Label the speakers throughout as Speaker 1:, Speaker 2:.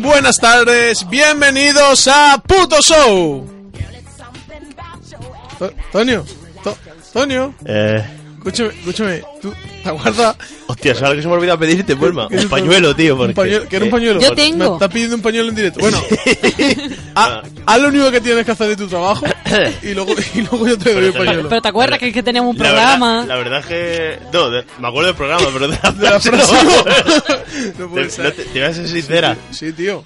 Speaker 1: Buenas tardes, bienvenidos a Puto Show. To- Tonio, To- Tonio,
Speaker 2: Eh,
Speaker 1: escúchame, escúchame, tú te aguardas
Speaker 2: hostia, es algo que se me ha olvidado pedirte, Pulma.
Speaker 1: que-
Speaker 2: Un pañuelo, tío.
Speaker 1: un
Speaker 2: Porque,
Speaker 1: pañuelo, que era un pañuelo.
Speaker 3: Yo tengo.
Speaker 1: Me estás pidiendo un pañuelo en directo. Bueno, haz haz lo único que tienes que hacer de tu trabajo y luego, y luego yo te doy el
Speaker 2: Pero-
Speaker 1: pañuelo.
Speaker 3: Pero te acuerdas que, que teníamos un
Speaker 2: La verdad,
Speaker 3: programa.
Speaker 2: la verdad es que. No, de- me acuerdo del programa, pero de la
Speaker 1: De la
Speaker 2: frase
Speaker 1: frase,
Speaker 2: no.
Speaker 1: no. No puede
Speaker 2: Te, no
Speaker 1: ser.
Speaker 2: te- te voy a ser sincera.
Speaker 1: Sí, tío.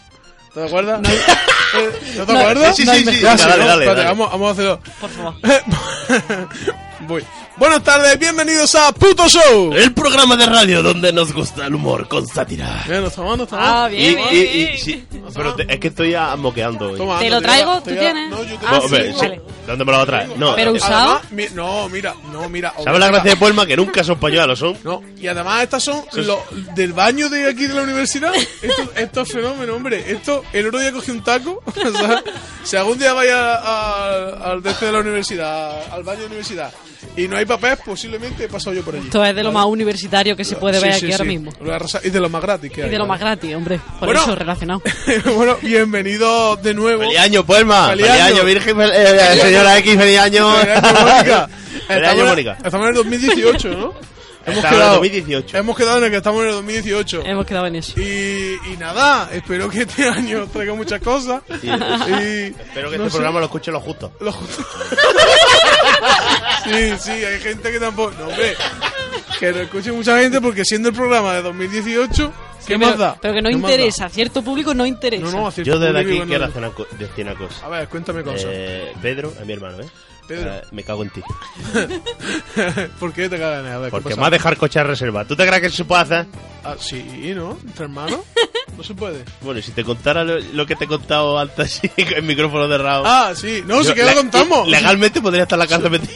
Speaker 1: ¿Te acuerdas? Eh, ¿No te acuerdas?
Speaker 2: Sí, sí, sí, sí.
Speaker 1: Ya, sí,
Speaker 2: Dale,
Speaker 1: ¿no?
Speaker 2: dale,
Speaker 1: Espérate,
Speaker 2: dale.
Speaker 1: Vamos, vamos a hacerlo.
Speaker 3: Por favor.
Speaker 1: Voy. Buenas tardes, bienvenidos a Puto Show.
Speaker 2: El programa de radio donde nos gusta el humor con sátira.
Speaker 1: Mira, nos tomamos, nos
Speaker 3: Ah,
Speaker 1: tomamos.
Speaker 2: Y,
Speaker 3: bien.
Speaker 2: y-
Speaker 3: bien.
Speaker 2: y- sí, pero te- es que estoy a- moqueando hoy.
Speaker 1: Toma,
Speaker 3: ¿Te
Speaker 1: anda,
Speaker 3: lo traigo?
Speaker 1: lleva-
Speaker 3: ¿Tú
Speaker 1: lleva-
Speaker 3: tienes?
Speaker 1: No, yo tengo.
Speaker 3: Ah,
Speaker 2: Bueno, hombre,
Speaker 3: sí, vale.
Speaker 2: ¿Dónde me lo vas a traer? No,
Speaker 3: Pero
Speaker 2: eh,
Speaker 3: usado.
Speaker 1: Además, mi- no, mira, no, mira.
Speaker 2: ¿sabes la gracia de Puelma? Que nunca son pañuelos, son.
Speaker 1: No, y además estas son lo- del baño de aquí de la universidad. Esto, esto es fenómeno, hombre. Esto, el otro día cogí un taco. o sea, si algún día vaya a- al de este de la universidad, al baño de la universidad, y no hay papel, posiblemente he pasado yo por allí.
Speaker 3: Esto es de lo más universitario que se puede
Speaker 1: Sí,
Speaker 3: ver
Speaker 1: sí,
Speaker 3: aquí
Speaker 1: sí.
Speaker 3: ahora mismo.
Speaker 1: Lo he arrasado. Y de lo más gratis que
Speaker 3: Y
Speaker 1: hay,
Speaker 3: de lo
Speaker 1: ¿no?
Speaker 3: más gratis, hombre. Por
Speaker 1: Bueno.
Speaker 3: eso relacionado.
Speaker 1: bueno, bienvenido de nuevo.
Speaker 2: ¡Feliz año, Puelma!
Speaker 1: Feliz
Speaker 2: ¡Feliz,
Speaker 1: año.
Speaker 2: año, Virgen! fel- eh, señora X, feliz año.
Speaker 1: Feliz año, Mónica.
Speaker 2: ¡Feliz
Speaker 1: Estamos
Speaker 2: año,
Speaker 1: en-
Speaker 2: Mónica!
Speaker 1: Estamos en el 2018, ¿no?
Speaker 2: Estamos en 2018.
Speaker 1: Hemos quedado en el que estamos en el 2018.
Speaker 3: Hemos quedado en eso.
Speaker 1: Y, y nada, espero que este año traiga muchas cosas.
Speaker 2: Sí.
Speaker 1: Y-
Speaker 2: Espero que
Speaker 1: no
Speaker 2: este
Speaker 1: sé,
Speaker 2: programa lo escuche lo justo.
Speaker 1: lo justo. sí, sí, hay gente que tampoco. No, hombre. Que lo escuche mucha gente porque siendo el programa de 2018, ¿qué
Speaker 3: pero,
Speaker 1: más da?
Speaker 3: pero que no
Speaker 1: ¿Qué más da?
Speaker 3: interesa. A cierto público no interesa.
Speaker 1: No, no, a cierto
Speaker 2: Yo desde
Speaker 1: público
Speaker 2: aquí
Speaker 1: no- Ah,
Speaker 2: quiero hacer una co- decir una cosa.
Speaker 1: A ver, cuéntame cosas.
Speaker 2: Eh, Pedro, es mi hermano, ¿eh?
Speaker 1: Pedro.
Speaker 2: Eh, me cago en ti.
Speaker 1: ¿Por qué te cagan? A ver, ¿qué
Speaker 2: Eh, Porque
Speaker 1: pasa?
Speaker 2: me va a dejar coche a reserva. ¿Tú te crees que se puede hacer?
Speaker 1: Ah, sí, ¿no? ¿Entre hermanos? No se puede.
Speaker 2: Bueno, si te contara lo, lo que te he contado antes así, con el micrófono cerrado.
Speaker 1: Ah, sí. No, si
Speaker 2: yo-
Speaker 1: que lo
Speaker 2: le-
Speaker 1: contamos.
Speaker 2: Legalmente podría estar en la cárcel metido.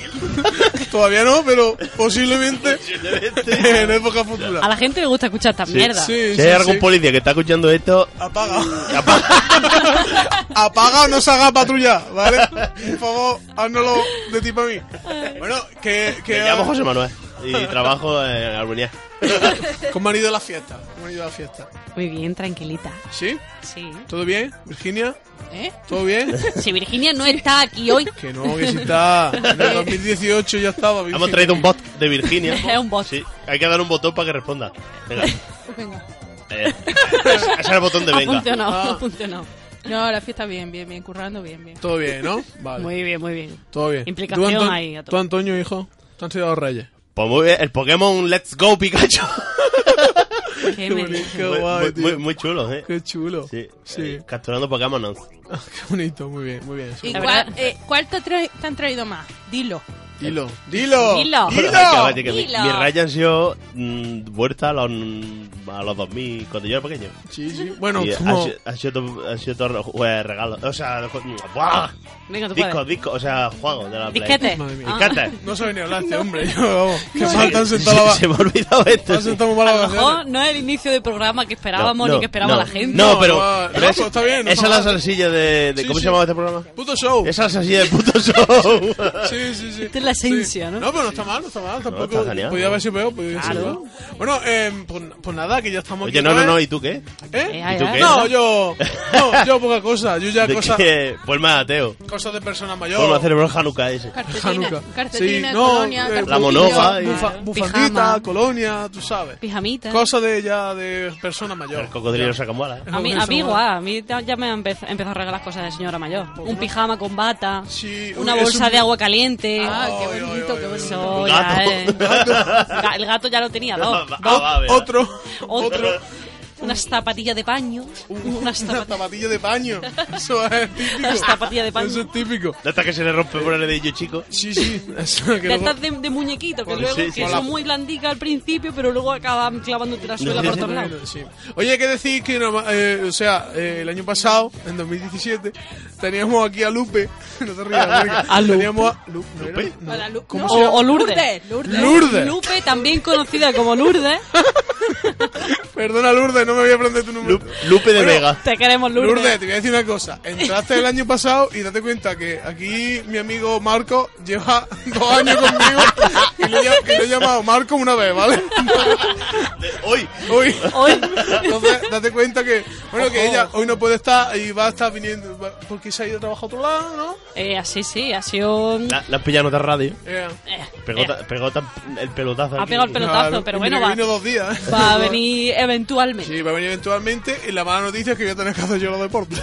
Speaker 1: Todavía no, pero posiblemente en época
Speaker 3: A
Speaker 1: futura.
Speaker 3: la gente le gusta escuchar esta mierda.
Speaker 1: Sí,
Speaker 2: si hay
Speaker 1: sí,
Speaker 2: algún
Speaker 1: sí.
Speaker 2: policía que está escuchando esto,
Speaker 1: Apaga. Apaga o no se haga patrulla, ¿vale? Por favor, háznoslo de tipo a mí. Bueno, que... que
Speaker 2: me llamo José Manuel y trabajo en Armonía.
Speaker 1: ¿Cómo han ido las fiestas? ¿Cómo han ido las fiestas?
Speaker 3: Muy bien, tranquilita.
Speaker 1: ¿Sí?
Speaker 3: Sí.
Speaker 1: ¿Todo bien, Virginia?
Speaker 3: ¿Eh?
Speaker 1: ¿Todo bien?
Speaker 3: Si Virginia no está aquí hoy,
Speaker 1: Que no, que si está... En el 2018 ya estaba, Virginia.
Speaker 2: Hemos traído un bot de Virginia.
Speaker 3: Es un bot.
Speaker 2: Sí, hay que dar un botón para que responda. Venga.
Speaker 4: Venga.
Speaker 2: Eh, ese es el botón de
Speaker 3: ha
Speaker 2: venga.
Speaker 3: funcionado.
Speaker 1: Ah.
Speaker 3: Ha funcionado.
Speaker 4: No, la fiesta bien, bien, bien, currando bien, bien.
Speaker 1: Todo bien, ¿no? Vale.
Speaker 3: Muy bien, muy bien.
Speaker 1: Todo bien.
Speaker 3: Implicación
Speaker 1: ¿Tú, Anto-
Speaker 3: ahí a todo.
Speaker 1: ¿Tú, Antonio, hijo? ¿Te han sido los reyes?
Speaker 2: Pues muy bien, el Pokémon Let's Go Pikachu.
Speaker 3: ¿Qué me dices?
Speaker 1: Qué
Speaker 2: muy,
Speaker 1: guay,
Speaker 2: muy-
Speaker 1: tío.
Speaker 2: muy- muy chulo, ¿eh?
Speaker 1: Qué chulo.
Speaker 2: Sí,
Speaker 1: Sí.
Speaker 2: eh, capturando Pokémon.
Speaker 1: Ah, Qué bonito, muy bien, muy bien.
Speaker 4: ¿Y
Speaker 3: La
Speaker 4: cuál,
Speaker 3: verdad-
Speaker 4: eh, cuál te, tra- te han traído más? Dilo.
Speaker 1: Dilo. Dilo.
Speaker 3: Dilo.
Speaker 2: Hay que ver que mi,
Speaker 3: Dilo.
Speaker 2: mi raya han sido mm, vuelta a los, a los 2000, cuando yo era pequeño.
Speaker 1: Sí, sí. Bueno,
Speaker 2: y han
Speaker 1: como...
Speaker 2: sido- han sido todo- han sido todos jue- regalos. O sea, jue- ¡buah!
Speaker 3: Venga, tú
Speaker 2: discos,
Speaker 3: puedes.
Speaker 2: discos, o sea, juegos de la Play.
Speaker 3: Disquete.
Speaker 1: Madre mía.
Speaker 3: Ah.
Speaker 2: Disquete.
Speaker 1: No sabe ni hablar este hombre. Yo, vamos, que
Speaker 2: Sí,
Speaker 1: mal, tan
Speaker 2: se-
Speaker 1: sentado
Speaker 2: se, me ha olvidado esto.
Speaker 1: Tan
Speaker 2: sí.
Speaker 1: sentado mal
Speaker 3: A
Speaker 1: a
Speaker 3: lo
Speaker 1: la
Speaker 3: mejor
Speaker 1: gente.
Speaker 3: no es el inicio del programa que esperábamos
Speaker 2: No,
Speaker 3: ni que esperaba
Speaker 2: no,
Speaker 3: la gente.
Speaker 2: No,
Speaker 1: No,
Speaker 2: pero.
Speaker 1: no,
Speaker 2: pero
Speaker 1: no,
Speaker 2: es-
Speaker 1: pues está bien, no
Speaker 2: esa
Speaker 1: está
Speaker 2: es la
Speaker 1: mal.
Speaker 2: salsilla de. de
Speaker 1: Sí,
Speaker 2: ¿Cómo
Speaker 1: sí.
Speaker 2: se llamaba este programa?
Speaker 1: Puto show.
Speaker 2: Esa es la salsilla de puto show.
Speaker 1: Sí, sí, sí.
Speaker 3: Esta es la esencia, ¿no?
Speaker 1: No, pero no está mal, no está mal. Tampoco
Speaker 2: está genial,
Speaker 1: podía
Speaker 2: ¿no?
Speaker 1: haber sido peor. Podía haber sido
Speaker 3: Claro.
Speaker 1: peor. Bueno, eh, pues, pues nada, que ya estamos
Speaker 2: Oye,
Speaker 1: aquí
Speaker 2: no, no,
Speaker 1: otra
Speaker 2: no,
Speaker 1: vez.
Speaker 2: ¿y tú qué?
Speaker 1: ¿Eh?
Speaker 3: Ya,
Speaker 2: ¿Y tú
Speaker 3: ya.
Speaker 2: qué?
Speaker 1: No, yo. No, yo poca cosa. Yo ya
Speaker 2: ¿De
Speaker 1: cosa,
Speaker 2: qué? Pues más ateo.
Speaker 1: cosas de persona mayor.
Speaker 2: Vamos a celebrar Hanukkah ese.
Speaker 4: Cartetinas,
Speaker 1: Hanukkah.
Speaker 4: cartetinas,
Speaker 1: Sí, no,
Speaker 4: colonia,
Speaker 1: eh,
Speaker 4: cartulillo.
Speaker 2: La monova y-
Speaker 1: Bufa-
Speaker 3: Claro.
Speaker 1: bufandita,
Speaker 3: Pijama.
Speaker 1: colonia, tú sabes.
Speaker 3: Pijamita.
Speaker 1: Cosa de ya de persona mayor.
Speaker 2: El cocodrilo ¿eh? Sacamala.
Speaker 3: A mí,
Speaker 1: Eso
Speaker 3: a mí
Speaker 1: mola.
Speaker 3: guau, a mí ya ya me han empe- empezado a regalar cosas de señora mayor.
Speaker 1: Pues
Speaker 3: Un pijama con bata,
Speaker 1: Sí,
Speaker 3: una
Speaker 1: es
Speaker 3: bolsa
Speaker 1: un-
Speaker 3: de agua caliente.
Speaker 4: Ah, qué
Speaker 1: Ay, ay,
Speaker 4: bonito,
Speaker 1: ay,
Speaker 4: qué
Speaker 1: ay.
Speaker 4: bonito.
Speaker 3: Eso
Speaker 2: Un
Speaker 3: ya,
Speaker 2: gato.
Speaker 3: eh. Ga- El gato ya lo tenía, dos.
Speaker 2: Ah,
Speaker 1: Ot-
Speaker 2: va, venga.
Speaker 1: otro.
Speaker 3: Otro. Unas zapatillas de paño.
Speaker 1: Uh.
Speaker 3: Unas
Speaker 1: Una
Speaker 3: zapatillas.
Speaker 1: zapatilla de paño. Eso es típico.
Speaker 3: Una zapatilla de paño.
Speaker 1: Eso es típico.
Speaker 2: De estas que se le rompe por el dedillo, chico.
Speaker 1: Sí, sí. Eso que
Speaker 3: De,
Speaker 1: luego-
Speaker 3: estas de, de muñequito, que,
Speaker 2: Sí,
Speaker 3: luego,
Speaker 2: sí,
Speaker 3: que
Speaker 2: sí.
Speaker 3: son muy blandicas al principio, pero luego acaban clavándote la suela
Speaker 2: Sí,
Speaker 3: por
Speaker 2: sí,
Speaker 3: todos
Speaker 2: sí.
Speaker 3: lados.
Speaker 1: Sí. Oye, hay que decir que, no- eh, o sea, eh, el año pasado, en 2017, teníamos aquí a Lupe. No te rías, Mónica.
Speaker 3: A Lupe.
Speaker 1: Teníamos a Lu- ¿no era?
Speaker 2: ¿Lupe?
Speaker 1: No.
Speaker 4: Hola, Lu-
Speaker 1: ¿Cómo
Speaker 4: no,
Speaker 1: se llama?
Speaker 3: O, o Lourdes.
Speaker 4: Lourdes, Lourdes.
Speaker 1: Lourdes.
Speaker 3: Lupe, también conocida como Lourdes.
Speaker 1: Perdona, Lourdes, no me voy a aprender tu número.
Speaker 2: Lu- Lupe de
Speaker 1: Bueno,
Speaker 2: Vega.
Speaker 3: Te queremos, Lourdes.
Speaker 1: Lourdes, te voy a decir una cosa. Entraste el año pasado y date cuenta que aquí mi amigo Marco lleva dos años conmigo y lo he, llam- y lo he llamado Marco una vez, ¿vale?
Speaker 2: De- Hoy.
Speaker 1: eh, Hoy.
Speaker 3: Hoy.
Speaker 1: Entonces, date cuenta que, bueno, que ella hoy no puede estar y va a estar viniendo va- porque se ha ido a trabajar a otro lado, ¿no?
Speaker 3: Eh, así sí, ha sido... un-
Speaker 2: La, la han pillado en otra radio.
Speaker 1: Eh,
Speaker 3: eh,
Speaker 2: Pegó,
Speaker 3: eh,
Speaker 2: ta- pegó tan- el pelotazo.
Speaker 3: Ha
Speaker 2: aquí.
Speaker 3: pegado el pelo- Pelotazo,
Speaker 1: y
Speaker 3: pero bueno,
Speaker 1: mira que
Speaker 3: va.
Speaker 1: vino dos días. ¿eh?
Speaker 3: va a venir eventualmente.
Speaker 1: Sí, va a venir eventualmente y la mala noticia es que voy a tener que hacer yo los deportes.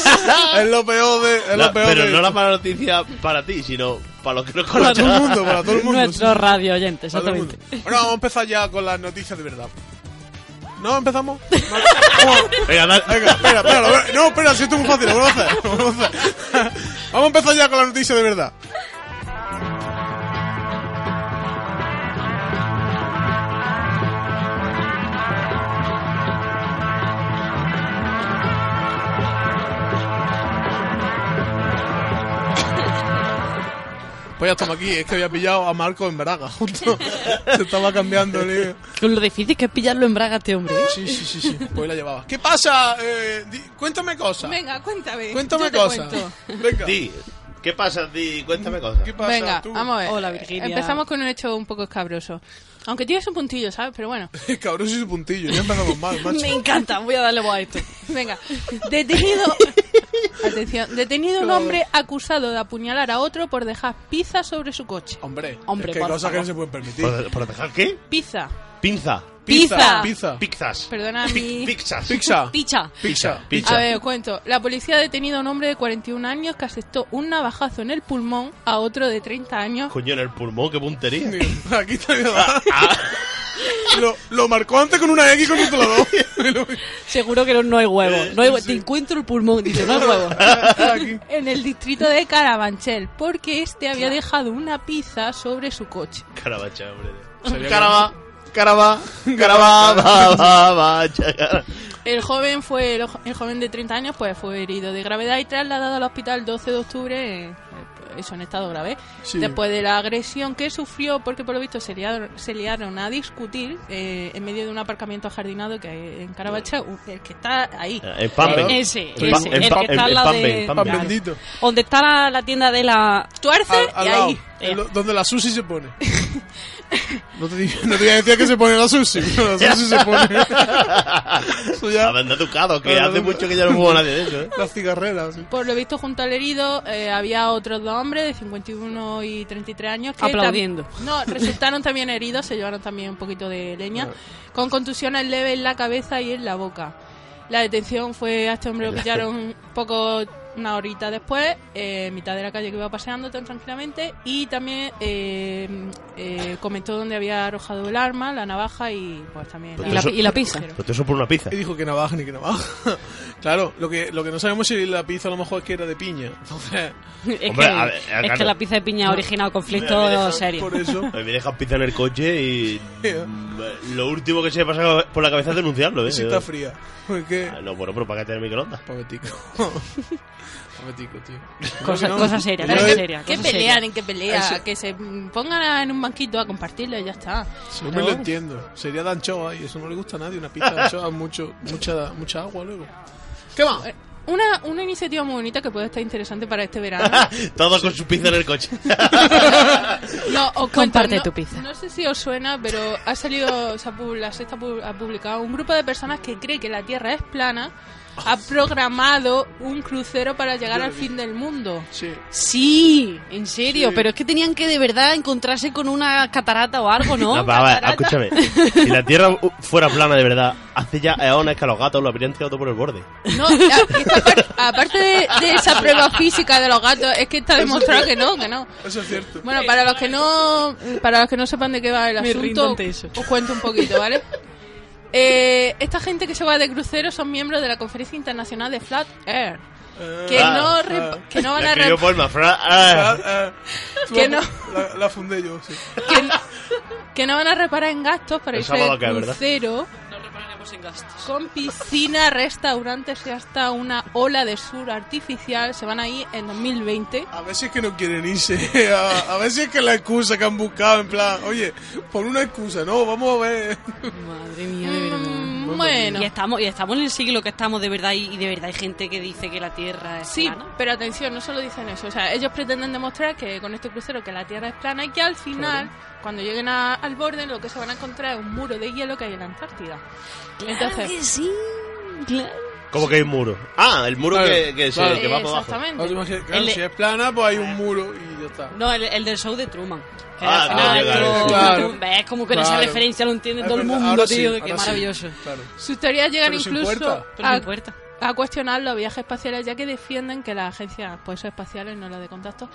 Speaker 1: es lo peor de... Es
Speaker 2: La-
Speaker 1: lo peor
Speaker 2: pero
Speaker 1: de
Speaker 2: no la mala noticia para ti, sino para los que no
Speaker 1: Para
Speaker 2: conocen.
Speaker 1: todo el mundo, para todo el mundo.
Speaker 3: Nuestro radio oyente,
Speaker 1: Para todo el
Speaker 3: exactamente.
Speaker 1: mundo. Bueno, vamos a empezar ya con las noticias de verdad. ¿No empezamos? No.
Speaker 2: Venga, dale.
Speaker 1: Venga, espera, espera, lo- No, espera, si esto es muy fácil, lo vuelvo a hacer. lo vuelvo a hacer. Vamos a empezar ya con la noticia de verdad. Pues ya estamos aquí, es que había pillado a Marco en Braga, justo. Se estaba cambiando el lío.
Speaker 3: Con lo difícil que es pillarlo en braga este hombre. ¿eh?
Speaker 1: Sí, sí, sí, sí. Pues la llevaba. ¿Qué pasa? Eh, di- cuéntame cosas.
Speaker 4: Venga, cuéntame. yo
Speaker 1: cuéntame
Speaker 4: te
Speaker 1: cosas.
Speaker 4: cuento.
Speaker 1: Venga.
Speaker 2: Di, ¿qué pasa, Di? Cuéntame cosas.
Speaker 1: ¿Qué pasa?
Speaker 4: Venga,
Speaker 1: tú?
Speaker 4: vamos a ver.
Speaker 3: Hola, Virginia.
Speaker 4: Empezamos con un hecho un poco escabroso. Aunque tiene su puntillo, ¿sabes? Pero bueno.
Speaker 1: Cabrón, soy su puntillo. Ya empezamos mal, macho.
Speaker 3: Me encanta, voy a darle voz a esto.
Speaker 4: Venga. Detenido. Atención. Detenido un hombre acusado de apuñalar a otro por dejar pizza sobre su coche.
Speaker 1: Hombre,
Speaker 3: Hombre,
Speaker 1: es que
Speaker 3: por
Speaker 1: cosas que no
Speaker 3: favor.
Speaker 1: se pueden permitir.
Speaker 2: ¿Por, por dejar qué?
Speaker 4: Pizza.
Speaker 2: Pinza.
Speaker 3: Pizza.
Speaker 1: Pizza.
Speaker 2: Pizzas.
Speaker 4: Perdona mi.
Speaker 2: Pi- Pizzas.
Speaker 1: Pizza.
Speaker 3: Picha.
Speaker 1: Pizza.
Speaker 2: Pizza.
Speaker 4: A ver, os cuento. La policía ha detenido a un hombre de 41 años que asestó un navajazo en el pulmón a otro de 30 años.
Speaker 2: Coño, en el pulmón, qué puntería.
Speaker 1: Digo, Aquí está
Speaker 2: Ah,
Speaker 1: mi edad. lo, lo marcó antes con una X con un doy.
Speaker 3: Seguro que no, no hay huevo. No hay huevo. Te encuentro el pulmón, dice, no hay huevo.
Speaker 1: Aquí.
Speaker 4: En el distrito de Carabanchel, porque este había dejado una pizza sobre su coche.
Speaker 2: Carabacha, hombre.
Speaker 1: Sería
Speaker 2: Caraba. Caraba. Caraba. Va, va, va, chaca.
Speaker 4: El joven fue el, jo- el joven de 30 años pues fue herido de gravedad y trasladado al hospital 12 de octubre eh, eso en estado grave
Speaker 1: Sí.
Speaker 4: después de la agresión que sufrió porque por lo visto se liaron, se liaron a discutir eh, en medio de un aparcamiento ajardinado que hay en Carabanchel u- el que está ahí
Speaker 1: Eh,
Speaker 2: En pan,
Speaker 1: Claro.
Speaker 2: ven.
Speaker 3: Ese,
Speaker 2: El
Speaker 3: ese.
Speaker 2: pa- el
Speaker 3: El
Speaker 2: pa-
Speaker 3: que está
Speaker 2: el-
Speaker 3: al
Speaker 2: el
Speaker 3: lado
Speaker 2: pan
Speaker 3: de...
Speaker 2: ben, pan
Speaker 1: Pan
Speaker 2: Claro.
Speaker 1: bendito.
Speaker 3: Donde está la, la tienda de la...
Speaker 4: tuerce
Speaker 1: Al, al
Speaker 4: y
Speaker 1: lado,
Speaker 4: ahí
Speaker 1: en lo- donde la sushi se pone. No te, digo- no te voy a decir que se pone la sushi, pero la sushi se pone. Eso ya,
Speaker 2: Hablando educado, que
Speaker 1: Hablando
Speaker 2: hace
Speaker 1: educado.
Speaker 2: mucho que ya no juego a nadie de eso, ¿eh?
Speaker 1: las cigarreras. sí.
Speaker 4: por lo visto junto al herido eh, había otros dos hombres de 51 y 33 años que tam-
Speaker 3: Aplaudiendo.
Speaker 4: No, resultaron también heridos, se llevaron también un poquito de leña, con contusiones leves en la cabeza y en la boca. La detención fue a este hombre lo pillaron un poco una horita después, eh, en mitad de la calle que iba paseando tan tranquilamente, y también eh, eh, comentó dónde había arrojado el arma, la navaja y pues también...
Speaker 2: Pero
Speaker 3: Y la,
Speaker 2: eso-
Speaker 3: y la pizza.
Speaker 2: Pero todo eso por Pues una pizza.
Speaker 1: Y dijo que navaja ni que navaja. claro, lo que, lo que no sabemos si la pizza a lo mejor es que era de piña. Entonces,
Speaker 3: Es,
Speaker 2: Hombre,
Speaker 3: que,
Speaker 2: a ver,
Speaker 3: es
Speaker 2: claro.
Speaker 3: que la pizza de piña ha originado conflictos serios.
Speaker 1: por eso.
Speaker 2: A mí Me dejan pizza en el coche y. mm, Lo último que se me pasa por la cabeza es denunciarlo, ¿eh?
Speaker 1: Si está fría. Porque.
Speaker 2: Ah, No, bueno, pero para que tener microondas.
Speaker 1: Pametico. Pametico, tío.
Speaker 3: Cosa-
Speaker 1: No, no.
Speaker 3: cosa seria,
Speaker 1: Yo
Speaker 3: cosa
Speaker 1: he-
Speaker 3: seria.
Speaker 4: Que
Speaker 3: cosa seria.
Speaker 4: pelean, en que pelea,
Speaker 1: Eso.
Speaker 4: que se mm, pongan a- en un banquito a compartirlo y ya está.
Speaker 1: Si no me lo entiendo. Sería de anchoa y eso no le gusta a nadie. Una pizza de anchoa, mucho, mucha, mucha agua luego. ¿Qué más?
Speaker 4: Una, una iniciativa muy bonita que puede estar interesante para este verano.
Speaker 2: Ah, Todo con su pizza en el coche.
Speaker 4: No, os cuento,
Speaker 3: Comparte
Speaker 4: no-
Speaker 3: tu pizza.
Speaker 4: No sé si os suena, pero ha salido, se ha pu- la sexta pu- ha publicado un grupo de personas que cree que la Tierra es plana, ha programado un crucero para llegar
Speaker 1: Yo lo
Speaker 4: al
Speaker 1: vi.
Speaker 4: fin del mundo.
Speaker 1: Sí.
Speaker 3: Sí, en serio,
Speaker 1: Sí.
Speaker 3: pero es que tenían que de verdad encontrarse con una catarata o algo, ¿no?
Speaker 2: No, va, va, escúchame. Si la Tierra uh, fuera plana de verdad, hace ya eones que a los gatos lo habrían tirado por el borde.
Speaker 4: No, a- esta par- aparte de, de esa prueba física de los gatos, es que está demostrado que no, que no.
Speaker 1: Eso es cierto.
Speaker 4: Bueno, para los que no para los que no sepan de qué va el
Speaker 3: Me rindo
Speaker 4: asunto,
Speaker 3: ante eso.
Speaker 4: os cuento un poquito, ¿vale? Eh, esta gente que se va de crucero son miembros de la Conferencia Internacional de Flat Air, que
Speaker 2: Ah,
Speaker 4: no rep-
Speaker 1: ah.
Speaker 4: que no van
Speaker 2: La
Speaker 4: a
Speaker 2: escribió
Speaker 4: rep-
Speaker 2: Paul Mafra- ah.
Speaker 1: Ah, ah,
Speaker 4: Que no.
Speaker 1: La, la fundé yo, sí.
Speaker 4: que, no- que no van a reparar en gastos para irse de
Speaker 2: Pensaba lo que es, ¿verdad?
Speaker 4: crucero con piscina, restaurantes y hasta una ola de sur artificial. Se van ahí en 2020.
Speaker 1: A veces que no quieren irse. A, a veces que la excusa que han buscado, en plan, oye, pon una excusa, no, vamos a ver.
Speaker 3: Madre mía, de verdad. Pues
Speaker 4: Mm, bueno.
Speaker 3: Y estamos, y estamos en el siglo que estamos de verdad y, y de verdad hay gente que dice que la Tierra es
Speaker 4: Sí,
Speaker 3: plana.
Speaker 4: pero atención, no solo dicen eso. O sea, ellos pretenden demostrar que con este crucero que la Tierra es plana y que al final, cuando lleguen a- al borde, lo que se van a encontrar es un muro de hielo que hay en la Antártida.
Speaker 3: Claro
Speaker 4: Entonces,
Speaker 3: que sí, claro.
Speaker 2: ¿Cómo que hay muro? Ah, el muro
Speaker 1: Claro,
Speaker 2: que, que, se-
Speaker 1: claro.
Speaker 2: que va para abajo. pues,
Speaker 1: No
Speaker 4: exactamente.
Speaker 1: te imaginas- claro,
Speaker 3: El de-
Speaker 1: si es plana, pues hay un muro y ya está.
Speaker 3: No, el, el del show de Truman. Que
Speaker 2: Ah,
Speaker 3: era-
Speaker 2: que no llega a eso.
Speaker 1: Claro.
Speaker 3: Ves como que esa
Speaker 1: Claro.
Speaker 3: referencia lo entiende
Speaker 1: Es
Speaker 3: todo el
Speaker 1: verdad,
Speaker 3: mundo,
Speaker 1: ahora sí,
Speaker 3: tío, qué
Speaker 1: ahora sí,
Speaker 3: maravilloso.
Speaker 1: claro.
Speaker 4: Sus teorías llegan
Speaker 1: Pero sin
Speaker 4: incluso
Speaker 1: puerta.
Speaker 3: Pero no
Speaker 4: a,
Speaker 3: importa.
Speaker 4: a cuestionar los viajes espaciales, ya que defienden que las agencias pues, espaciales, no las de contacto,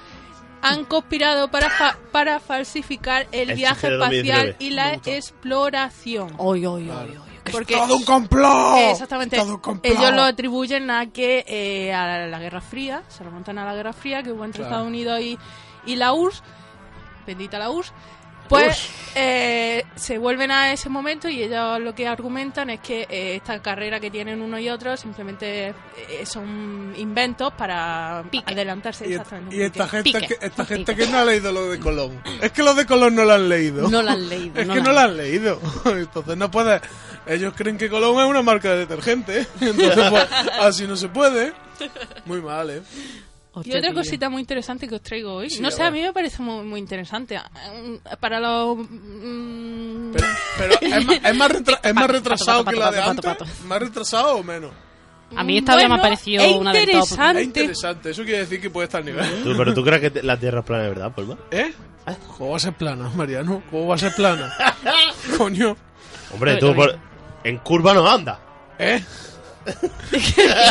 Speaker 4: han conspirado para, fa- para falsificar el
Speaker 2: El
Speaker 4: viaje
Speaker 2: chiste de
Speaker 4: espacial
Speaker 2: 2019.
Speaker 4: y la exploración.
Speaker 3: Oy, oy, oy, oy.
Speaker 4: Porque
Speaker 1: Todo un complot.
Speaker 4: Eh, Exactamente.
Speaker 1: Oh, Todo un complot.
Speaker 4: Ellos lo atribuyen a que eh, a la Guerra Fría, se remontan a la Guerra Fría que hubo entre
Speaker 1: Claro.
Speaker 4: Estados Unidos y, y la URSS, bendita la URSS, pues eh, se vuelven a ese momento y ellos lo que argumentan es que eh, esta carrera que tienen uno y otro simplemente eh, son inventos para
Speaker 3: Pique.
Speaker 4: adelantarse.
Speaker 1: Y,
Speaker 4: exactamente,
Speaker 1: y esta
Speaker 4: pique.
Speaker 1: gente,
Speaker 3: Pique.
Speaker 1: que, esta gente
Speaker 3: Pique.
Speaker 1: que no ha leído lo de Colón. Es que los de Colón no lo han leído.
Speaker 3: No la han leído.
Speaker 1: es que no lo han leído. Entonces no puede. Ellos creen que Colón es una marca de detergente. Entonces, pues, así no se puede. Muy mal, ¿eh?
Speaker 4: Y otra cosita muy interesante que os traigo hoy.
Speaker 1: Sí,
Speaker 4: no
Speaker 1: a
Speaker 4: sé, a
Speaker 1: ver.
Speaker 4: mí me parece muy, muy interesante. Ah, Para los... mm,
Speaker 1: Pero, pero es, más, es más retra- es más retrasado que la de antes. ¿Más retrasado o menos?
Speaker 3: A mí esta vez me ha parecido
Speaker 4: es
Speaker 3: una del top.
Speaker 4: interesante.
Speaker 1: Es interesante. Eso quiere decir que puede estar al nivel.
Speaker 2: Tú- Pero tú crees que te- la Tierra es plana de verdad, Polma?
Speaker 1: ¿Eh? ¿Cómo va a ser plana, Mariano? ¿Cómo va a ser plana? Coño.
Speaker 2: Hombre,
Speaker 3: Lo-
Speaker 2: tú
Speaker 3: lo
Speaker 2: por- en curva no anda.
Speaker 1: ¿Eh?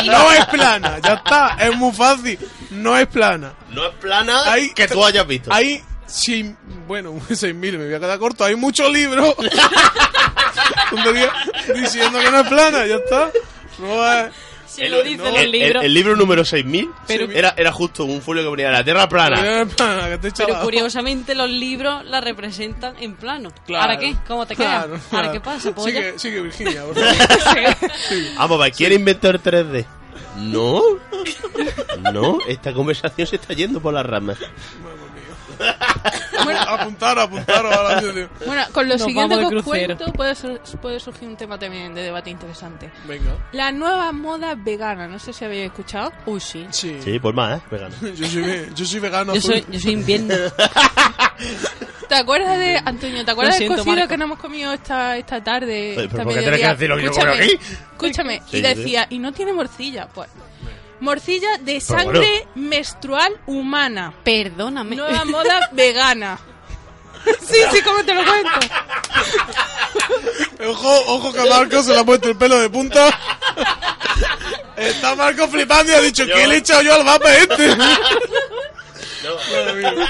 Speaker 1: no es plana, ya está, es muy fácil. No es plana.
Speaker 2: No es plana
Speaker 1: Hay-
Speaker 2: que tú hayas visto.
Speaker 1: Hay, sí, bueno, 6.000, me voy a quedar corto. Hay muchos libros tontería, diciendo que no es plana, ya está. No es-
Speaker 3: Si lo dicen los
Speaker 2: el,
Speaker 3: libros.
Speaker 2: el- el libro número 6000
Speaker 3: Pero-
Speaker 2: era, era justo un folio que ponía la Tierra plana.
Speaker 1: no es plana, que este te he
Speaker 3: Pero
Speaker 1: chalado.
Speaker 3: curiosamente los libros la representan en plano.
Speaker 1: Claro.
Speaker 3: ¿Ahora qué? ¿Cómo te queda?
Speaker 1: Claro,
Speaker 3: ¿Ahora
Speaker 1: claro.
Speaker 3: qué pasa, Pues polla?
Speaker 1: Sigue, sigue Virginia, por favor.
Speaker 2: Vamos, va, ¿quiere inventar 3D? No, no, esta conversación se está yendo por las ramas.
Speaker 1: apuntar, apuntar a la radio.
Speaker 4: Bueno, con lo
Speaker 3: Nos
Speaker 4: siguiente que
Speaker 3: vamos de
Speaker 4: os
Speaker 3: crucero.
Speaker 4: cuento puede, sur- puede surgir un tema también de debate interesante.
Speaker 1: Venga.
Speaker 4: La nueva moda vegana, no sé si habéis escuchado.
Speaker 3: Uy, sí.
Speaker 1: Sí.
Speaker 2: Sí, por más, ¿eh? Vegano.
Speaker 1: Yo soy, ve- yo soy vegano.
Speaker 3: Yo
Speaker 1: azul.
Speaker 3: soy, yo soy invierno.
Speaker 4: ¿Te acuerdas de, Antonio, te acuerdas
Speaker 3: Mm. Lo
Speaker 4: del
Speaker 3: siento,
Speaker 4: cocido
Speaker 3: Marco.
Speaker 4: que nos hemos comido esta, esta tarde?
Speaker 2: Oye, pero
Speaker 4: esta
Speaker 2: ¿por qué tienes
Speaker 4: mediodía?
Speaker 2: que decir lo que yo comí
Speaker 4: Escúchame,
Speaker 2: aquí?
Speaker 4: Escúchame,
Speaker 2: Sí,
Speaker 4: y
Speaker 2: sí.
Speaker 4: decía, y no tiene morcilla, pues. Morcilla de
Speaker 2: Pero bueno.
Speaker 4: sangre menstrual humana.
Speaker 3: Perdóname.
Speaker 4: Nueva moda vegana. sí, sí, como te lo cuento.
Speaker 1: Ojo, ojo que Marco se le ha puesto el pelo de punta. Está Marco flipando y ha dicho, ¿qué le he echado yo al mapa este? Madre mía.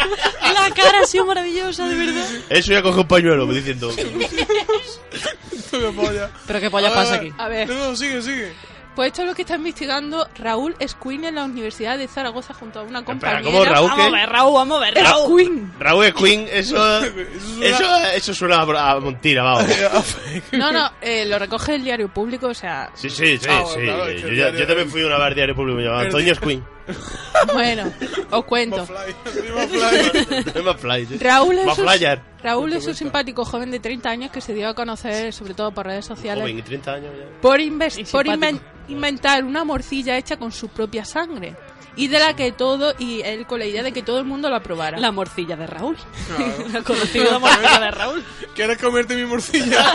Speaker 3: La cara ha sido maravillosa, de verdad.
Speaker 2: Eso ya coge un pañuelo diciendo.
Speaker 1: Qué polla.
Speaker 3: Pero qué polla pasa aquí.
Speaker 4: A ver.
Speaker 1: No, no, sigue, sigue.
Speaker 4: Pues esto es lo que está investigando Raúl Escuin en la Universidad de Zaragoza junto a una compañera.
Speaker 2: ¿cómo Raúl?
Speaker 3: Vamos a ver, Raúl, vamos a ver,
Speaker 2: Ra-
Speaker 3: Raúl.
Speaker 2: Raúl Queen, eso.
Speaker 1: suena-
Speaker 2: Eso, eso suena a, a mentira, vamos.
Speaker 1: Eh, a fake.
Speaker 4: No, no, eh, lo recoge el diario público, o sea,
Speaker 2: Sí, sí, sí,
Speaker 1: Ah, bueno,
Speaker 2: sí.
Speaker 1: claro, es que
Speaker 2: yo,
Speaker 1: el
Speaker 2: ya-
Speaker 1: diario-
Speaker 2: yo también fui una vez al diario público, me llamaba
Speaker 1: El
Speaker 2: Antonio Queen.
Speaker 4: bueno, os cuento.
Speaker 1: Fly, arriba fly.
Speaker 2: Más fly, sí.
Speaker 4: Raúl es,
Speaker 2: Más flyer.
Speaker 4: un, Raúl es un simpático joven de 30 años que se dio a conocer sobre todo por redes sociales
Speaker 2: Joven, 30 años ya.
Speaker 4: por, inves-
Speaker 3: Y
Speaker 4: por,
Speaker 3: simpático.
Speaker 4: inven- inventar una morcilla hecha con su propia sangre. Y de la que todo, y él con la idea de que todo el mundo la probara.
Speaker 3: La morcilla de Raúl.
Speaker 1: Claro.
Speaker 3: La conocida morcilla de Raúl.
Speaker 1: ¿Quieres comerte mi morcilla?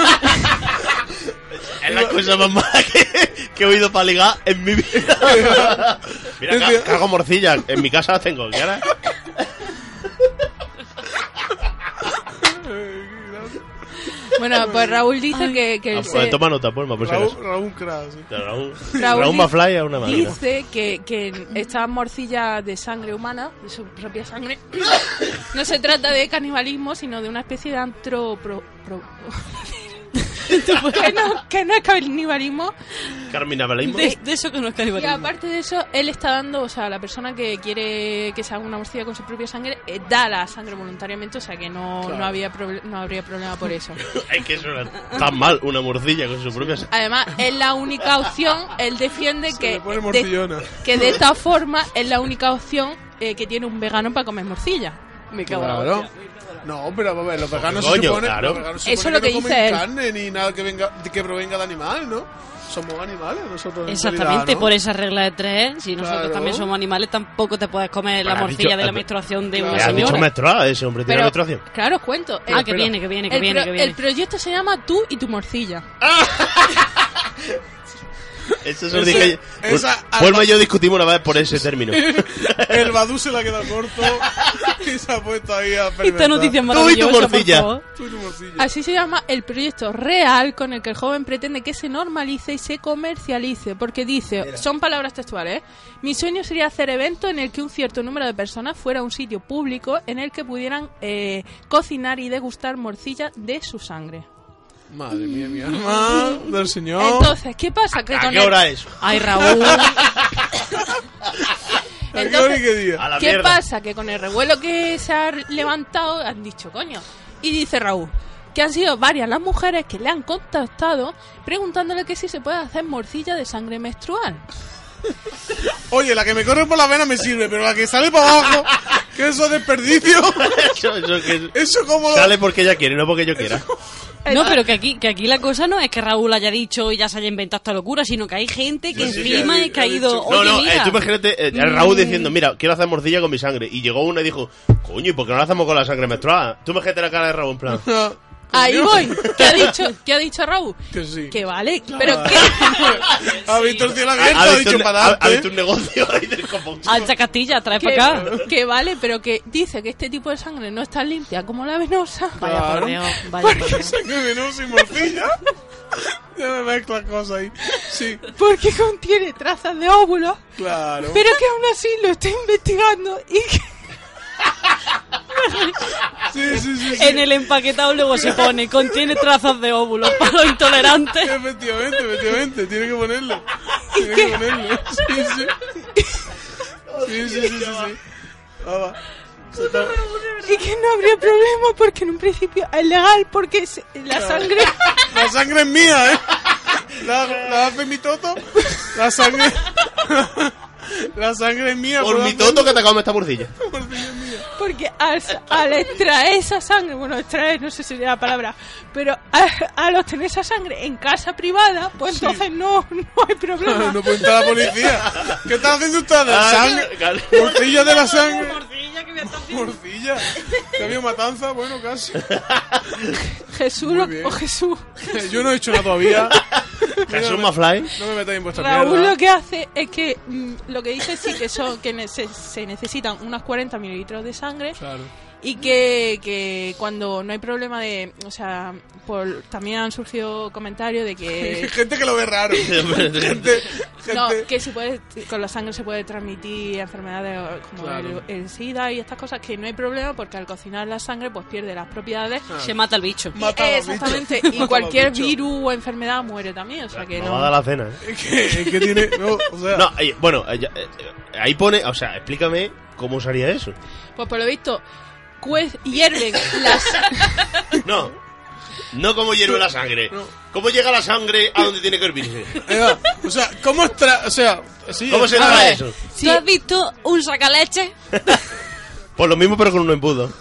Speaker 2: Es la cosa más mala que, que he oído para ligar en mi vida. Mira, ca- cago morcillas. En mi casa las tengo. ¿qué harás?
Speaker 4: Bueno, pues Raúl dice que, que
Speaker 2: Ah,
Speaker 4: él se-
Speaker 2: pues toma nota, Polma, por si acaso.
Speaker 1: Raúl, Raúl Crash.
Speaker 2: Raúl,
Speaker 4: Raúl
Speaker 2: Raúl
Speaker 4: di-
Speaker 2: Mafly es una máquina.
Speaker 4: Dice que, que estas morcillas de sangre humana, de su propia sangre, no se trata de canibalismo, sino de una especie de antropro... pro- que, no, que no es canibalismo.
Speaker 2: Carmina Balismo.
Speaker 3: De,
Speaker 1: pues-
Speaker 3: de eso que no es
Speaker 4: Y
Speaker 3: canibalismo.
Speaker 4: aparte de eso, él está dando, o sea, la persona que quiere que se haga una morcilla con su propia sangre, eh, da la sangre voluntariamente, o sea que no, no, había proble- no habría problema por eso.
Speaker 2: Es que suena tan mal una morcilla con su propia sangre.
Speaker 4: Además, es la única opción, él defiende
Speaker 1: Que
Speaker 4: que...
Speaker 1: le pone
Speaker 4: de-
Speaker 1: morcillona.
Speaker 4: que de esta forma es la única opción eh, que tiene un vegano para comer morcilla.
Speaker 3: Me cago en la
Speaker 1: Claro.
Speaker 3: hostia.
Speaker 1: No, pero a ver, los veganos
Speaker 2: Coño,
Speaker 1: se supone,
Speaker 2: claro.
Speaker 1: los veganos se
Speaker 4: Eso
Speaker 1: supone
Speaker 4: es lo que
Speaker 1: no
Speaker 4: dice él.
Speaker 1: comen carne ni nada que venga que provenga de animal, ¿no? Somos animales nosotros. en
Speaker 3: Exactamente,
Speaker 1: realidad, ¿no?
Speaker 3: por esa regla de tres, si nosotros
Speaker 1: Claro.
Speaker 3: también somos animales, tampoco te puedes comer la
Speaker 2: Pero has
Speaker 3: morcilla
Speaker 2: dicho-
Speaker 3: de la
Speaker 2: has-
Speaker 3: menstruación de
Speaker 1: Claro.
Speaker 3: una
Speaker 2: Le has
Speaker 3: señora.
Speaker 2: dicho menstruada ese hombre. Tiene menstruación.
Speaker 4: claro, os cuento.
Speaker 3: ah,
Speaker 4: El-
Speaker 3: que viene, que viene, que
Speaker 4: el
Speaker 3: viene,
Speaker 4: pro-
Speaker 3: que viene.
Speaker 4: El proyecto se llama Tú y tu morcilla.
Speaker 2: Eso es
Speaker 1: Ese-
Speaker 2: lo que...
Speaker 1: esa-
Speaker 2: Polma y yo discutimos una vez por ese término.
Speaker 1: El Badu se la ha quedado corto y se ha puesto ahí a
Speaker 3: Esta
Speaker 1: experimentar.
Speaker 3: noticia es
Speaker 2: Tú y tu
Speaker 3: maravillosa, por
Speaker 2: morcilla.
Speaker 3: favor.
Speaker 1: Tú y tu morcilla.
Speaker 4: Así se llama el proyecto real con el que el joven pretende que se normalice y se comercialice. Porque dice, son palabras textuales, ¿eh? mi sueño sería hacer evento en el que un cierto número de personas fuera un sitio público en el que pudieran eh, cocinar y degustar morcilla de su sangre.
Speaker 1: Madre mía, mi alma del señor.
Speaker 4: Entonces, ¿qué pasa? Que
Speaker 2: ¿A
Speaker 4: con
Speaker 2: qué
Speaker 4: el-
Speaker 2: hora es?
Speaker 3: Ay, Raúl.
Speaker 1: ¿A qué hora
Speaker 4: entonces-
Speaker 1: y qué día?
Speaker 2: A la
Speaker 4: ¿Qué
Speaker 2: mierda.
Speaker 4: pasa? Que con el revuelo que se ha levantado han dicho, coño. Y dice Raúl, que han sido varias las mujeres que le han contactado preguntándole que si se puede hacer morcilla de sangre menstrual.
Speaker 1: Oye, la que me corre por la vena me sirve, pero la que sale para abajo, que eso es desperdicio.
Speaker 2: Eso, eso que...
Speaker 1: Eso como
Speaker 2: Sale porque ella quiere, no porque yo quiera.
Speaker 3: No, pero que aquí, que aquí la cosa no es que Raúl haya dicho y ya se haya inventado esta locura, sino que hay gente que
Speaker 1: Sí, sí, sí,
Speaker 3: encima
Speaker 1: ha
Speaker 3: es
Speaker 1: dicho-
Speaker 3: que ha
Speaker 1: ha
Speaker 3: ido.
Speaker 1: dicho-
Speaker 3: Oye,
Speaker 2: no, no, eh,
Speaker 3: mira.
Speaker 2: tú imagínate, eh, el Raúl diciendo, mira, quiero hacer morcilla con mi sangre. Y llegó uno y dijo, coño, ¿y por qué no lo hacemos con la sangre menstruada? Tú imagínate la cara de Raúl, en plan,
Speaker 4: Ahí voy. ¿Qué ha dicho, ¿qué ha dicho Raúl?
Speaker 1: Ah, Que sí.
Speaker 4: Que vale,
Speaker 2: Ah.
Speaker 4: pero que...
Speaker 1: Ha visto el cielo abierto,
Speaker 2: ha,
Speaker 1: ha,
Speaker 2: ha visto
Speaker 1: dicho
Speaker 2: un,
Speaker 1: para
Speaker 2: ha- ha visto
Speaker 1: adelante.
Speaker 2: un negocio ahí del compost.
Speaker 3: Alta Castilla, trae
Speaker 4: que-
Speaker 3: para acá.
Speaker 4: que vale, pero que dice que este tipo de sangre no es tan limpia como la venosa.
Speaker 3: Vaya
Speaker 1: Claro.
Speaker 3: por Dios, vaya por Dios.
Speaker 1: Sangre venosa y morcilla. ya me mezclan cosas ahí. Sí,
Speaker 4: Porque contiene trazas de óvulos
Speaker 1: claro.
Speaker 4: Pero que aún así lo estoy investigando y que
Speaker 1: Sí, sí, sí. sí.
Speaker 3: En el empaquetado luego se pone, contiene trazas de óvulos para los intolerantes.
Speaker 1: Efectivamente, efectivamente. Tiene que ponerlo. Tiene que ponerlo. Sí, sí. Sí, sí, sí, sí. sí. Va, va. Se está-
Speaker 4: y que no habría problema porque en un principio es legal porque se- la sangre
Speaker 1: La sangre es mía, ¿eh? La, la hace mi toto. La sangre. La sangre es mía.
Speaker 2: Por mi toto que te come esta morcilla.
Speaker 4: porque al, al extraer esa sangre bueno extraer no sé si sería la palabra pero al, al obtener esa sangre en casa privada pues entonces no, no hay problema
Speaker 1: No puede entrar la policía. ¿Qué está haciendo usted?
Speaker 2: Ah,
Speaker 1: La sangre.
Speaker 2: claro.
Speaker 1: Morcilla de la sangre.
Speaker 3: Morcilla que me está haciendo.
Speaker 1: Morcilla. Que había matanza, bueno, casi.
Speaker 4: Jesús
Speaker 1: pues, Muy
Speaker 4: lo-
Speaker 1: bien.
Speaker 4: o Jesús
Speaker 1: Yo no he hecho nada todavía.
Speaker 2: Jesús Mafly.
Speaker 1: No me metáis en vuestra
Speaker 4: Raúl
Speaker 1: mierda.
Speaker 4: lo que hace es que mm, lo que dice sí que son que ne- se, se necesitan unos 40 mililitros de sangre
Speaker 1: Claro.
Speaker 4: Y que, que cuando no hay problema de. O sea, por, también han surgido comentarios de que.
Speaker 1: Gente que lo ve raro. Gente. gente...
Speaker 4: Eh. No, que si puede, con la sangre se puede transmitir enfermedades como
Speaker 1: Claro.
Speaker 4: el, el SIDA y estas cosas, que no hay problema porque al cocinar la sangre pues pierde las propiedades.
Speaker 3: Se mata el bicho.
Speaker 1: Ah. Mata a los
Speaker 4: Exactamente,
Speaker 1: bichos. Mata a
Speaker 4: y
Speaker 1: los
Speaker 4: cualquier
Speaker 1: bichos.
Speaker 4: virus o enfermedad muere también, o sea que
Speaker 2: No
Speaker 4: no.
Speaker 2: va a dar la cena. ¿eh?
Speaker 1: Es que, es que tiene. No, o sea.
Speaker 2: No, ahí- bueno, eh, ya, eh, eh, ahí pone, o sea, explícame cómo usaría eso.
Speaker 4: Pues por lo visto, cue- hierven las.
Speaker 2: No, no cómo hierve la sangre.
Speaker 1: No.
Speaker 2: ¿Cómo llega la sangre a donde tiene que hervirse?
Speaker 1: Eva, o sea, ¿cómo extra.? O sea, sí.
Speaker 2: ¿Cómo se
Speaker 1: ah,
Speaker 2: da eso?
Speaker 3: ¿Tú has visto un sacaleche?
Speaker 2: Pues lo mismo, pero con un embudo.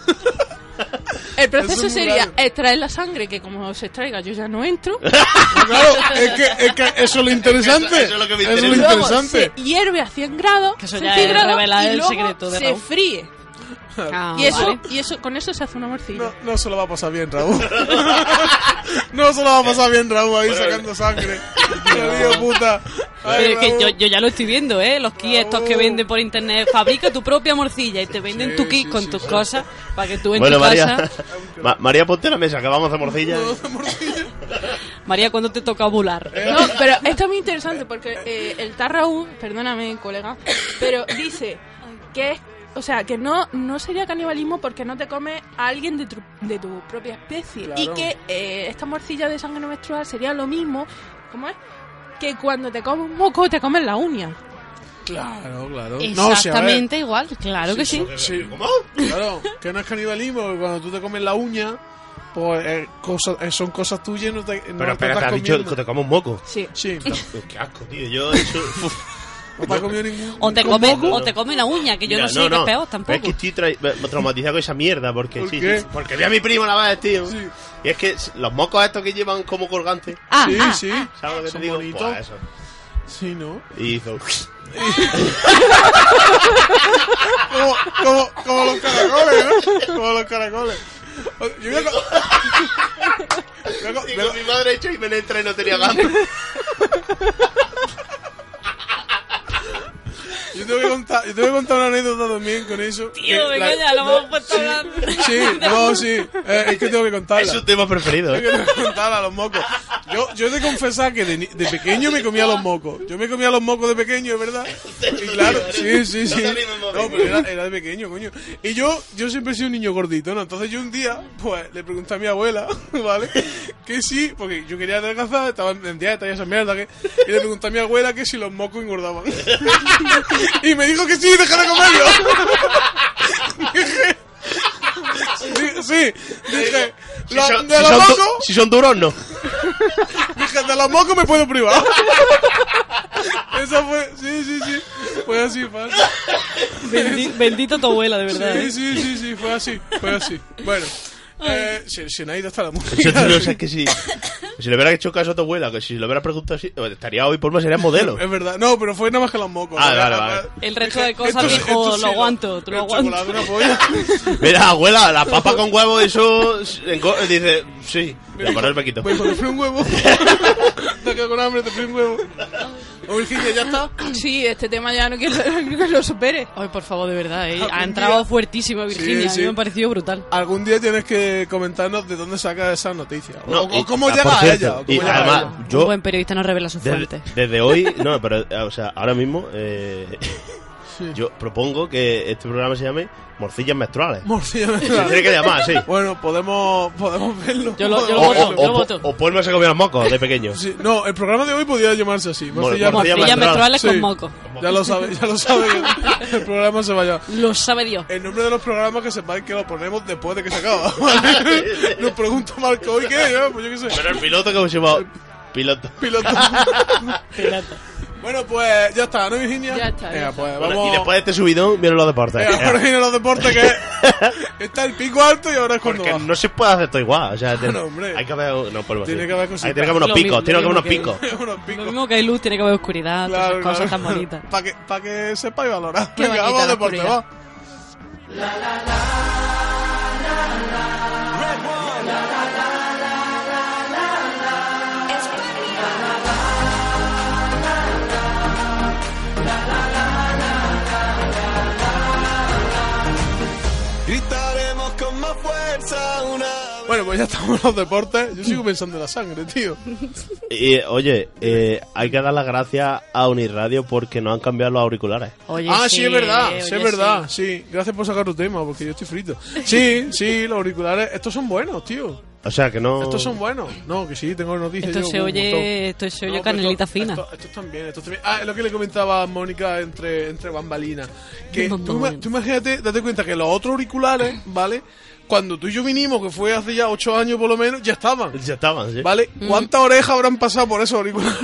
Speaker 4: El proceso
Speaker 1: es muy
Speaker 4: sería
Speaker 1: raro.
Speaker 4: extraer la sangre, que como se extraiga yo ya no entro.
Speaker 1: Claro, es que, es que eso es lo interesante.
Speaker 2: Eso es lo que me
Speaker 1: Eso es lo
Speaker 2: interesa.
Speaker 4: Luego
Speaker 1: interesante.
Speaker 4: se hierve a 100 grados,
Speaker 3: Que eso ya es
Speaker 4: centígrados,
Speaker 3: revelar
Speaker 4: y
Speaker 3: el
Speaker 4: luego
Speaker 3: secreto de
Speaker 4: se
Speaker 3: Raúl.
Speaker 4: fríe.
Speaker 3: Ah,
Speaker 4: y eso,
Speaker 3: vale.
Speaker 4: y eso, con eso se hace una morcilla.
Speaker 1: No, no se lo va a pasar bien, Raúl. no se lo va a pasar bien, Raúl, ahí sacando sangre. Tío, puta. Ay,
Speaker 3: Pero es que
Speaker 1: Raúl.
Speaker 3: yo, yo ya lo estoy viendo, ¿eh? Los kits estos que venden por internet. Fabrica tu propia morcilla y te venden
Speaker 1: Sí,
Speaker 3: tu kit
Speaker 1: sí,
Speaker 3: con
Speaker 1: sí,
Speaker 3: tus
Speaker 1: sí.
Speaker 3: cosas para que tú en
Speaker 2: Bueno,
Speaker 3: tu
Speaker 2: María,
Speaker 3: casa...
Speaker 2: Ma- María, ponte a la mesa, que vamos a morcilla.
Speaker 3: María, ¿cuándo te toca volar?
Speaker 4: No, pero esto es muy interesante porque eh, el Tarraú, perdóname, colega, pero dice que es, o sea, que no, no sería canibalismo porque no te comes a alguien de tu, de tu propia especie.
Speaker 1: Claro.
Speaker 4: Y que eh, esta morcilla de sangre menstrual sería lo mismo, ¿cómo es? Que cuando te comes un moco te comes la uña.
Speaker 1: Claro, claro. No, o sea, a ver,
Speaker 3: Exactamente igual, claro que sí.
Speaker 1: Sí. Claro, que no es canibalismo, porque cuando tú te comes la uña, pues eh, cosas, eh, son cosas tuyas y no te, no
Speaker 2: Pero
Speaker 1: te
Speaker 2: espera,
Speaker 1: estás
Speaker 2: te has dicho
Speaker 1: comiendo.
Speaker 2: que te como un moco.
Speaker 4: Sí.
Speaker 1: Sí, no,
Speaker 2: Qué asco, tío. Yo eso... uf.
Speaker 1: te has comido ningún...
Speaker 3: O te
Speaker 1: ningún
Speaker 3: come,
Speaker 1: moco.
Speaker 3: o te come la uña, que yo
Speaker 2: Mira,
Speaker 3: no sé qué es peor tampoco.
Speaker 2: Es que estoy tra- traumatizado con esa mierda porque
Speaker 1: ¿Por
Speaker 2: sí,
Speaker 1: qué?
Speaker 2: sí, porque vi a mi primo la vez, tío.
Speaker 1: Sí.
Speaker 2: Y es que los mocos estos que llevan como colgantes,
Speaker 3: Ah,
Speaker 1: Sí,
Speaker 3: ah,
Speaker 1: sí.
Speaker 2: ¿sabes lo que
Speaker 1: Son
Speaker 2: te digo?
Speaker 1: bonitos.
Speaker 2: Pues eso.
Speaker 1: Sí, ¿no?
Speaker 2: Y hizo
Speaker 1: Como, como, como los caracoles, ¿no? Como los caracoles. Yo voy a... co- voy a co-
Speaker 2: Y
Speaker 1: voy a-
Speaker 2: con mi madre hecho y me la entra y no tenía ganas.
Speaker 1: Yo te voy a contar, yo te voy a contar una anécdota también con eso.
Speaker 3: Tío,
Speaker 1: Que la-
Speaker 3: venga ya, lo
Speaker 1: no,
Speaker 3: hemos puesto
Speaker 1: sí,
Speaker 3: hablando.
Speaker 1: Sí, no, sí. eh, es que tengo que contarla.
Speaker 2: es su tema preferido.
Speaker 1: Tengo
Speaker 2: ¿eh?
Speaker 1: que contarla a los mocos. Yo, yo he de confesar que de, ni- de pequeño me comía los mocos. Yo me comía los mocos de pequeño, es verdad. Y claro, sí, sí, sí. No, pero era, era de pequeño, coño. Y yo, yo siempre he sido un niño gordito, ¿no? Entonces yo un día, pues, le pregunté a mi abuela, ¿vale? Que sí, porque yo quería adelgazar, estaba en dieta y esa mierda, que... Y le pregunté a mi abuela que si los mocos engordaban. Y me dijo que sí, deja de comerlo. Dije- Sí, sí, dije,
Speaker 2: Si
Speaker 1: "Lo-
Speaker 2: son,
Speaker 1: de
Speaker 2: si
Speaker 1: los
Speaker 2: son du-
Speaker 1: mocos,
Speaker 2: si son duros, no.
Speaker 1: dije, de los mocos me puedo privar. Esa fue, sí, sí, sí, fue así, fue así.
Speaker 3: Bendi- bendito tu abuela, de verdad. ¿eh?
Speaker 1: Sí, sí, sí, sí, fue así, fue así. Bueno, eh, se, se me ha ido hasta la
Speaker 2: Eso tú no sabes
Speaker 1: música.
Speaker 2: que si, si le hubiera hecho caso a tu abuela, que si le hubiera preguntado así, pues, estaría hoy por más, sería modelo.
Speaker 1: Es verdad, no, pero fue nada más que los mocos.
Speaker 2: Ah,
Speaker 1: ¿verdad?
Speaker 2: vale, vale.
Speaker 3: El resto de
Speaker 1: Esto-
Speaker 3: cosas
Speaker 1: esto
Speaker 3: dijo,
Speaker 1: sí,
Speaker 3: lo aguanto, te lo
Speaker 1: el chocolate,
Speaker 3: aguanto.
Speaker 1: una polla.
Speaker 2: Mira, abuela, la papa con huevo, eso. engo- Dice, sí, la paró el paquito.
Speaker 1: Pues te frío un huevo. Te quedo con hambre, te frío un huevo. O Virginia, ya está.
Speaker 4: Sí, este tema ya no quiero que lo supere.
Speaker 3: Ay, por favor, de verdad, ¿eh?
Speaker 1: Algún
Speaker 3: ha entrado
Speaker 1: día-
Speaker 3: fuertísimo Virginia,
Speaker 1: Ah, pues Sí, sí.
Speaker 3: a mí me ha parecido brutal.
Speaker 1: Algún día tienes que comentarnos de dónde saca esas noticias. O-
Speaker 2: No,
Speaker 1: o,
Speaker 2: y-
Speaker 1: cómo
Speaker 2: ah,
Speaker 1: llega
Speaker 2: por
Speaker 1: a
Speaker 2: cierto,
Speaker 1: ella. o cómo
Speaker 2: y
Speaker 1: llega a
Speaker 2: además-
Speaker 1: ella.
Speaker 2: yo-
Speaker 3: Un buen periodista no revela sus
Speaker 2: Desde,
Speaker 3: fuentes.
Speaker 2: desde hoy, no, pero, eh, o sea, ahora mismo, eh, yo propongo que este programa se llame Morcillas Menstruales.
Speaker 1: Morcilla,
Speaker 2: Se tiene que llamar, sí.
Speaker 1: Bueno, podemos, podemos verlo.
Speaker 3: Yo lo- yo
Speaker 2: O,
Speaker 3: lo
Speaker 2: o,
Speaker 3: voto,
Speaker 2: o-
Speaker 3: yo voto.
Speaker 2: o Paul me se comía los mocos de pequeño.
Speaker 1: Sí, no, el programa de hoy podía llamarse así. Morcilla,
Speaker 2: Morcilla
Speaker 3: Morcillas
Speaker 2: menstrual.
Speaker 3: menstruales
Speaker 1: Sí.
Speaker 3: con moco.
Speaker 1: Ya lo sabe, ya lo sabe. El programa se vaya.
Speaker 3: Lo sabe Dios.
Speaker 1: El nombre de los programas que sepáis que lo ponemos después de que se acaba. ¿vale? Nos pregunta Marco, ¿hoy qué? Yo, Pues yo qué sé.
Speaker 2: Pero el piloto que se llamaba Piloto.
Speaker 1: Piloto. bueno, pues ya está, ¿no, Virginia?
Speaker 4: Ya está, ya
Speaker 1: Venga,
Speaker 4: está.
Speaker 1: pues
Speaker 2: Bueno,
Speaker 1: vamos.
Speaker 2: Y después de este subidón vienen los deportes.
Speaker 1: Venga, ahora
Speaker 2: Eh,
Speaker 1: vienen los deportes que está el pico alto y ahora es cuando
Speaker 2: Porque
Speaker 1: baja.
Speaker 2: no se puede hacer todo igual. O sea, tiene-
Speaker 1: no, hombre.
Speaker 2: hay que haber, no, Paul,
Speaker 1: Tiene
Speaker 2: sí.
Speaker 1: que haber cositas.
Speaker 2: Hay- tiene que haber
Speaker 3: Lo
Speaker 2: unos picos.
Speaker 3: mismo-
Speaker 2: Tiene que haber
Speaker 3: lo
Speaker 2: unos
Speaker 3: mismo
Speaker 2: picos.
Speaker 1: Unos
Speaker 3: Lo
Speaker 1: picos.
Speaker 3: mismo que hay luz, tiene que haber oscuridad, todas esas cosas tan bonitas.
Speaker 1: Para que, pa que sepáis valorar.
Speaker 3: Qué
Speaker 1: Venga,
Speaker 3: bonita
Speaker 1: vamos
Speaker 3: la
Speaker 1: deporte,
Speaker 3: oscuridad.
Speaker 1: va.
Speaker 5: Gritaremos con más fuerza una
Speaker 1: Bueno, pues ya estamos en los deportes. Yo sigo pensando en la sangre, tío.
Speaker 2: Y, eh, oye, eh, hay que dar las gracias a Unirradio porque nos han cambiado los auriculares.
Speaker 3: Oye, eh,
Speaker 1: ah, sí, es verdad,
Speaker 3: oye,
Speaker 1: sí, es verdad, sí. Gracias por sacar tu tema, porque yo estoy frito. Sí, sí, los auriculares, estos son buenos, tío.
Speaker 2: O sea, que no.
Speaker 1: Estos son buenos. No, que sí, tengo noticias.
Speaker 3: Esto
Speaker 1: yo,
Speaker 3: se
Speaker 1: un montón.
Speaker 3: oye, esto se
Speaker 1: No,
Speaker 3: oye
Speaker 1: pero
Speaker 3: canelita
Speaker 1: esto-
Speaker 3: fina.
Speaker 1: Esto, estos también, estos también. Ah, es lo que le comentaba a Mónica entre, entre bambalinas. Que tú, ima- tú imagínate, date cuenta que los otros auriculares, ¿vale? cuando tú y yo vinimos, que fue hace ya ocho años por lo menos, ya estaban.
Speaker 2: Ya estaban, sí.
Speaker 1: ¿Vale?
Speaker 3: Mm.
Speaker 1: ¿Cuántas orejas habrán pasado por esos auriculares?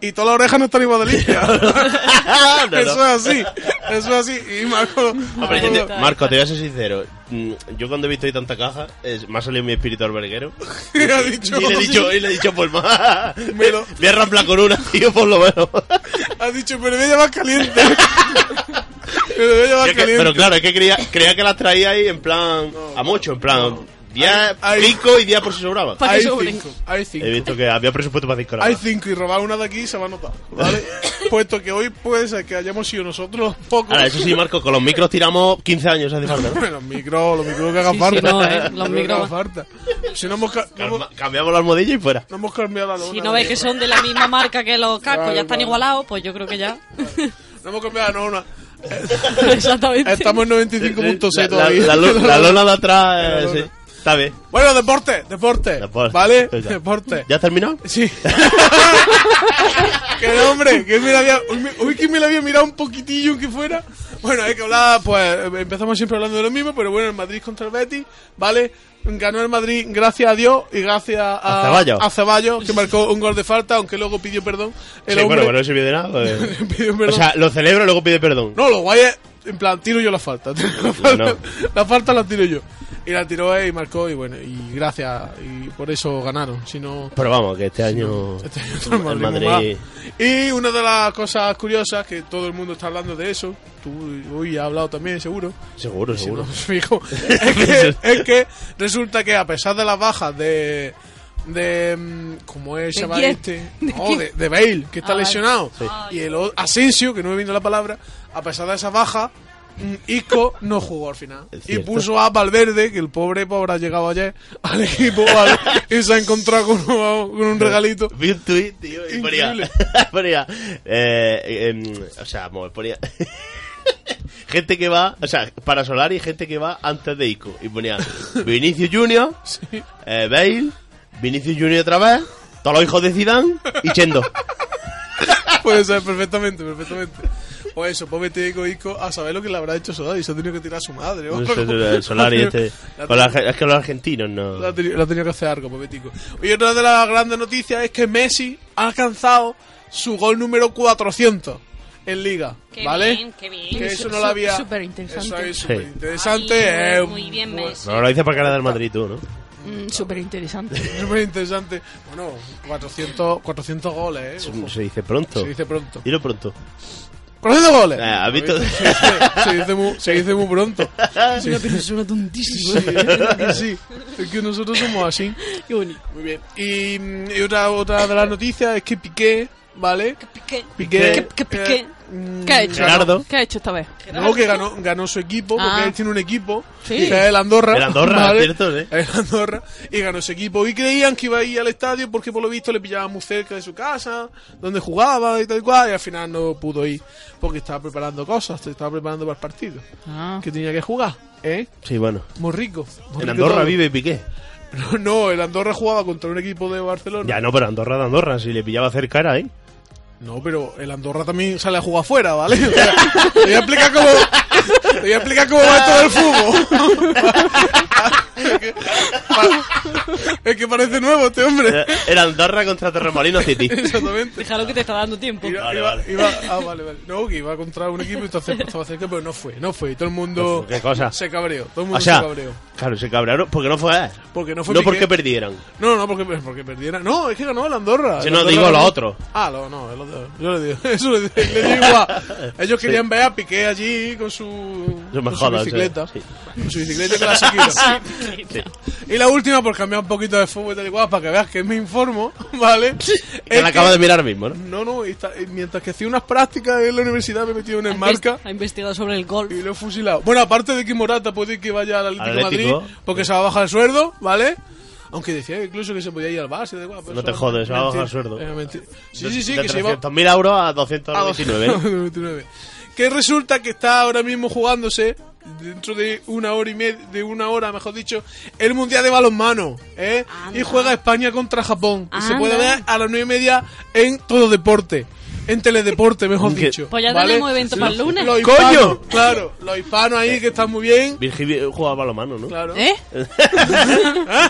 Speaker 1: y todas las orejas no están igual de limpias.
Speaker 2: No, no.
Speaker 1: Eso es así. Eso es así. Y Marco.
Speaker 2: Hombre, yo te-
Speaker 4: Total.
Speaker 2: Marco, te voy a ser sincero. Mm, Yo cuando he visto ahí tanta caja, es- me ha salido mi espíritu alberguero.
Speaker 1: ha dicho,
Speaker 2: Y le he dicho, y le he dicho pues más.
Speaker 1: Me lo-
Speaker 2: Voy a ramplar con una, tío, por lo menos.
Speaker 1: ha dicho, pero voy a llevar caliente. pero voy a llevar
Speaker 2: Yo que-
Speaker 1: caliente.
Speaker 2: pero claro, es que creía, creía que las traía ahí en plan. a mucho, en plan. 10,
Speaker 1: Ay, ay.
Speaker 2: 5 y 10 por si sobraba.
Speaker 3: Pa-
Speaker 1: hay
Speaker 3: que sobren.
Speaker 1: cinco. Hay
Speaker 2: He
Speaker 1: cinco.
Speaker 2: visto que había presupuesto para 5
Speaker 1: Hay cinco y robar una de aquí se va a notar, ¿vale? Puesto que hoy puede ser que hayamos sido nosotros pocos.
Speaker 2: Ahora, eso sí, Marco, con los micros tiramos 15 años, hace falta, ¿no?
Speaker 1: los micros, los micros que haga
Speaker 3: Sí, sí,
Speaker 1: falta.
Speaker 3: no, eh, los
Speaker 1: que haga
Speaker 3: micros.
Speaker 1: falta. Si no hemos, ca- no hemos,
Speaker 2: Calma- cambiamos la almohadilla y fuera.
Speaker 1: no hemos cambiado la lona.
Speaker 3: Si no veis que son de la misma marca que los cascos,
Speaker 1: Claro,
Speaker 3: ya están
Speaker 1: claro.
Speaker 3: igualados, pues yo creo que ya.
Speaker 1: No hemos cambiado la lona.
Speaker 3: Exactamente.
Speaker 1: Estamos en
Speaker 2: La-
Speaker 1: 95.6
Speaker 2: la,
Speaker 1: todavía.
Speaker 2: la lo- la lona de atrás, eh,
Speaker 1: lona.
Speaker 2: sí. Está bien.
Speaker 1: Bueno, deporte, deporte.
Speaker 2: Deporte.
Speaker 1: ¿Vale?
Speaker 2: Venga.
Speaker 1: Deporte.
Speaker 2: ¿Ya has terminado?
Speaker 1: Sí. que no, hombre, que me la había, uy, me- uy, que me la había mirado un poquitillo que fuera. Bueno, hay que hablar, pues empezamos siempre hablando de lo mismo, pero bueno, el Madrid contra el Betis, ¿vale? Ganó el Madrid gracias a Dios y gracias a,
Speaker 2: A Ceballos.
Speaker 1: a Ceballos, que marcó un gol de falta, aunque luego pidió perdón. El
Speaker 2: sí,
Speaker 1: hombre
Speaker 2: bueno, pero no sirvió de nada. pues.
Speaker 1: pidió
Speaker 2: o
Speaker 1: perdón.
Speaker 2: sea, lo celebro y luego pide perdón.
Speaker 1: No, lo guay es, en plan, tiro yo la falta. La falta,
Speaker 2: no.
Speaker 1: la, falta la tiro yo. Y la tiró él y marcó, y bueno, y gracias, y por eso ganaron. Si no,
Speaker 2: Pero vamos, que este año.
Speaker 1: este año todo el
Speaker 2: el
Speaker 1: Madrid
Speaker 2: Madrid.
Speaker 1: va. Y una de las cosas curiosas, que todo el mundo está hablando de eso, tú hoy has hablado también, seguro,
Speaker 2: Seguro,
Speaker 1: si no
Speaker 2: seguro.
Speaker 1: fijo, es que, es que resulta que a pesar de las bajas de... De. mm, ¿Cómo es el
Speaker 4: ¿De
Speaker 1: chaval
Speaker 4: quién?
Speaker 1: este?
Speaker 4: ¿De
Speaker 1: No,
Speaker 4: quién?
Speaker 1: de, de Bale, que está
Speaker 4: Ah, vale.
Speaker 1: lesionado.
Speaker 2: Sí.
Speaker 1: Y el o- Asensio, que no me viene la palabra, a pesar de esa baja, mm, Isco no jugó al final.
Speaker 2: Es
Speaker 1: Y
Speaker 2: cierto.
Speaker 1: puso a Valverde, que el pobre pobre ha llegado ayer al equipo ¿vale? y se ha encontrado con, un- con un regalito.
Speaker 2: Vi un tweet, tío, y ponía.
Speaker 1: Increíble.
Speaker 2: ponía. eh, em, o sea, vamos, ponía. gente que va. O sea, para Solari, gente que va antes de Ico. Y ponía Vinicius Junior, eh, Bale, Vinicius Junior otra vez, todos los hijos de Zidane y Chendo.
Speaker 1: Puede ser, perfectamente, perfectamente. O eso, pobre Diego Isco, a saber lo que le habrá hecho Solari, se ha tenido que tirar a su madre. o
Speaker 2: No
Speaker 1: algo.
Speaker 2: sé, el Solari este.
Speaker 1: La
Speaker 2: con la- es que los argentinos no.
Speaker 1: Lo ha, teni- lo ha tenido que hacer algo, Pepetico. Y otra de las grandes noticias es que Messi ha alcanzado su gol número 400 en Liga.
Speaker 3: Qué
Speaker 1: ¿Vale?
Speaker 3: bien, qué bien.
Speaker 1: Que eso
Speaker 4: Su-
Speaker 1: no lo había.
Speaker 4: superinteresante.
Speaker 1: Eso es
Speaker 2: Sí.
Speaker 1: súper
Speaker 3: Ay,
Speaker 1: interesante.
Speaker 3: Ah,
Speaker 1: eh, pues,
Speaker 3: muy- muy bien, Messi.
Speaker 2: No, lo dice para cara del Madrid, tú, ¿no?
Speaker 4: Súper interesante.
Speaker 1: Súper interesante. Bueno, 400, 400 goles, ¿eh? Ojo,
Speaker 2: Se dice pronto.
Speaker 1: Se dice pronto.
Speaker 2: Dilo pronto.
Speaker 1: 400 goles.
Speaker 2: Ah, ¿has visto?
Speaker 1: Se dice, se dice muy, se dice muy pronto. Sí,
Speaker 3: Pero suena tontísimo.
Speaker 1: sí, sí, sí. Es que nosotros somos así.
Speaker 3: Qué bonito.
Speaker 1: Muy bien. Y, mm, y otra, otra de las noticias es que Piqué, ¿vale?
Speaker 3: Piqué.
Speaker 1: Piqué.
Speaker 3: ¿Qué- qué Piqué?
Speaker 1: eh, mm,
Speaker 4: ¿Qué ha hecho?
Speaker 2: Gerardo.
Speaker 4: ¿Qué ha hecho esta vez?
Speaker 1: No, que ganó, ganó su equipo, porque
Speaker 4: Ah.
Speaker 1: él tiene un equipo,
Speaker 4: Sí.
Speaker 1: que es el Andorra.
Speaker 2: El Andorra, cierto, eh? sí.
Speaker 1: El Andorra, y ganó su equipo. Y creían que iba a ir al estadio porque por lo visto le pillaba muy cerca de su casa, donde jugaba y tal y cual, y al final no pudo ir porque estaba preparando cosas, se estaba preparando para el partido,
Speaker 4: Ah.
Speaker 1: que tenía que jugar, ¿eh?
Speaker 2: Sí, bueno.
Speaker 1: Muy rico. muy
Speaker 2: En
Speaker 1: rico
Speaker 2: Andorra
Speaker 1: todo.
Speaker 2: vive Piqué.
Speaker 1: No, no, el Andorra jugaba contra un equipo de Barcelona.
Speaker 2: Ya no, pero Andorra de Andorra, si le pillaba cerca era ahí.
Speaker 1: No, pero el Andorra también sale a jugar afuera, ¿vale? O sea, te voy a explicar cómo. Te voy a explicar cómo va todo el fútbol. Es que- es que parece nuevo este hombre.
Speaker 2: Era, era Andorra contra Torremolino City.
Speaker 1: Exactamente.
Speaker 3: Déjalo que te está dando tiempo.
Speaker 1: Iba,
Speaker 2: Vale,
Speaker 1: iba-
Speaker 2: vale.
Speaker 1: iba- ah, vale, vale. No, que iba contra un equipo y entonces estaba cerca, pero no fue, no fue. Y todo el mundo
Speaker 2: No fue, qué cosa.
Speaker 1: se cabreó. Todo el mundo
Speaker 2: O sea,
Speaker 1: se cabreó.
Speaker 2: claro, se cabrearon porque no fue a él.
Speaker 1: Porque no fue
Speaker 2: No
Speaker 1: Piqué.
Speaker 2: porque perdieran.
Speaker 1: No, no, porque, porque perdiera. No, es que ganó el Andorra.
Speaker 2: Si
Speaker 1: El
Speaker 2: no,
Speaker 1: Andorra
Speaker 2: digo
Speaker 1: ganó.
Speaker 2: lo otro.
Speaker 1: Ah, lo, no, el otro. Yo le digo. Eso le, digo- le digo igual. Ellos querían ver a Piqué allí con su,
Speaker 2: Yo me
Speaker 1: con
Speaker 2: jodas,
Speaker 1: su bicicleta.
Speaker 2: sí.
Speaker 1: Con su bicicleta que la Shakira. Y la última, por cambiar un poquito de fútbol y tal y cual, para que veas que me informo, ¿vale?
Speaker 2: Que
Speaker 1: Es
Speaker 2: la acaba
Speaker 1: que-
Speaker 2: de mirar mismo, ¿no?
Speaker 1: No, no, y está- y mientras que hacía unas prácticas en la universidad me he metido en
Speaker 3: Ha
Speaker 1: el
Speaker 3: investi-
Speaker 1: marca.
Speaker 3: Ha investigado sobre el golf.
Speaker 1: Y lo he fusilado. Bueno, aparte de que Morata puede que vaya al Atlético, de
Speaker 2: Atlético.
Speaker 1: Madrid, porque se va a bajar el sueldo, ¿vale? Aunque decía incluso que se podía ir al Barça. da igual, pero
Speaker 2: No
Speaker 1: eso
Speaker 2: te
Speaker 1: es
Speaker 2: jodes, se va a bajar
Speaker 1: mentira,
Speaker 2: el sueldo.
Speaker 1: es mentira. Sí, sí, sí,
Speaker 2: de
Speaker 1: que se va
Speaker 2: 300.000 euros a
Speaker 1: a
Speaker 2: 229, ¿no?
Speaker 1: 29. Que resulta que está ahora mismo jugándose, dentro de una hora y media, de una hora, mejor dicho, el Mundial de Balonmano, ¿eh?
Speaker 3: Anda.
Speaker 1: Y juega España contra Japón. Y se
Speaker 3: Anda.
Speaker 1: puede ver a las nueve y media en todo deporte. en teledeporte, mejor
Speaker 2: Que-
Speaker 1: dicho.
Speaker 3: Pues ya
Speaker 1: ¿vale?
Speaker 3: tenemos evento para el lunes.
Speaker 1: Los hispanos,
Speaker 2: ¡Coño!
Speaker 1: claro, los hispanos ahí que están muy bien.
Speaker 2: Virgil jugaba balonmano, ¿no?
Speaker 1: Claro.
Speaker 4: ¿Eh?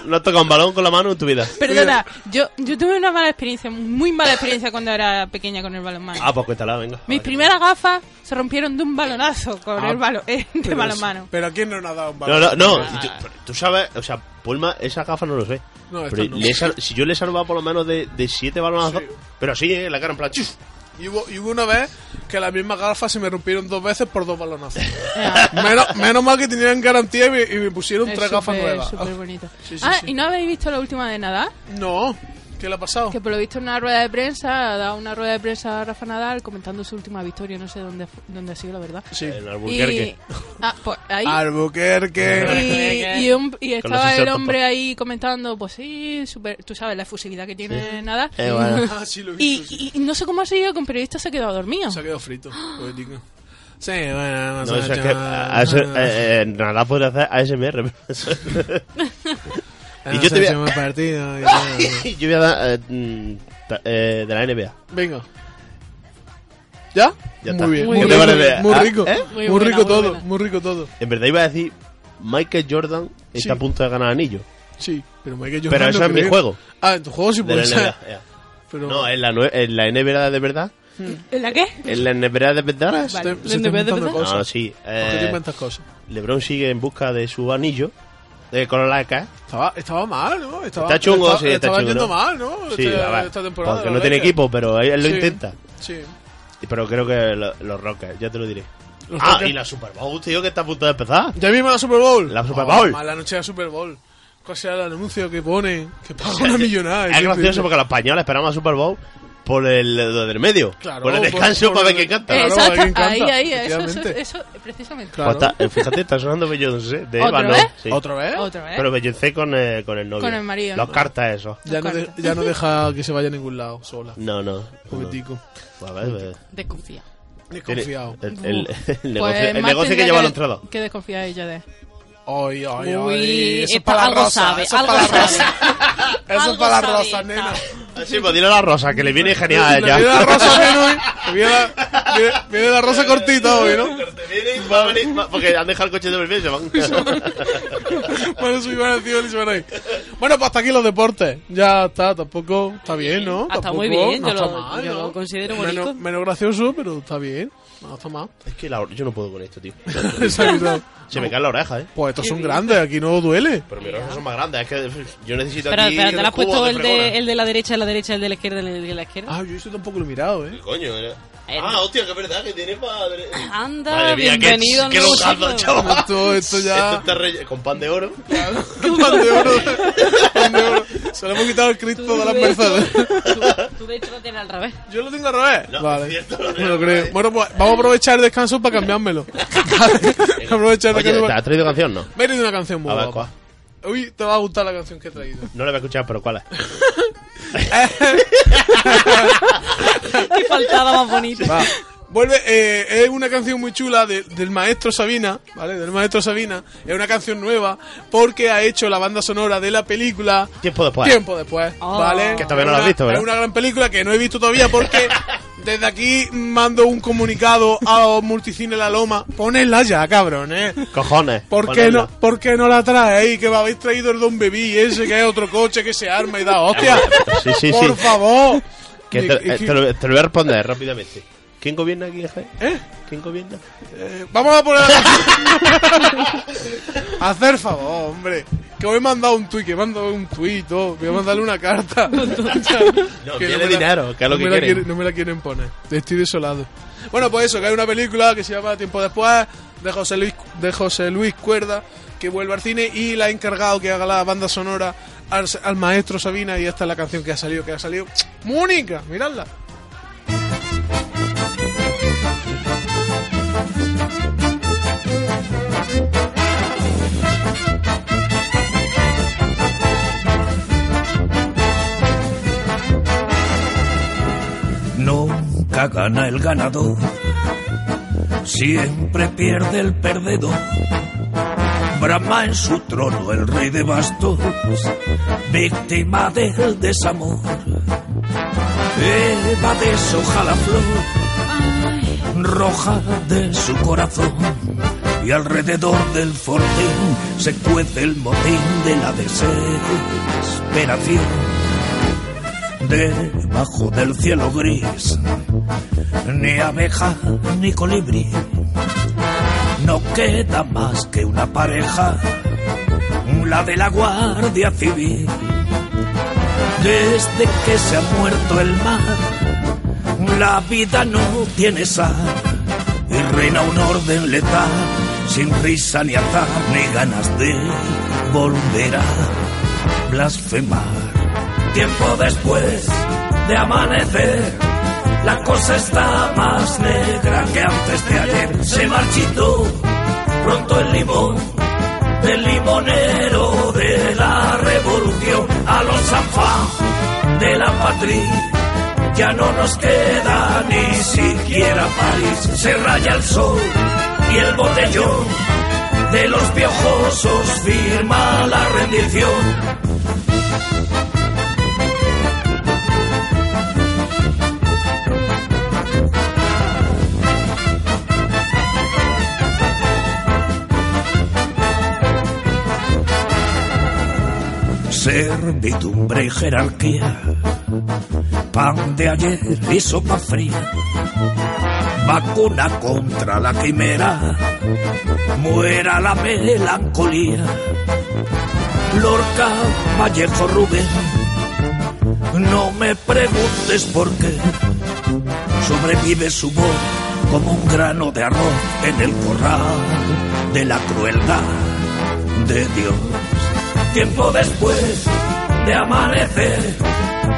Speaker 2: ¿No has tocado un balón con la mano en tu vida?
Speaker 4: Perdona,
Speaker 1: eh.
Speaker 4: yo, yo tuve una mala experiencia, muy mala experiencia cuando era pequeña con el balonmano.
Speaker 2: Ah, pues cuéntala, venga.
Speaker 4: Mis primeras gafas se rompieron de un balonazo con
Speaker 2: Ah,
Speaker 4: el balón, de balonmano.
Speaker 1: Pero a quién no nos ha dado un
Speaker 2: No,
Speaker 1: balón.
Speaker 2: no, no. yo- tú sabes, o sea, Pulma, esa gafa no lo sé.
Speaker 1: No, esta
Speaker 2: pero
Speaker 1: no.
Speaker 2: le he sal- si yo le he salvado por lo menos de, de siete balonazos,
Speaker 1: Sí.
Speaker 2: pero así, ¿eh? La cara en plan, chuf.
Speaker 1: Y hubo, y hubo una vez que las mismas gafas se me rompieron dos veces por dos balonazos. menos, menos mal que tenían garantía y me, y me pusieron
Speaker 4: Es
Speaker 1: tres gafas
Speaker 4: súper,
Speaker 1: nuevas.
Speaker 4: súper bonito.
Speaker 1: Sí, sí,
Speaker 4: ah,
Speaker 1: sí.
Speaker 4: ¿y no habéis visto la última de Nadal?
Speaker 1: No, ¿qué le ha pasado?
Speaker 4: Que por lo visto en una rueda de prensa, ha dado una rueda de prensa a Rafa Nadal comentando su última victoria, no sé dónde, fu- dónde ha sido, la verdad.
Speaker 1: Sí.
Speaker 2: En
Speaker 4: Y,
Speaker 2: Albuquerque.
Speaker 4: ah, pues ahí.
Speaker 1: Albuquerque.
Speaker 4: Y, y un- y
Speaker 2: Con los
Speaker 4: estaba el
Speaker 2: insectos,
Speaker 4: hombre ahí comentando, pues sí, super, tú sabes la efusividad que tiene Nadal.
Speaker 2: Eh, bueno.
Speaker 1: Ah, sí, lo he
Speaker 4: Y,
Speaker 1: visto, sí.
Speaker 4: y- y no sé cómo ha seguido que un periodista se ha quedado dormido.
Speaker 1: Se ha quedado frito. poético. Sí, bueno,
Speaker 2: No, eso es que a, a eso- eh, eh, nada podría hacer ASMR. y yo te voy a-
Speaker 1: partido. y-
Speaker 2: yo voy a dar eh, mm, ta- eh, de la NBA.
Speaker 1: Venga. ¿Ya?
Speaker 2: Ya está.
Speaker 1: muy bien.
Speaker 2: Muy
Speaker 1: Muy,
Speaker 2: bien.
Speaker 1: rico,
Speaker 2: ¿Te parece?
Speaker 1: muy
Speaker 2: Ah,
Speaker 1: rico.
Speaker 2: ¿eh?
Speaker 4: Muy
Speaker 1: Muy
Speaker 4: buena,
Speaker 1: rico
Speaker 4: muy
Speaker 1: todo.
Speaker 4: buena.
Speaker 1: Muy rico todo.
Speaker 2: En verdad iba a decir, Michael Jordan está
Speaker 1: Sí.
Speaker 2: a punto de ganar anillo.
Speaker 1: Sí, pero me hay que yo
Speaker 2: Pero
Speaker 1: no
Speaker 2: eso es mi
Speaker 1: creo.
Speaker 2: juego.
Speaker 1: Ah, en tu juego sí
Speaker 2: De la
Speaker 1: puede ser.
Speaker 2: NBA. ya.
Speaker 1: Pero
Speaker 2: No, en la, nue- en la NBA de verdad.
Speaker 4: ¿En la qué?
Speaker 2: En la NBA de verdad.
Speaker 1: se te-
Speaker 4: Vale.
Speaker 1: se te
Speaker 4: ¿De NBA de
Speaker 1: inventan
Speaker 4: verdad?
Speaker 1: cosas.
Speaker 2: No, sí.
Speaker 1: ¿Por qué
Speaker 2: eh,
Speaker 1: te inventas cosas?
Speaker 2: LeBron sigue en busca de su anillo de color laca.
Speaker 1: Estaba, estaba mal, ¿no? Estaba,
Speaker 2: Está chungo,
Speaker 1: Ah, estaba,
Speaker 2: sí, está
Speaker 1: estaba
Speaker 2: chungo,
Speaker 1: yendo
Speaker 2: ¿no?
Speaker 1: mal, ¿no?
Speaker 2: Sí,
Speaker 1: Esta-
Speaker 2: la verdad,
Speaker 1: esta temporada,
Speaker 2: porque
Speaker 1: la
Speaker 2: no
Speaker 1: verdad
Speaker 2: tiene
Speaker 1: que-
Speaker 2: equipo, pero él, él lo
Speaker 1: Sí.
Speaker 2: intenta.
Speaker 1: Sí.
Speaker 2: Pero creo que lo- los Rockets, ya te lo diré.
Speaker 1: Los
Speaker 2: ah,
Speaker 1: Rockets.
Speaker 2: y la Super Bowl, tío, que está a punto de empezar.
Speaker 1: ¿Ya vimos la Super Bowl?
Speaker 2: La Super
Speaker 1: Oh,
Speaker 2: Bowl.
Speaker 1: mala noche de la Super Bowl. ¿Cuál será el anuncio que pone? Que paga una millonada.
Speaker 2: Es gracioso porque los españoles esperamos a Super Bowl por el lo del medio.
Speaker 1: Claro,
Speaker 2: por el
Speaker 1: por-
Speaker 2: descanso
Speaker 1: por
Speaker 2: para
Speaker 1: el-
Speaker 2: ver quién canta.
Speaker 1: Claro,
Speaker 4: Exacto,
Speaker 1: a mí me encanta,
Speaker 4: ahí, ahí, eso, eso,
Speaker 1: efectivamente.
Speaker 4: eso, precisamente.
Speaker 1: Claro. eh?
Speaker 2: Pues está- eh, fíjate, está sonando Beyoncé de
Speaker 4: ¿Otra
Speaker 2: Eva, ¿no?
Speaker 4: vez?
Speaker 2: Sí.
Speaker 1: ¿Otra vez?
Speaker 4: Otra vez.
Speaker 2: Pero Beyoncé con, eh, con el novio.
Speaker 4: Con el marido,
Speaker 2: Los
Speaker 4: ¿no?
Speaker 2: cartas esos.
Speaker 1: Ya no, de- ya no deja que se vaya a ningún lado sola.
Speaker 2: No, no. no.
Speaker 1: Poquetico.
Speaker 2: Pues a ver, eh,
Speaker 3: Desconfía.
Speaker 2: tiene-
Speaker 1: Desconfiado.
Speaker 2: El, el- el
Speaker 4: Pues
Speaker 2: negocio, el
Speaker 4: más
Speaker 2: negocio que
Speaker 4: tendría
Speaker 2: lleva los entrados.
Speaker 4: Que desconfía ella de.
Speaker 1: Ay, ay, ay.
Speaker 3: Uy,
Speaker 1: eso es
Speaker 3: esto
Speaker 1: para la
Speaker 3: algo
Speaker 1: rosa.
Speaker 3: sabe,
Speaker 1: eso es
Speaker 3: algo
Speaker 1: para la
Speaker 3: sabe.
Speaker 1: rosa. Eso es
Speaker 3: Algo
Speaker 1: para la
Speaker 3: sabe,
Speaker 1: rosa,
Speaker 3: sabe.
Speaker 1: nena.
Speaker 2: Ah, Sí, pues dile a la rosa, que le viene genial a
Speaker 1: Le
Speaker 2: ella.
Speaker 1: Viene la rosa bien hoy. Le Viene la, viene, viene la rosa cortita hoy, ¿no?
Speaker 2: Te viene y va a venir- va- Porque han dejado el coche de perfil y se van.
Speaker 1: Bueno, eso iban a decir, eso iban a ir. Bueno, pues hasta aquí los deportes. Ya está, tampoco está bien, ¿no?
Speaker 3: Ah, está
Speaker 1: Tampoco,
Speaker 3: muy bien,
Speaker 1: no
Speaker 3: yo
Speaker 1: está
Speaker 3: lo-
Speaker 1: mal,
Speaker 3: yo
Speaker 1: ¿no?
Speaker 3: lo considero
Speaker 1: Menos,
Speaker 3: bonito.
Speaker 1: menos gracioso, pero está bien. No está mal.
Speaker 2: Es que la- yo no puedo con esto, tío.
Speaker 1: Exacto.
Speaker 2: Se me cae la oreja, eh.
Speaker 1: Pues estos son grandes, aquí no duele.
Speaker 2: Pero mis orejas son más grandes. Es que yo necesito
Speaker 3: Pero,
Speaker 2: aquí...
Speaker 3: pero te lo has
Speaker 2: cubos
Speaker 3: puesto el
Speaker 2: fregona.
Speaker 3: de, el de la derecha, el de la derecha, el de la izquierda, el de la izquierda.
Speaker 1: Ah, yo eso tampoco lo he mirado, ¿eh?
Speaker 2: ¿Qué coño? eh?
Speaker 3: Eh,
Speaker 2: Ah,
Speaker 3: no.
Speaker 2: hostia, que es verdad que tiene para...
Speaker 3: Anda, Ah, bienvenido al
Speaker 2: qué, qué
Speaker 3: nuevo
Speaker 2: locazo,
Speaker 3: siglo.
Speaker 2: chaval.
Speaker 1: Esto, esto
Speaker 2: Esto
Speaker 1: ya.
Speaker 2: está relle- con pan de oro.
Speaker 1: Pan de oro. Pan de oro. Se lo hemos quitado el Cristo de las Mercedes.
Speaker 3: Tú, tú de hecho lo tienes al revés.
Speaker 1: Yo lo tengo al revés.
Speaker 2: No,
Speaker 1: vale.
Speaker 2: es cierto, lo
Speaker 1: me
Speaker 2: tengo
Speaker 1: lo
Speaker 2: al
Speaker 1: creo.
Speaker 2: revés.
Speaker 1: Bueno, pues vamos a aprovechar el descanso para cambiármelo. Vale, aprovechar el
Speaker 2: Oye,
Speaker 1: descanso.
Speaker 2: ¿te has traído canción? No.
Speaker 1: Me he traído una canción muy
Speaker 2: A ver,
Speaker 1: guapa. Uy, te va a gustar la canción que he traído.
Speaker 2: No la voy a escuchar, pero ¿cuál es?
Speaker 3: Qué faltada más bonita.
Speaker 1: Va. Vuelve, eh, es una canción muy chula de- del maestro Sabina, ¿vale? Del maestro Sabina. Es una canción nueva porque ha hecho la banda sonora de la película
Speaker 2: Tiempo después.
Speaker 1: Tiempo después,
Speaker 3: Oh.
Speaker 1: ¿vale?
Speaker 3: Que
Speaker 2: todavía no la has
Speaker 1: Es una-
Speaker 2: visto, ¿verdad?
Speaker 1: Es una gran película que no he visto todavía porque desde aquí mando un comunicado a Multicine La Loma. Ponedla ya, cabrón, ¿eh?
Speaker 2: Cojones.
Speaker 1: ¿Por qué, no,
Speaker 2: ponedla.
Speaker 1: ¿Por qué no la traéis? Que me habéis traído el Don Bebí ese, que es otro coche que se arma y da hostia.
Speaker 2: Sí, sí,
Speaker 1: Por
Speaker 2: sí.
Speaker 1: favor.
Speaker 2: Que
Speaker 1: Y-
Speaker 2: te,
Speaker 1: y-
Speaker 2: eh, te lo, te lo voy a responder rápidamente. ¿Quién gobierna aquí, jefe?
Speaker 1: ¿Eh?
Speaker 2: ¿Quién gobierna?
Speaker 1: Eh, Vamos a poner la canción. Hacer favor, hombre. Que hoy me han dado un tuit, que me han dado un tuit, todo. Voy a mandarle una carta. no,
Speaker 2: tiene dinero, que es lo que
Speaker 1: me la
Speaker 2: quieren.
Speaker 1: quiere- No me la quieren poner. Estoy desolado. Bueno, pues eso, que hay una película que se llama Tiempo Después, de José Luis, de José Luis Cuerda, que vuelve al cine y la ha encargado que haga la banda sonora al, al maestro Sabina. Y esta es la canción que ha salido, que ha salido. ¡Mónica! Miradla.
Speaker 6: Nunca gana el ganador, siempre pierde el perdedor. Brahma en su trono, el rey de bastos, víctima del desamor. Eva deshoja la flor
Speaker 3: Ay,
Speaker 6: roja de su corazón y alrededor del fortín se cuece el motín de la desesperación. Debajo del cielo gris, ni abeja ni colibrí, no queda más que una pareja, la de la Guardia Civil. Desde que se ha muerto el mar, la vida no tiene sal y reina un orden letal, sin risa ni azar, ni ganas de volver a blasfemar. Tiempo después de amanecer, la cosa está más negra que antes de ayer. Se marchitó pronto el limón del limonero de la revolución a los afán de la patria. Ya no nos queda ni siquiera París. Se raya el sol y el botellón de los piojosos firma la rendición. Servidumbre y jerarquía, pan de ayer y sopa fría, vacuna contra la quimera, muera la melancolía. Lorca, Vallejo, Rubén, no me preguntes por qué, sobrevive su voz como un grano de arroz en el corral de la crueldad de Dios. Tiempo después de amanecer,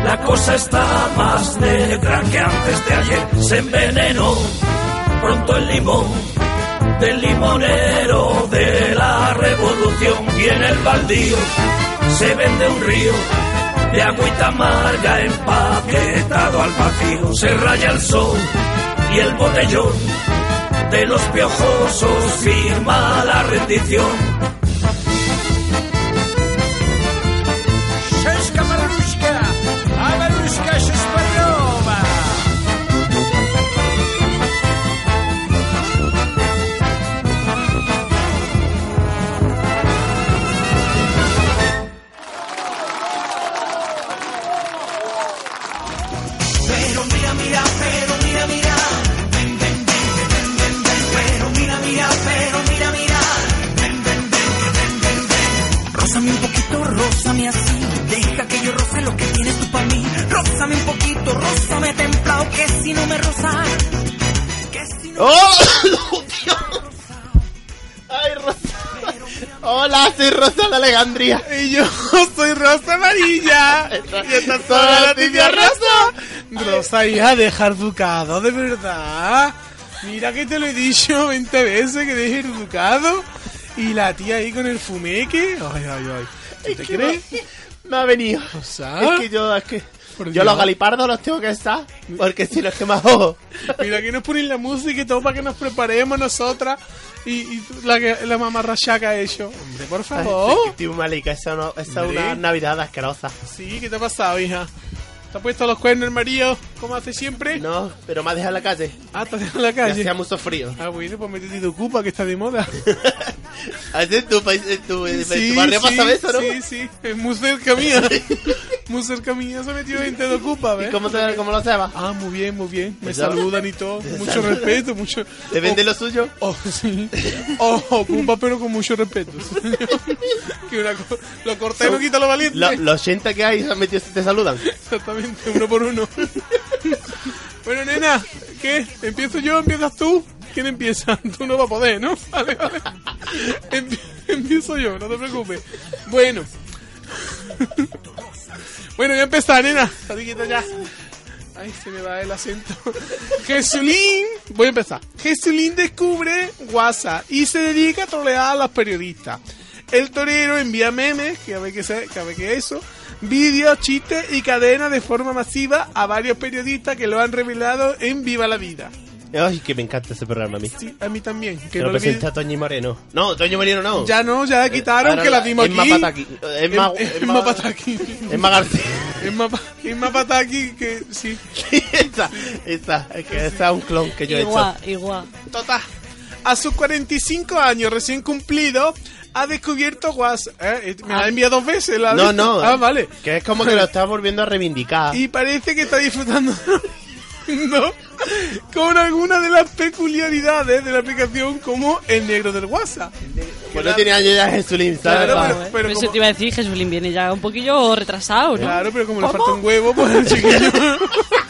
Speaker 6: la cosa está más negra que antes de ayer. Se envenenó pronto el limón del limonero de la revolución y en el baldío se vende un río de agüita amarga empaquetado al vacío. Se raya el sol y el botellón de los piojosos firma la rendición.
Speaker 7: Шишка Марушка, а Марушка Шишпарева.
Speaker 8: Rózame un poquito, rózame así. Deja que yo roce lo que tienes tú para mí. Rózame un poquito, rózame templado. Que si no me rozas, que si no
Speaker 2: ¡Oh! ¡No, tío! ¡Ay, Rosa! ¡Hola, soy Rosa la Alejandría!
Speaker 1: Y yo soy Rosa Amarilla. y esta es toda la noticia Rosa. Rosa, hija, deja el ducado, de verdad. Mira que te lo he dicho 20 veces que dejes el ducado. Y la tía ahí con el fumeque. Ay, ay, ay. ¿Tú te
Speaker 2: que
Speaker 1: crees?
Speaker 2: no- Me ha venido.
Speaker 1: Rosa.
Speaker 2: Es que yo, es que.
Speaker 1: Por
Speaker 2: Yo
Speaker 1: Dios.
Speaker 2: los galipardos los tengo que estar. Porque si los que más ojo.
Speaker 1: Mira que nos ponen la música y todo para que nos preparemos nosotras. Y, y la, que- la mamarrachaca ha hecho. Hombre, por
Speaker 2: Ay,
Speaker 1: favor.
Speaker 2: Tío Malika, esa no- esa es
Speaker 1: Hombre.
Speaker 2: una Navidad asquerosa.
Speaker 1: Sí, ¿qué te ha pasado, hija? ¿Te ha puesto los cuernos, María? ¿Cómo hace siempre?
Speaker 2: No, pero me ha dejado en la calle.
Speaker 1: Ah, te has dejado en la
Speaker 2: Me
Speaker 1: calle.
Speaker 2: hacía mucho frío.
Speaker 1: Ah, bueno, pues métete tu cupa que está de moda.
Speaker 2: Así en tu país, en tu, en tu barrio pasa eso, ¿no?
Speaker 1: Sí, sí, es muy cerca mía. muy cerca mía se metió en de Ocupa,
Speaker 2: ¿Y
Speaker 1: ¿ves?
Speaker 2: cómo, te, cómo lo sabes?
Speaker 1: Ah, muy bien, muy bien. Me
Speaker 2: ¿Te
Speaker 1: saludan y todo. Mucho
Speaker 2: saludan.
Speaker 1: respeto, mucho.
Speaker 2: ¿Te vende lo suyo?
Speaker 1: Oh, sí. Oh, Ocupa, pero con mucho respeto. sí, señor. que una co- lo corta y no quita lo valiente.
Speaker 2: Lo- los 80 que hay se han metido, te saludan.
Speaker 1: Exactamente, uno por uno. bueno, nena, ¿qué? ¿Empiezo yo? ¿Empiezas tú? ¿Quién empieza? Tú no vas a poder, ¿no? Vale, vale. Empi- empiezo yo, no te preocupes. Bueno. bueno, voy a empezar, nena. Está quieta ya. Ay, se me va el acento. Jesulín, voy a empezar. Jesulín descubre WhatsApp y se dedica a trolear a los periodistas. El torero envía memes, que a ver qué se- que a ver qué es eso, vídeos, chistes y cadenas de forma masiva a varios periodistas que lo han revelado en Viva la Vida.
Speaker 2: Ay, que me encanta este programa a mí.
Speaker 1: Sí, a mí también. Que
Speaker 2: Que lo
Speaker 1: no olvide-
Speaker 2: presenta Toñi Moreno. No, Toñi Moreno no.
Speaker 1: Ya no, ya la quitaron,
Speaker 2: Eh, Ahora
Speaker 1: que la dimos
Speaker 2: Emma
Speaker 1: aquí.
Speaker 2: Pataki. Emma,
Speaker 1: Em-
Speaker 2: Emma,
Speaker 1: Emma Pataki.
Speaker 2: Emma García.
Speaker 1: Emma Pa- Emma Pataki, que sí.
Speaker 2: esta, esta, es que esta es un clon que yo he hecho.
Speaker 3: Igual, igual.
Speaker 1: Total. A sus 45 años recién cumplidos, ha descubierto WhatsApp. ¿eh? Me la ha enviado dos veces. La
Speaker 2: Ah. No, no.
Speaker 1: Ah, vale.
Speaker 2: Que es como que lo estás volviendo a reivindicar.
Speaker 1: Y parece que está disfrutando ¿no? con alguna de las peculiaridades de la aplicación, como el negro del WhatsApp.
Speaker 2: Pues no tiene años ya Jesulín, ¿sabes?
Speaker 1: Claro,
Speaker 2: Vamos.
Speaker 1: pero-
Speaker 3: Pero eso
Speaker 1: como-
Speaker 3: te iba a decir, Jesulín viene ya un poquillo
Speaker 2: ¿Eh?
Speaker 3: retrasado, ¿no?
Speaker 1: Claro, pero como le falta un huevo, pues el chiquillo.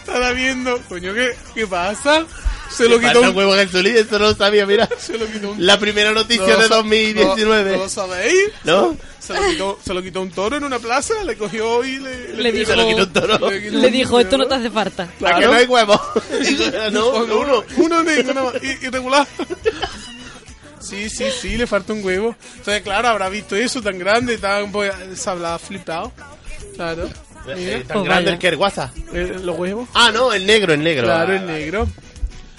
Speaker 1: Estará viendo, coño, ¿qué, qué pasa? Se lo quitó
Speaker 2: Falta un
Speaker 1: un.
Speaker 2: huevo Jesulín, eso no lo sabía, mira.
Speaker 1: Se lo quitó un.
Speaker 2: La primera noticia
Speaker 1: No lo
Speaker 2: de
Speaker 1: sa-
Speaker 2: 2019.
Speaker 1: ¿No, no lo sabéis?
Speaker 2: ¿No?
Speaker 1: Se lo, quitó, se lo quitó un toro en una plaza, le cogió y le.
Speaker 3: Le dijo-
Speaker 2: Se lo quitó un toro.
Speaker 1: quitó
Speaker 3: Le
Speaker 1: un
Speaker 3: dijo, esto no te
Speaker 1: toro.
Speaker 3: hace falta.
Speaker 2: ¿A que no hay huevos? no,
Speaker 1: Dijo,
Speaker 2: no, uno.
Speaker 1: Uno de uno, i- irregular. Sí, sí, sí, le falta un huevo. Entonces, claro, habrá visto eso tan grande, tan. pues, se habrá flipado. Claro. Mira,
Speaker 2: Eh, Tan
Speaker 3: Pues
Speaker 2: grande
Speaker 3: vaya.
Speaker 2: el que el WhatsApp.
Speaker 1: eh, los huevos.
Speaker 2: Ah, no, el negro, el negro.
Speaker 1: Claro,
Speaker 2: Ah,
Speaker 1: el negro. Mira,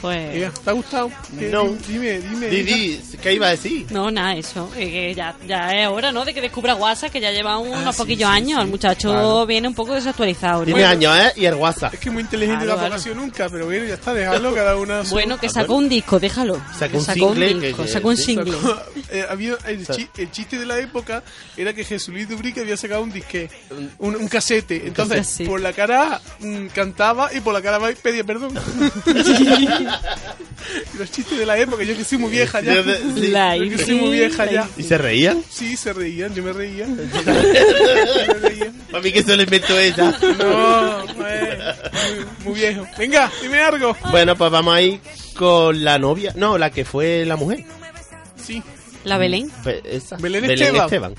Speaker 3: Pues...
Speaker 1: ¿Te ha gustado? Eh,
Speaker 2: No.
Speaker 1: Dime, dime.
Speaker 2: Ah, Di,
Speaker 1: hija.
Speaker 2: di, ¿qué iba a decir?
Speaker 3: No, nada, eso. eh, que ya, ya es hora, ¿no? De que descubra WhatsApp, que ya lleva unos
Speaker 1: sí,
Speaker 3: poquillos
Speaker 1: sí,
Speaker 3: años. El muchacho viene un poco desactualizado, ¿no?
Speaker 2: Tiene años, ¿eh? Y el WhatsApp.
Speaker 1: Es que muy inteligente
Speaker 3: Claro,
Speaker 1: la
Speaker 3: claro.
Speaker 1: vocación nunca, pero bueno, ya está, dejadlo cada una. a su-
Speaker 3: Bueno, que sacó un disco, déjalo.
Speaker 2: Sacó un
Speaker 3: Sacó
Speaker 2: single, que-
Speaker 3: disco,
Speaker 2: que-
Speaker 3: sacó un
Speaker 2: sí,
Speaker 3: single.
Speaker 1: Eh, había- el, chi- el chiste de la época era que Jesús Luis Dubrique había sacado un disque, un, un casete. Entonces,
Speaker 3: casete.
Speaker 1: por la cara A, mm, cantaba y por la cara B pedía perdón. Los chistes de la época, yo que soy muy vieja ya.
Speaker 2: Yo de- sí.
Speaker 3: La
Speaker 1: Yo que soy muy vieja ya.
Speaker 2: ¿Y se reían?
Speaker 1: Sí, se reían, yo me reía. Yo me reía.
Speaker 2: Para mí que se lo inventó ella.
Speaker 1: No, eh, muy, muy viejo. Venga, dime algo.
Speaker 2: Bueno, pues vamos ahí con la novia. No, la que fue la mujer.
Speaker 1: Sí,
Speaker 3: La Belén.
Speaker 2: Pues esa.
Speaker 1: Belén Esteban.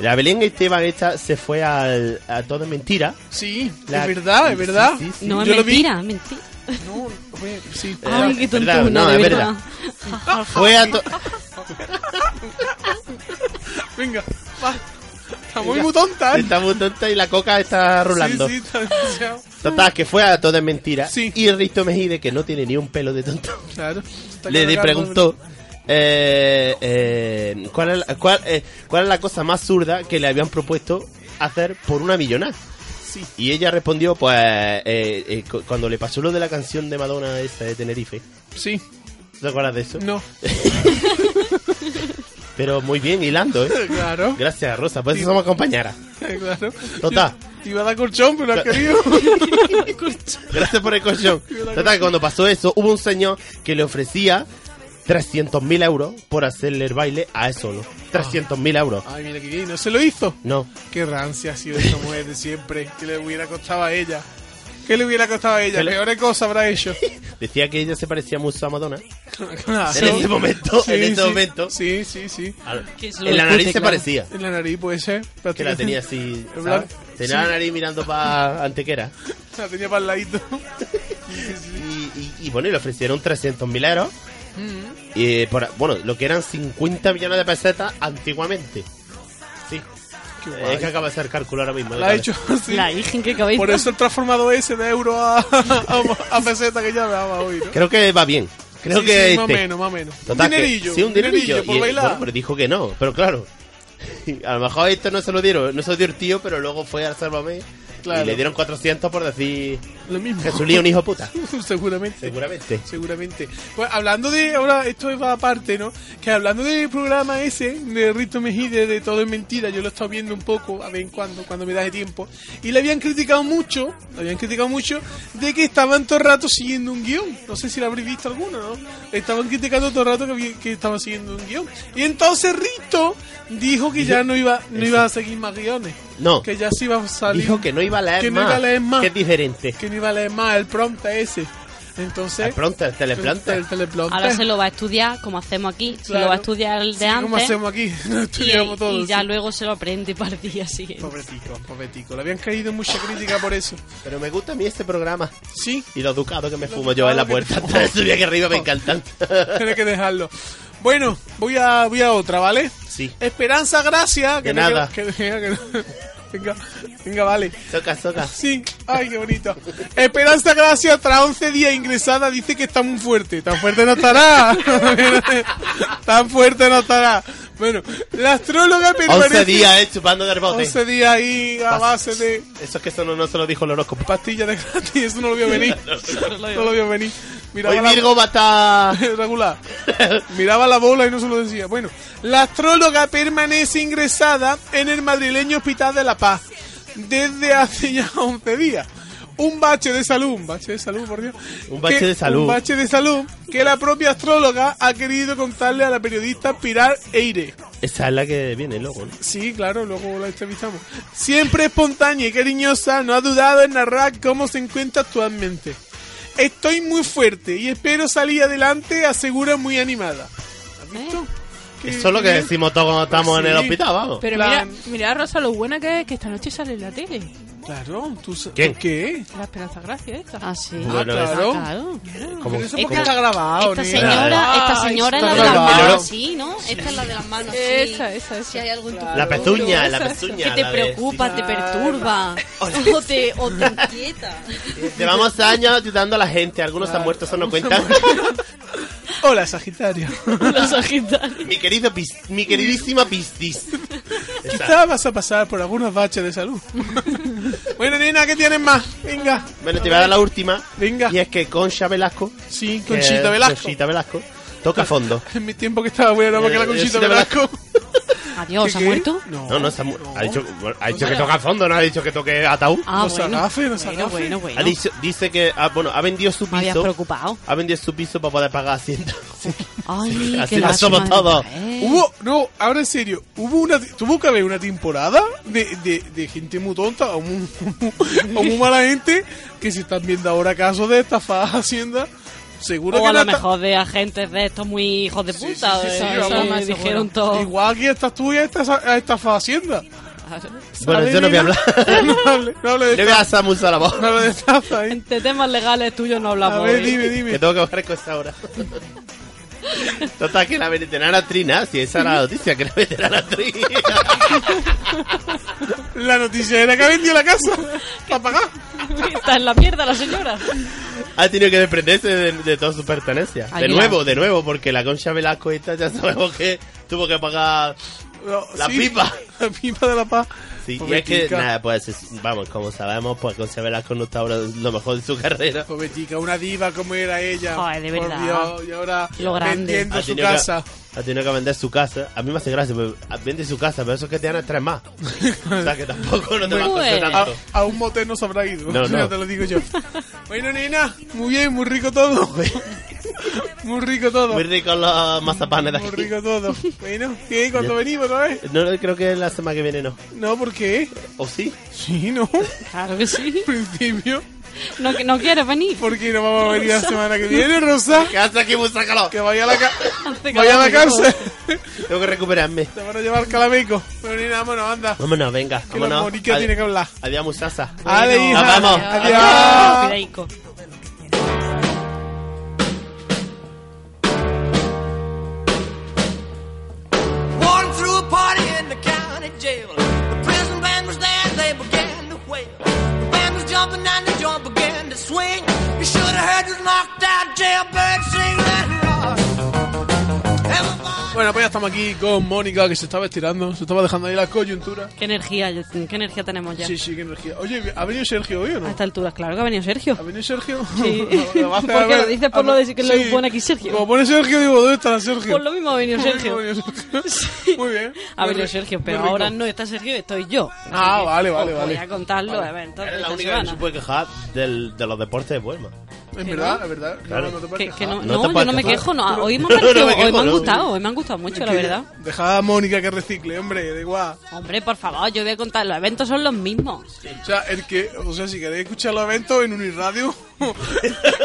Speaker 2: La Belén Esteban esta se fue al, a Todo es Mentira.
Speaker 1: sí,
Speaker 2: La-
Speaker 1: es verdad, es
Speaker 2: sí,
Speaker 1: verdad.
Speaker 2: sí, sí.
Speaker 3: No, es
Speaker 1: Yo lo vi.
Speaker 3: mentira, es mentira.
Speaker 1: No, hombre, sí.
Speaker 2: Eh,
Speaker 3: Ay, qué
Speaker 2: es verdad,
Speaker 3: tontuna,
Speaker 2: no,
Speaker 3: de
Speaker 2: es
Speaker 3: verdad.
Speaker 2: verdad. Fue a to-
Speaker 1: Ah, Venga, va. Está muy, muy tonta, ¿eh?
Speaker 2: Está muy tonta y la coca está rolando.
Speaker 1: Sí, sí, está demasiado.
Speaker 2: Total, que fue a Todo es Mentira.
Speaker 1: Sí.
Speaker 2: Y Risto Mejide, que no tiene ni un pelo de tonto.
Speaker 1: Claro. Está
Speaker 2: le di-
Speaker 1: cargado,
Speaker 2: preguntó eh, eh, ¿cuál, es la, cuál, eh, cuál es la cosa más zurda que le habían propuesto hacer por una millonada.
Speaker 1: Sí.
Speaker 2: Y ella respondió, pues, eh, eh, cu- cuando le pasó lo de la canción de Madonna esta de Tenerife.
Speaker 1: Sí.
Speaker 2: ¿Te acuerdas de eso?
Speaker 1: No.
Speaker 2: Pero muy bien, hilando, ¿eh?
Speaker 1: Claro.
Speaker 2: Gracias, Rosa, por eso somos compañeras.
Speaker 1: Claro.
Speaker 2: Total.
Speaker 1: Yo Te iba a dar colchón, pero no has querido.
Speaker 2: Gracias por el colchón. Total, que cuando pasó eso, hubo un señor que le ofrecía 300.000 euros por hacerle el baile a él solo. 300.000 euros.
Speaker 1: Ay, mira que bien. No se lo hizo.
Speaker 2: No,
Speaker 1: Qué rancia ha sido esta mujer de siempre. Que le hubiera costado a ella. ¿Qué le hubiera costado a ella?
Speaker 2: Que le-
Speaker 1: Peores cosas habrá hecho.
Speaker 2: Decía que ella se parecía mucho a Madonna.
Speaker 1: Claro.
Speaker 2: En ese momento, en ese
Speaker 1: sí.
Speaker 2: momento.
Speaker 1: Sí, sí, sí.
Speaker 2: al-
Speaker 3: Que se lo
Speaker 2: en la
Speaker 3: discute,
Speaker 2: nariz se
Speaker 3: claro.
Speaker 2: parecía.
Speaker 1: En la nariz puede ser.
Speaker 2: Que la tenía así.
Speaker 1: Es
Speaker 2: ¿sabes?
Speaker 1: blanco.
Speaker 2: Tenía la nariz mirando para Antequera.
Speaker 1: La tenía para el ladito. Sí,
Speaker 2: Y,
Speaker 1: sí.
Speaker 2: y- y bueno, y le ofrecieron 300 mil euros.
Speaker 1: Mm.
Speaker 2: Y por- bueno, lo que eran 50 millones de pesetas antiguamente. Sí.
Speaker 1: Qué
Speaker 2: Eh,
Speaker 1: guay.
Speaker 2: Es que acaba de hacer cálculo ahora mismo.
Speaker 1: La ha hecho así.
Speaker 3: La hija que cabeza.
Speaker 1: Por eso el transformado ese de euro a, a, a peseta que ya me daba hoy, ¿no?
Speaker 2: Creo que va bien. Creo
Speaker 1: Sí,
Speaker 2: que.
Speaker 1: sí, más o
Speaker 2: este,
Speaker 1: menos, más o menos.
Speaker 2: Total,
Speaker 1: un
Speaker 2: que-
Speaker 1: dinerillo.
Speaker 2: sí, un dinerillo.
Speaker 1: por
Speaker 2: Y,
Speaker 1: bailar.
Speaker 2: bueno, pero dijo que no, pero claro. A lo mejor esto no se lo dieron, no se lo dio el tío, pero luego fue al Sálvame
Speaker 1: Claro.
Speaker 2: y le dieron 400 por decir
Speaker 1: Lo mismo.
Speaker 2: Jesulín, un hijo puta.
Speaker 1: Seguramente.
Speaker 2: Seguramente.
Speaker 1: Seguramente. Pues hablando de, ahora esto es va aparte, ¿no? Que hablando del programa ese de Rito Mejide de Todo es Mentira, yo lo he estado viendo un poco, a ver en cuando, cuando me da de tiempo, y le habían criticado mucho, le habían criticado mucho, de que estaban todo el rato siguiendo un guión. No sé si lo habréis visto alguno, ¿no? Estaban criticando todo el rato que, vi- que estaban siguiendo un guión. Y entonces Rito dijo que ya no iba, no iba a seguir más guiones.
Speaker 2: No.
Speaker 1: Que ya se iba a salir.
Speaker 2: Dijo que no iba a leer
Speaker 1: Que no
Speaker 2: más.
Speaker 1: iba a leer más.
Speaker 2: Que es diferente.
Speaker 1: que no iba a leer más el prompta ese. Entonces.
Speaker 2: El pronto, el teleplanta.
Speaker 1: El teleprompter.
Speaker 3: Ahora se lo va a estudiar, como hacemos aquí. Se
Speaker 1: Claro.
Speaker 3: lo va a estudiar el de
Speaker 1: Sí,
Speaker 3: antes.
Speaker 1: ¿Cómo hacemos aquí? No
Speaker 3: y,
Speaker 1: estudiamos
Speaker 3: y
Speaker 1: todo.
Speaker 3: ya
Speaker 1: sí.
Speaker 3: luego se lo aprende para el día siguiente.
Speaker 1: Pobretico, pobretico. Le habían caído mucha crítica por eso.
Speaker 2: Pero me gusta a mí este programa.
Speaker 1: Sí,
Speaker 2: Y los ducados que me fumo
Speaker 1: ducados
Speaker 2: yo en la
Speaker 1: que
Speaker 2: puerta.
Speaker 1: te
Speaker 2: Antes de subir aquí arriba me encantan.
Speaker 1: tiene que dejarlo. Bueno, voy a, voy a otra, ¿vale?
Speaker 2: Sí.
Speaker 1: Esperanza Gracia. Que
Speaker 2: De
Speaker 1: no
Speaker 2: nada.
Speaker 1: lleva- que- que no- Venga, venga, vale.
Speaker 2: Toca, toca.
Speaker 1: Sí, ay, qué bonito. Esperanza Gracia, tras 11 días ingresada, dice que está muy fuerte. Tan fuerte no estará. Tan fuerte no estará. Bueno, la astróloga
Speaker 2: 11
Speaker 1: permanece...
Speaker 2: días, eh, chupando de rebote.
Speaker 1: 11 días ahí a base de
Speaker 2: Eso es que eso no, no se lo dijo el horóscopo.
Speaker 1: pastillas de gratis. Eso no lo vio venir. No lo vio venir. Miraba
Speaker 2: Hoy
Speaker 1: la-
Speaker 2: Virgo va a estar...
Speaker 1: regular. Miraba la bola y no se lo decía. Bueno, la astróloga permanece ingresada en el madrileño Hospital de la Paz desde hace ya 11 días. Un bache de salud, un bache de salud, por Dios.
Speaker 2: Un bache de salud.
Speaker 1: Un bache de salud que la propia astróloga ha querido contarle a la periodista Pilar Eire.
Speaker 2: Esa es la que viene luego, ¿no?
Speaker 1: Sí, claro, luego la entrevistamos. Siempre espontánea y cariñosa, no ha dudado en narrar cómo se encuentra actualmente. Estoy muy fuerte y espero salir adelante, asegura muy animada. ¿Has
Speaker 3: Eh.
Speaker 1: visto? Qué
Speaker 2: Eso es lo que
Speaker 1: bien.
Speaker 2: decimos todos cuando estamos en el
Speaker 1: Sí.
Speaker 2: hospital, vamos.
Speaker 4: Pero
Speaker 1: La-
Speaker 4: mira, mira, Rosa, lo buena que es que esta noche sale en la tele.
Speaker 1: Claro, tú sa-
Speaker 2: ¿Quién?
Speaker 1: ¿Qué?
Speaker 4: La Esperanza Gracia esta.
Speaker 3: Ah, sí.
Speaker 2: Bueno,
Speaker 1: Ah, claro.
Speaker 2: es-
Speaker 3: Claro.
Speaker 2: como-
Speaker 1: Pero eso
Speaker 3: Esta-
Speaker 1: porque está grabado,
Speaker 3: Esta
Speaker 1: ni-
Speaker 3: señora, esta señora es
Speaker 1: está
Speaker 3: la de las
Speaker 2: grabado.
Speaker 3: manos, sí, ¿no? Esta es la de las manos, sí.
Speaker 4: Esa, esa, esa.
Speaker 3: Si hay algo en tu
Speaker 2: la
Speaker 3: futuro
Speaker 2: pezuña, la
Speaker 4: esa-
Speaker 3: Que
Speaker 2: pezuña.
Speaker 3: te
Speaker 2: la de-
Speaker 3: preocupa, te perturba, o te, o te inquieta.
Speaker 2: Llevamos años ayudando a la gente. Algunos han muerto, eso no cuenta.
Speaker 1: Hola, Sagitario.
Speaker 3: Los Sagitarios.
Speaker 2: mi, querido, Pis- mi queridísima Piscis. Esa.
Speaker 1: Quizás vas a pasar por algunos baches de salud. bueno, nena, ¿qué tienes más? Venga.
Speaker 2: Bueno, te voy a dar la última.
Speaker 1: Venga.
Speaker 2: Y es que Concha Velasco.
Speaker 1: Sí,
Speaker 2: que-
Speaker 1: Conchita Velasco.
Speaker 2: Eh, Conchita Velasco. Toca fondo.
Speaker 1: En mi tiempo que estaba bueno, porque la
Speaker 2: Eh,
Speaker 1: Conchita
Speaker 2: Conchita
Speaker 1: Velasco.
Speaker 3: Adiós,
Speaker 1: ¿Qué,
Speaker 3: ¿ha
Speaker 1: qué?
Speaker 3: muerto?
Speaker 1: No,
Speaker 2: No, no, está mu- ha dicho, ha dicho que toca fondo, no ha dicho que toque ataúd.
Speaker 3: Ah,
Speaker 1: no se
Speaker 3: bueno.
Speaker 1: agafe, no se
Speaker 3: bueno,
Speaker 1: agafe.
Speaker 3: bueno, bueno.
Speaker 2: Ha dicho- dice que ah, bueno, ha vendido su
Speaker 3: Me habías
Speaker 2: piso.
Speaker 3: preocupado.
Speaker 2: Ha vendido su piso para poder pagar hacienda.
Speaker 3: Ay,
Speaker 2: Así
Speaker 3: qué
Speaker 2: la
Speaker 3: lástima
Speaker 2: somos
Speaker 3: de
Speaker 2: todos.
Speaker 3: mujer.
Speaker 1: Hubo, no, ahora en serio, hubo una, tuvo que haber una temporada de, de, de gente muy tonta o muy, o muy mala gente que se están viendo ahora casos de estafar a Hacienda. Seguro
Speaker 3: O
Speaker 1: que
Speaker 3: a
Speaker 1: la
Speaker 3: lo
Speaker 1: esta-
Speaker 3: mejor de agentes de estos muy hijos de puta.
Speaker 1: sí, sí,
Speaker 3: de-
Speaker 1: sí,
Speaker 3: eso
Speaker 1: vamos,
Speaker 3: me
Speaker 4: seguro.
Speaker 3: dijeron todo.
Speaker 1: Igual que estás tú y estás a estafar a Hacienda.
Speaker 2: Bueno, yo no voy a hablar.
Speaker 1: no hable, no hable de
Speaker 2: Le voy
Speaker 1: estafa.
Speaker 2: a hacer mucho la voz.
Speaker 1: No hable de estafa, ¿eh?
Speaker 3: De temas legales tuyos no
Speaker 1: A
Speaker 3: hablamos.
Speaker 1: ver,
Speaker 3: ¿eh?
Speaker 1: dime,
Speaker 2: Que
Speaker 1: dime.
Speaker 2: tengo que bajar cosas ahora. Total, que la veterana Trina, si esa era la noticia, que la veterana Trina.
Speaker 1: La noticia era que ha vendido la casa para pagar.
Speaker 3: Está en la mierda la señora.
Speaker 2: ha tenido que desprenderse de, de toda su pertenencia.
Speaker 3: Ay,
Speaker 2: de
Speaker 3: mira.
Speaker 2: nuevo, de nuevo, porque la concha Velasco esta ya sabemos que tuvo que pagar.
Speaker 1: No,
Speaker 2: La pipa.
Speaker 1: La pipa de la paz.
Speaker 2: Sí, y es que,
Speaker 1: Pobretica.
Speaker 2: nada, pues es- vamos, como sabemos, pues Concha Velasco no está ahora lo mejor de su carrera.
Speaker 1: Pobretica, una diva como era ella.
Speaker 3: Joder, de
Speaker 1: Por
Speaker 3: verdad.
Speaker 1: Dios, y ahora
Speaker 3: Lo grande.
Speaker 1: vendiendo su
Speaker 2: tenido
Speaker 1: casa.
Speaker 2: Que, ha tenido que vender su casa. A mí me hace gracia, pero vende su casa, pero eso es que te dan tres más. o sea, que tampoco no te va a costar
Speaker 3: Pues.
Speaker 1: A,
Speaker 2: tanto.
Speaker 1: a un motel no se habrá ido.
Speaker 2: No, no.
Speaker 1: Ya te lo digo yo. Bueno, nena, muy bien, muy rico todo. muy rico todo.
Speaker 2: Muy rico los mazapanes de
Speaker 1: Muy
Speaker 2: aquí.
Speaker 1: rico todo. Bueno, ¿qué? ¿Cuándo venimos, no es?
Speaker 2: No, no, creo que la semana que viene no.
Speaker 1: No, ¿por qué?
Speaker 2: ¿O sí?
Speaker 1: Sí, no. En
Speaker 3: Claro que sí.
Speaker 1: principio.
Speaker 3: No, no quieres venir.
Speaker 1: ¿Por qué no vamos a venir la semana que viene, Rosa?
Speaker 2: ¿Qué haces aquí, sácalo?
Speaker 1: Que vaya a la, ca-
Speaker 3: Hace
Speaker 1: vaya a la
Speaker 3: calor.
Speaker 1: cárcel.
Speaker 2: Tengo que recuperarme.
Speaker 1: Te van a llevar calameco. Bueno, nena, vámonos, anda.
Speaker 2: Vámonos, venga.
Speaker 1: Que la
Speaker 2: vámonos.
Speaker 1: monica
Speaker 2: Adi-
Speaker 1: tiene que hablar.
Speaker 2: Adiós, Musasa.
Speaker 1: Ale,
Speaker 3: Bueno,
Speaker 1: hija.
Speaker 2: nos vamos.
Speaker 1: Adiós.
Speaker 3: Fideico.
Speaker 8: Walking through a party in the county jail. The prison band was there, they began to wail. The band was jumping and the joint began to swing. You should have heard those knocked out jailbirds sing that rock. Everybody.
Speaker 1: Bueno, pues ya estamos aquí con Mónica, que se estaba estirando, se estaba dejando ahí la coyuntura.
Speaker 3: Qué energía, yo- qué energía tenemos ya.
Speaker 1: Sí, sí, qué energía. Oye, ¿ha venido Sergio hoy o
Speaker 3: A
Speaker 1: no?
Speaker 3: esta altura, claro que ha venido Sergio.
Speaker 1: ¿Ha venido Sergio?
Speaker 3: Sí.
Speaker 1: va a hacer-
Speaker 3: Porque
Speaker 1: a ver,
Speaker 3: lo dices por
Speaker 1: a
Speaker 3: lo
Speaker 1: ver,
Speaker 3: de que lo pone aquí Sergio.
Speaker 1: Como pone Sergio, digo, ¿dónde estará Sergio?
Speaker 3: Por lo mismo ha venido Sergio.
Speaker 1: Muy bien, Sergio. Muy bien.
Speaker 3: Ha
Speaker 1: Muy
Speaker 3: venido
Speaker 1: rico,
Speaker 3: Sergio,
Speaker 1: muy
Speaker 3: pero
Speaker 1: rico.
Speaker 3: ahora no está Sergio, estoy yo.
Speaker 1: Ah, vale, vale,
Speaker 3: Os Voy a
Speaker 1: vale.
Speaker 3: contarlo, a ver, entonces,
Speaker 2: Eres la
Speaker 3: esta
Speaker 2: única que no se
Speaker 3: semana.
Speaker 2: puede quejar del, de los deportes de Buelma.
Speaker 1: Es verdad, es verdad. No,
Speaker 2: Claro.
Speaker 1: no te
Speaker 3: Que,
Speaker 1: puedes
Speaker 3: que no,
Speaker 2: No
Speaker 3: no,
Speaker 2: te
Speaker 3: yo
Speaker 2: puedes
Speaker 3: no me
Speaker 2: quejar.
Speaker 3: quejo, no. Ah, Hoy me han,
Speaker 2: No, no me
Speaker 3: parecido-
Speaker 2: quejo,
Speaker 3: hoy me han
Speaker 2: no.
Speaker 3: gustado, hoy me han gustado mucho, la verdad.
Speaker 1: Deja a Mónica que recicle, hombre, da igual.
Speaker 3: Hombre, por favor, yo voy a contar, los eventos son los mismos.
Speaker 1: O sea, el que, o sea, si queréis escuchar los eventos en Uniradio,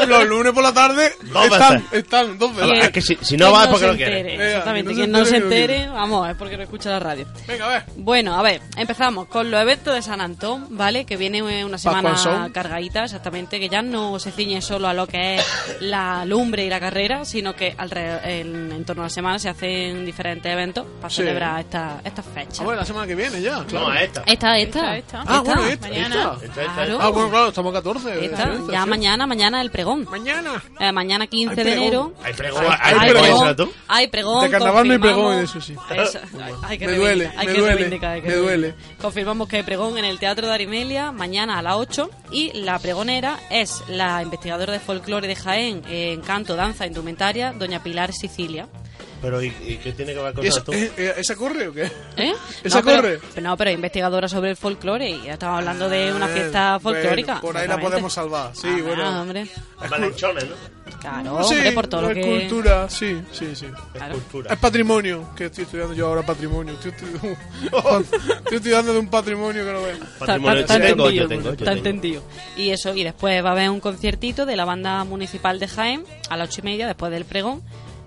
Speaker 1: Los lunes por la tarde
Speaker 2: Dos
Speaker 1: están,
Speaker 2: veces.
Speaker 1: están dos veces.
Speaker 2: Es que si, si no va es porque
Speaker 3: se
Speaker 2: no quiere.
Speaker 3: entere, Exactamente,
Speaker 1: Venga,
Speaker 3: quien no se
Speaker 1: entere,
Speaker 3: entere, vamos, es porque no escucha la radio.
Speaker 1: Venga, a ver.
Speaker 3: Bueno, a ver, empezamos con los eventos de San Antón, ¿vale? Que viene eh, una semana
Speaker 1: Juanzón.
Speaker 3: cargadita, exactamente, que ya no se ciñe solo a lo que es la lumbre y la carrera, sino que alre- en, en torno a la semana se hacen diferentes eventos para
Speaker 1: Sí.
Speaker 3: celebrar esta- estas fechas.
Speaker 1: Ah, bueno, la semana que viene ya. Claro.
Speaker 2: No, esta.
Speaker 4: Esta,
Speaker 3: Esta, esta.
Speaker 4: esta.
Speaker 1: Ah, bueno, esta,
Speaker 4: mañana.
Speaker 1: esta.
Speaker 2: Esta, esta,
Speaker 3: Eh, Claro.
Speaker 1: Ah, bueno, claro, estamos a 14.
Speaker 3: Esta,
Speaker 1: evidentemente,
Speaker 3: ya
Speaker 1: sí.
Speaker 3: mañana, mañana el pregón.
Speaker 1: Mañana.
Speaker 3: Eh, mañana 15
Speaker 1: Hay
Speaker 3: de
Speaker 1: pregón.
Speaker 3: enero.
Speaker 2: Hay pregón,
Speaker 1: Hay
Speaker 2: hay pregón,
Speaker 1: pregón.
Speaker 2: ¿será tú?
Speaker 3: Hay pregón.
Speaker 1: De carnaval no hay
Speaker 3: confirmamos.
Speaker 1: pregón, eso sí.
Speaker 3: Eso, hay- hay que
Speaker 1: Me duele,
Speaker 3: reivindicar, hay
Speaker 1: me
Speaker 3: que
Speaker 1: duele,
Speaker 3: reivindicar, hay que
Speaker 1: me
Speaker 3: reivindicar.
Speaker 1: duele.
Speaker 3: Confirmamos que hay pregón en el Teatro de Arimelia mañana a las 8 y la pregonera es la investigadora de folclore de Jaén en canto, danza, e indumentaria, doña Pilar Sicilia.
Speaker 2: Pero ¿y, y qué tiene que ver con
Speaker 1: ¿Y
Speaker 2: eso
Speaker 1: eso-
Speaker 2: tú?
Speaker 1: eh, eh, ¿Esa corre o qué?
Speaker 3: ¿Eh?
Speaker 1: ¿Esa
Speaker 3: no, pero-
Speaker 1: corre?
Speaker 3: pero no, pero investigadora sobre el folclore y ya estamos hablando de una fiesta
Speaker 1: Eh,
Speaker 3: folclórica.
Speaker 1: bueno, por ahí la
Speaker 3: exactamente.
Speaker 1: podemos salvar. Sí,
Speaker 3: Ah,
Speaker 1: bueno.
Speaker 3: hombre.
Speaker 2: Malenchones, ¿no?
Speaker 3: Claro,
Speaker 1: sí,
Speaker 3: hombre, por todo
Speaker 1: no
Speaker 3: lo
Speaker 1: es
Speaker 3: que...
Speaker 1: cultura, sí, sí, sí.
Speaker 3: Claro.
Speaker 2: Cultura.
Speaker 1: Es patrimonio, que estoy estudiando yo ahora patrimonio. Estoy, estu- estoy estudiando de un patrimonio que no veo.
Speaker 3: Está-
Speaker 2: Patrimonio
Speaker 3: está- está
Speaker 2: tengo, yo
Speaker 3: entendido,
Speaker 2: tengo, yo
Speaker 3: está
Speaker 2: tengo.
Speaker 3: entendido. Y eso, y después va a haber un conciertito de la banda municipal de Jaén a las ocho y media después del pregón.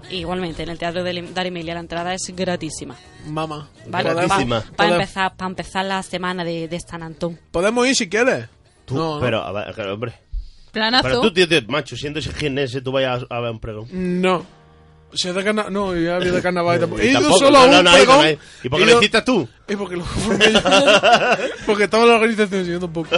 Speaker 3: Igualmente, en el Teatro de Lim- Darimilia la entrada es gratísima.
Speaker 1: Mamá.
Speaker 3: ¿vale?
Speaker 2: Gratísima.
Speaker 3: Para
Speaker 1: Podemos-
Speaker 3: empezar, pa empezar la semana de, de San Antón.
Speaker 1: Podemos ir si quieres.
Speaker 2: Tú,
Speaker 1: No, no.
Speaker 2: pero, a ver, claro, hombre. Pero
Speaker 4: Planazo.
Speaker 2: tú, tío, tío, macho, siendo ese genese, tú vayas a, a ver un pregón.
Speaker 1: No. Si es de carnaval. No, ya había de carnaval y tampoco. He
Speaker 2: Y
Speaker 1: ido
Speaker 2: tampoco,
Speaker 1: solo a
Speaker 2: no,
Speaker 1: un
Speaker 2: no, no,
Speaker 1: pregón.
Speaker 2: no, no. ¿Y por qué
Speaker 1: he
Speaker 2: lo
Speaker 1: ido-
Speaker 2: hiciste tú?
Speaker 1: Es porque lo. Porque, yo- porque estaba en la organización, yo tampoco.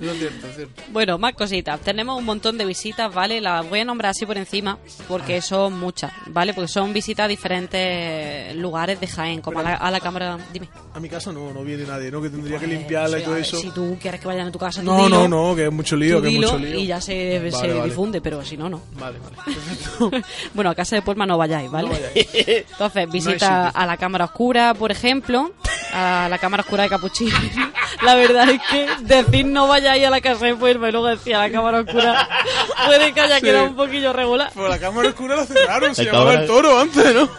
Speaker 1: No es cierto, es cierto.
Speaker 3: Bueno, más cositas. Tenemos un montón de visitas, ¿vale? Las voy a nombrar así por encima, porque son muchas, ¿vale? Porque son visitas a diferentes lugares de Jaén, como a la, a la cámara. Dime.
Speaker 1: A mi casa no, no viene nadie, ¿no? Que tendría que limpiarla y
Speaker 3: Sí, a
Speaker 1: todo
Speaker 3: ver,
Speaker 1: eso.
Speaker 3: Si tú quieres que vayan a tu casa, tú
Speaker 1: No,
Speaker 3: dilo.
Speaker 1: no, no, que es mucho lío,
Speaker 3: Tú
Speaker 1: que es mucho
Speaker 3: dilo
Speaker 1: lío.
Speaker 3: y ya se,
Speaker 1: Vale,
Speaker 3: se
Speaker 1: vale.
Speaker 3: difunde, pero si no, no.
Speaker 1: Vale, vale. perfecto.
Speaker 3: bueno, a casa de Puerma no vayáis, ¿vale? Entonces, visita
Speaker 1: sitio.
Speaker 3: a la Cámara Oscura, por ejemplo, a la Cámara Oscura de Capuchino. la verdad es que decir no vayáis a la casa de Puerma y luego decir a la Cámara Oscura puede que haya
Speaker 1: Sí.
Speaker 3: quedado un poquillo regular.
Speaker 1: Pero la cámara oscura la cerraron, se
Speaker 2: La
Speaker 1: llamaba
Speaker 2: cámara-
Speaker 1: el toro antes, ¿no?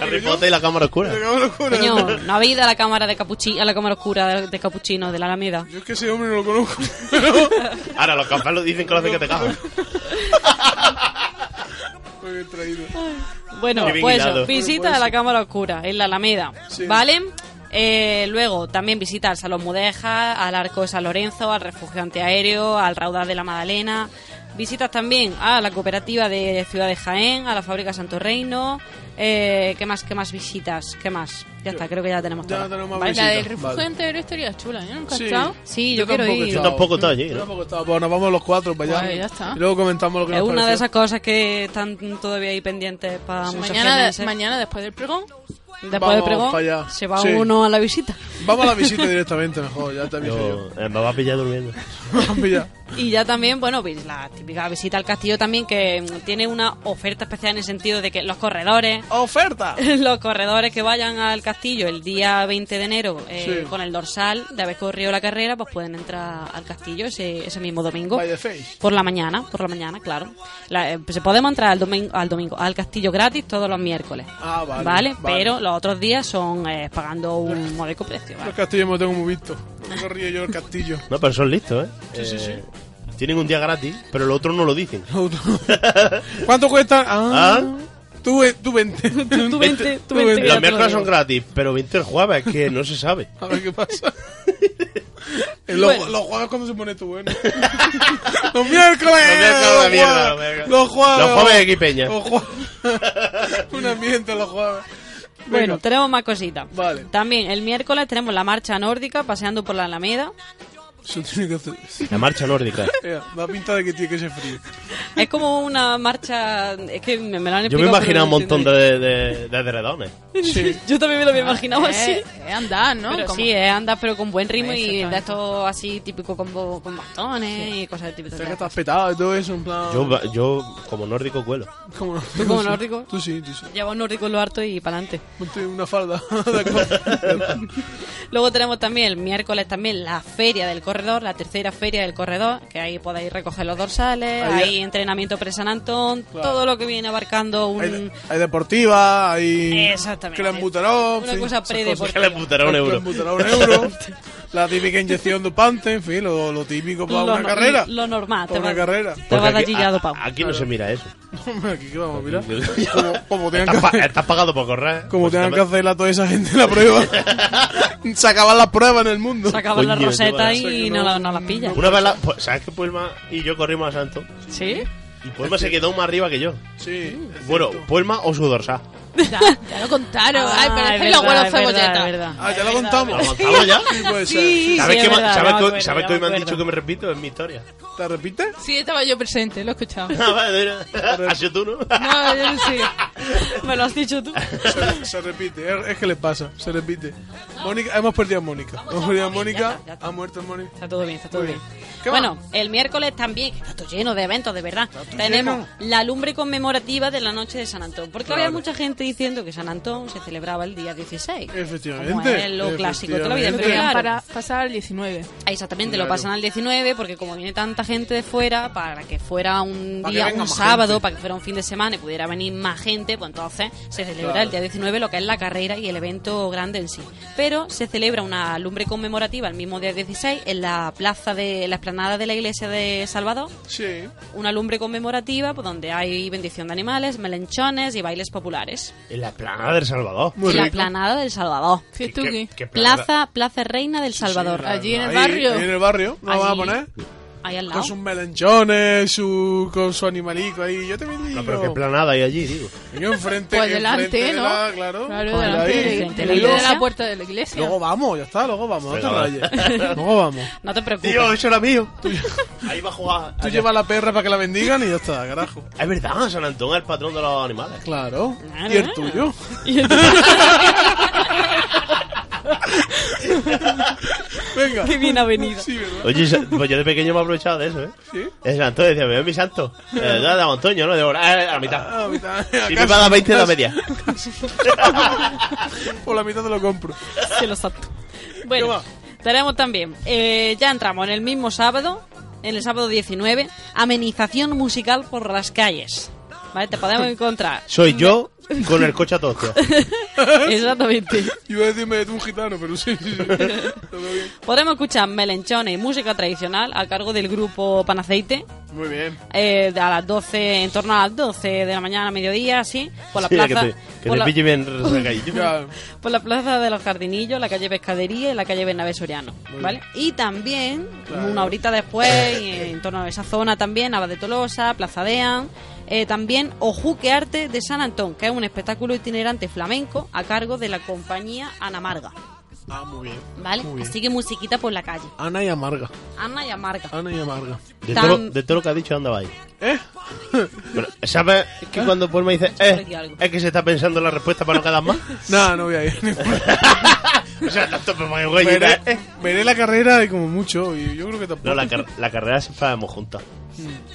Speaker 2: Harry Potter y la cámara oscura.
Speaker 1: La cámara oscura.
Speaker 3: Coño, ¿no habéis ido a la Cámara, de Capuchi a la cámara Oscura de, de Capuchino de la Alameda?
Speaker 1: Yo es que ese hombre no lo conozco. pero-
Speaker 2: Ahora, los campeones dicen que lo hacen que te cagas.
Speaker 1: Muy bien traído.
Speaker 3: Bueno,
Speaker 2: Qué bien
Speaker 3: pues
Speaker 2: hilado.
Speaker 3: eso, visita a la Cámara Oscura en la Alameda,
Speaker 1: Sí.
Speaker 3: ¿vale? Eh, luego también visitar Salón Mudeja, al Arco de San Lorenzo, al Refugio Antiaéreo, al Raudal de la Madalena. Visitas también a la Cooperativa de Ciudad de Jaén, a la Fábrica Santo Reino. Eh, ¿Qué más? ¿Qué más visitas? ¿qué más? Ya está, creo que ya tenemos
Speaker 1: Ya
Speaker 3: todo.
Speaker 1: tenemos más
Speaker 3: ¿Vale?
Speaker 4: La
Speaker 1: visitas.
Speaker 4: del refugio
Speaker 1: Vale.
Speaker 4: anterior estaría chula, ¿eh? Nunca he
Speaker 1: Sí.
Speaker 4: estado.
Speaker 3: Sí, yo,
Speaker 1: Yo
Speaker 3: quiero
Speaker 1: tampoco
Speaker 3: ir.
Speaker 1: he
Speaker 2: Yo tampoco estaba allí,
Speaker 1: Yo
Speaker 2: ¿no?
Speaker 1: tampoco estaba. Pues nos vamos los cuatro para allá.
Speaker 4: Pues ya está.
Speaker 1: Y luego comentamos lo que
Speaker 3: Es
Speaker 1: nos
Speaker 3: una de
Speaker 1: pareció.
Speaker 3: esas cosas que están todavía ahí pendientes para muchas
Speaker 4: Mañana,
Speaker 3: gentes, ¿eh?
Speaker 4: mañana después del pregón.
Speaker 3: Después
Speaker 1: Vamos
Speaker 3: del pregón,
Speaker 1: para allá.
Speaker 3: se va
Speaker 1: Sí.
Speaker 3: uno a la visita.
Speaker 1: Vamos a la visita directamente mejor, ya te aviso yo.
Speaker 2: Yo, eh, me va a pillar durmiendo.
Speaker 1: Pilla.
Speaker 3: Y ya también, bueno, pues, la típica visita al castillo también que mm, tiene una oferta especial en el sentido de que los corredores,
Speaker 1: ¡Oferta!
Speaker 3: los corredores que vayan al castillo el día 20 de enero eh,
Speaker 1: Sí.
Speaker 3: con el dorsal de haber corrido la carrera, pues pueden entrar al castillo ese, ese mismo domingo.
Speaker 1: By the face.
Speaker 3: Por la mañana, por la mañana, claro. La- eh, pues, podemos entrar al domingo, al domingo, al castillo gratis todos los miércoles.
Speaker 1: Ah, vale, vale.
Speaker 3: Pero los otros días son eh, pagando un módico precio. ¿vale?
Speaker 1: Los castillos me los tengo muy visto. No río yo el castillo.
Speaker 2: No, pero son listos, ¿eh?
Speaker 1: Sí, sí, sí.
Speaker 2: Eh, Tienen un día gratis, pero el otro no lo dicen.
Speaker 1: ¿Cuánto cuesta? Ah,
Speaker 2: Ah.
Speaker 1: Tú, ve- tú vente.
Speaker 3: Tú vente, tú vente, que ya
Speaker 2: Los
Speaker 3: te lo
Speaker 2: miércoles son
Speaker 3: digo.
Speaker 2: gratis, pero 20 el jueves, que no se sabe.
Speaker 1: Este, A ver qué pasa. Eh, Los,
Speaker 3: Bueno.
Speaker 1: los jueves cuando se pone tu bueno. los miércoles. Los
Speaker 2: miércoles, la mierda,
Speaker 1: jueves,
Speaker 2: los miércoles.
Speaker 1: Los jueves.
Speaker 2: Los jueves aquí, Peña.
Speaker 1: Los jueves. Un ambiente los jueves. Venga.
Speaker 3: Bueno, tenemos más cositas.
Speaker 1: Vale.
Speaker 3: También el miércoles tenemos la marcha nórdica paseando por la Alameda.
Speaker 1: Eso tiene que hacer.
Speaker 2: La marcha nórdica.
Speaker 1: Mira, da pinta de que tiene que ser frío.
Speaker 3: Es como una marcha. Es que me, me la han
Speaker 2: Yo me
Speaker 3: explicado.
Speaker 2: imagino
Speaker 3: pero
Speaker 2: un
Speaker 3: no
Speaker 2: montón
Speaker 3: entendí.
Speaker 2: de, de, de edredones.
Speaker 1: Sí.
Speaker 3: Yo también me lo había imaginado así.
Speaker 4: Es, Oh, es andar, Eh, ¿no?
Speaker 3: Pero
Speaker 4: Como-
Speaker 3: sí, eh, andas pero con buen ritmo y
Speaker 4: Exactamente.
Speaker 3: de esto así típico con, bo- con bastones y cosas típicas.
Speaker 1: Sé que estás petado y todo eso, en plan.
Speaker 2: Yo, va- yo como nórdico, cuelo.
Speaker 1: como nórdico,
Speaker 3: ¿Tú como
Speaker 1: sí.
Speaker 3: nórdico?
Speaker 1: Tú sí, tú sí.
Speaker 3: Lleva un nórdico en lo harto y para adelante.
Speaker 1: Ponte una falda. de acuerdo.
Speaker 3: Luego tenemos también el miércoles también la feria del corredor, la tercera feria del corredor, que ahí podéis recoger los dorsales,
Speaker 1: Ahí-
Speaker 3: hay entrenamiento pre-San Antón,
Speaker 1: Claro.
Speaker 3: todo lo que viene abarcando un...
Speaker 1: hay, de- hay deportiva, hay.
Speaker 3: Mm. Exactamente.
Speaker 1: Clan Butarov.
Speaker 3: Una cosa
Speaker 1: pre
Speaker 3: predeportiva.
Speaker 2: Que le putará un euro.
Speaker 1: Clan Butarov, un euro. la típica inyección do pante, en fin, lo, lo típico para
Speaker 3: lo,
Speaker 1: una
Speaker 3: no-
Speaker 1: carrera.
Speaker 3: Lo normal.
Speaker 1: Para una
Speaker 3: vas-
Speaker 1: carrera.
Speaker 3: Te
Speaker 2: Porque
Speaker 3: vas
Speaker 2: aquí,
Speaker 3: allí ya
Speaker 2: a-
Speaker 3: dopado.
Speaker 2: aquí no se mira eso.
Speaker 1: Aquí que vamos, mira. Como, como tengan
Speaker 2: Estás,
Speaker 1: que
Speaker 2: pa-
Speaker 1: hacer,
Speaker 2: estás pagado por correr.
Speaker 1: como
Speaker 2: Pues
Speaker 1: tengan que hacer
Speaker 2: también-
Speaker 1: a toda esa gente la prueba. Se acaban las pruebas en el mundo.
Speaker 3: Se acaban las
Speaker 2: Coño,
Speaker 3: rosetas
Speaker 2: tío,
Speaker 3: y
Speaker 1: que
Speaker 3: no,
Speaker 1: no-
Speaker 3: la- no las pillas.
Speaker 2: Una vez, la- pues, ¿sabes que Puelma y yo corrimos a Santo?
Speaker 3: ¿Sí?
Speaker 2: Y Puelma se quedó más arriba que yo.
Speaker 1: Sí.
Speaker 3: Mm.
Speaker 1: es
Speaker 2: Bueno,
Speaker 1: cierto.
Speaker 2: Puelma o su dorsal.
Speaker 4: Ya, ya lo contaron. Ay, pero este es que
Speaker 3: Ah,
Speaker 4: los
Speaker 3: verdad,
Speaker 4: buenos fue
Speaker 3: verdad,
Speaker 4: bolleta.
Speaker 3: es verdad.
Speaker 1: Ah, ya lo contamos.
Speaker 2: ¿Aguantamos ya?
Speaker 1: Sí, puede
Speaker 3: Sí,
Speaker 2: ¿Sabes
Speaker 3: sí,
Speaker 2: qué
Speaker 3: es
Speaker 2: ma- sabes
Speaker 3: verdad, ya
Speaker 2: que-
Speaker 3: me acuerdo,
Speaker 2: sabes
Speaker 3: ya
Speaker 2: que hoy me han
Speaker 3: acuerdo.
Speaker 2: dicho que me repito? Es mi historia.
Speaker 1: ser. ¿Te repites?
Speaker 4: Sí, estaba yo presente, lo he escuchado.
Speaker 2: Ah, vale, ¿Has sido tú, no?
Speaker 4: No, yo no sé.
Speaker 3: Me lo has dicho tú.
Speaker 1: Se, se repite, es, es que le pasa, se repite. Mónica, hemos perdido a Mónica. Hemos perdido a Mónica,
Speaker 3: ya está.
Speaker 1: ha muerto Mónica.
Speaker 3: Está todo bien, está todo
Speaker 1: Muy
Speaker 3: bien.
Speaker 1: bien. ¿Qué
Speaker 3: Bueno, el miércoles también, está todo lleno de eventos, de verdad. Tenemos la lumbre conmemorativa de la noche de San Antón. Porque había mucha gente diciendo que San Antón se celebraba el día 16.
Speaker 1: Efectivamente,
Speaker 3: Como es lo clásico de toda la vida.
Speaker 4: Lo
Speaker 3: Pero
Speaker 4: querían
Speaker 3: claro,
Speaker 4: para pasar al 19.
Speaker 3: Ah, Exactamente, lo
Speaker 1: Claro.
Speaker 3: pasan al 19 porque como viene tanta gente de fuera, para que fuera un
Speaker 1: Para que
Speaker 3: día,
Speaker 1: venga
Speaker 3: un
Speaker 1: más
Speaker 3: sábado,
Speaker 1: gente.
Speaker 3: para que fuera un fin de semana y pudiera venir más gente, pues entonces se celebra
Speaker 1: Claro.
Speaker 3: el día 19 lo que es la carrera y el evento grande en sí. Pero se celebra una lumbre conmemorativa el mismo día 16 en la plaza de la explanada de la iglesia de Salvador,
Speaker 1: Sí,
Speaker 3: una lumbre conmemorativa pues, donde hay bendición de animales, melenchones y bailes populares.
Speaker 2: En la planada del Salvador.
Speaker 1: muy
Speaker 3: la
Speaker 1: rico.
Speaker 3: explanada del Salvador.
Speaker 2: ¿Qué-
Speaker 4: Fiestuki.
Speaker 2: qué- qué planada?
Speaker 3: Plaza, Plaza Reina del Salvador.
Speaker 1: claro.
Speaker 4: Allí en el
Speaker 1: Ahí-
Speaker 4: barrio.
Speaker 1: ahí en el barrio, nos
Speaker 3: Allí.
Speaker 1: van a poner.
Speaker 3: Ahí al lado.
Speaker 1: Con sus melenchones, su, con su animalico ahí. Yo también digo.
Speaker 2: No, pero qué planada hay allí, digo.
Speaker 1: Yo enfrente,
Speaker 4: Pues
Speaker 1: enfrente
Speaker 4: delante,
Speaker 1: de
Speaker 4: ¿no?
Speaker 1: la- claro.
Speaker 4: Claro,
Speaker 1: Pues
Speaker 4: delante
Speaker 1: ahí.
Speaker 4: de-
Speaker 3: Frente a
Speaker 1: Y
Speaker 3: la
Speaker 4: delante de
Speaker 3: iglesia.
Speaker 4: la puerta de la iglesia.
Speaker 1: Luego vamos, ya está, luego vamos. No te
Speaker 2: Venga, va.
Speaker 1: rayes. Luego vamos.
Speaker 3: No te preocupes.
Speaker 2: Tío, eso era mío. Ahí va a jugar.
Speaker 1: Tú
Speaker 2: allá.
Speaker 1: llevas la perra para que la bendigan y ya está, carajo.
Speaker 2: Es verdad, San Antón es el patrón de los animales.
Speaker 1: Claro.
Speaker 3: Ah,
Speaker 1: Y el
Speaker 3: no.
Speaker 1: tuyo. Venga.
Speaker 3: Qué bien ha venido.
Speaker 1: Sí, ¿verdad?
Speaker 2: Oye, sa- pues yo de pequeño me he aprovechado de eso, ¿eh?
Speaker 1: Sí.
Speaker 2: El santo decía, me veo mi santo. Eh, no, de Antonio, ¿no? De hora, eh, a la
Speaker 1: Ah, a
Speaker 2: mitad.
Speaker 1: mitad-
Speaker 2: Y
Speaker 1: a
Speaker 2: me paga
Speaker 1: casi,
Speaker 2: 20 de la
Speaker 1: casi.
Speaker 2: media.
Speaker 1: Por la mitad te lo compro.
Speaker 3: Se lo salto.
Speaker 1: ¿Qué
Speaker 3: Bueno,
Speaker 1: más?
Speaker 3: tenemos también, eh, ya entramos en el mismo sábado, en el sábado 19, amenización musical por las calles. ¿Vale? Te podemos encontrar.
Speaker 2: Soy yo con el coche a todos, tío.
Speaker 3: Exactamente.
Speaker 1: Yo iba a decirme tú un gitano, pero sí, sí, sí. Lo veo bien.
Speaker 3: Podemos escuchar melenchones y música tradicional a cargo del grupo Panaceite.
Speaker 1: Muy bien.
Speaker 3: eh, a las 12, en torno a las 12 de la mañana, mediodía, así, por la
Speaker 2: Sí,
Speaker 3: plaza.
Speaker 2: Que te, que
Speaker 3: por
Speaker 2: te
Speaker 3: la-
Speaker 2: pille bien recalladillo.
Speaker 1: Ya,
Speaker 3: Por la plaza de los jardinillos, la calle Pescadería y la calle Bernabé Soriano, ¿vale? Y también, una horita después, y en torno a esa zona también, Abad de Tolosa, Plaza Dean, eh, también Ojuque Arte de San Antón, que es un espectáculo itinerante flamenco a cargo de la compañía Anamarga,
Speaker 1: Ah, muy bien.
Speaker 3: ¿vale?
Speaker 1: Muy bien.
Speaker 3: Así que musiquita por la calle.
Speaker 1: Ana y amarga.
Speaker 3: Ana y Amarga.
Speaker 1: Ana y amarga.
Speaker 2: De,
Speaker 3: Tan-
Speaker 2: todo, lo- de todo lo que ha dicho, andaba ahí.
Speaker 1: ¿Eh?
Speaker 2: Pero, ¿Sabes que cuando Paul me dice,
Speaker 3: aquí
Speaker 2: eh,
Speaker 3: algo.
Speaker 2: es que se está pensando en la respuesta para no quedar más?
Speaker 1: Nada, no voy a ir.
Speaker 2: o sea, tanto me voy a güey,
Speaker 1: veré,
Speaker 2: eh.
Speaker 1: veré la carrera y como mucho. Y yo creo que tampoco.
Speaker 2: No, la, car- la carrera siempre la hemos juntas.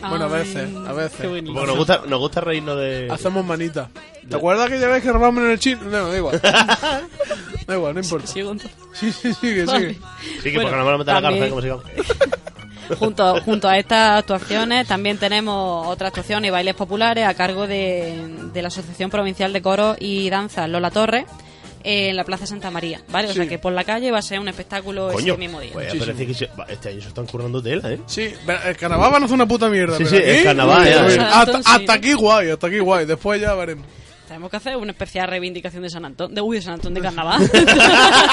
Speaker 1: Bueno, a
Speaker 3: Ay,
Speaker 1: veces, a veces.
Speaker 3: qué bonito. Ah,
Speaker 2: Porque nos gusta, nos gusta reírnos de.
Speaker 1: Hacemos manita. ¿Te acuerdas que ya ves que robamos en el chin? No, da igual. da igual, no importa.
Speaker 3: Sigo entonces.
Speaker 1: Sí, sí, sigue, sigue.
Speaker 2: Sí, que
Speaker 3: Bueno,
Speaker 2: porque nos van a meter a la
Speaker 3: también-
Speaker 2: cárcel, como sigamos.
Speaker 3: Junto, junto a estas actuaciones también tenemos otras actuaciones y bailes populares a cargo de, de la Asociación Provincial de Coro y Danza Lola Torre eh, en la Plaza Santa María, ¿vale? O sea que por la calle va a ser un espectáculo
Speaker 2: Coño,
Speaker 3: ese mismo día.
Speaker 2: pues parece que se- va, este año se están currando tela, ¿eh?
Speaker 1: Sí, pero el carnaval va a hacer una puta mierda.
Speaker 2: Sí,
Speaker 1: pero
Speaker 2: sí, el
Speaker 1: aquí-
Speaker 2: carnaval,
Speaker 1: Uy,
Speaker 2: ya.
Speaker 1: uy,
Speaker 3: San
Speaker 1: Hasta,
Speaker 3: Antón, sí.
Speaker 1: hasta aquí guay, hasta aquí guay. Después ya veremos.
Speaker 3: Tenemos que hacer una especial reivindicación de San Antón, de uy, de San Antón de Carnaval.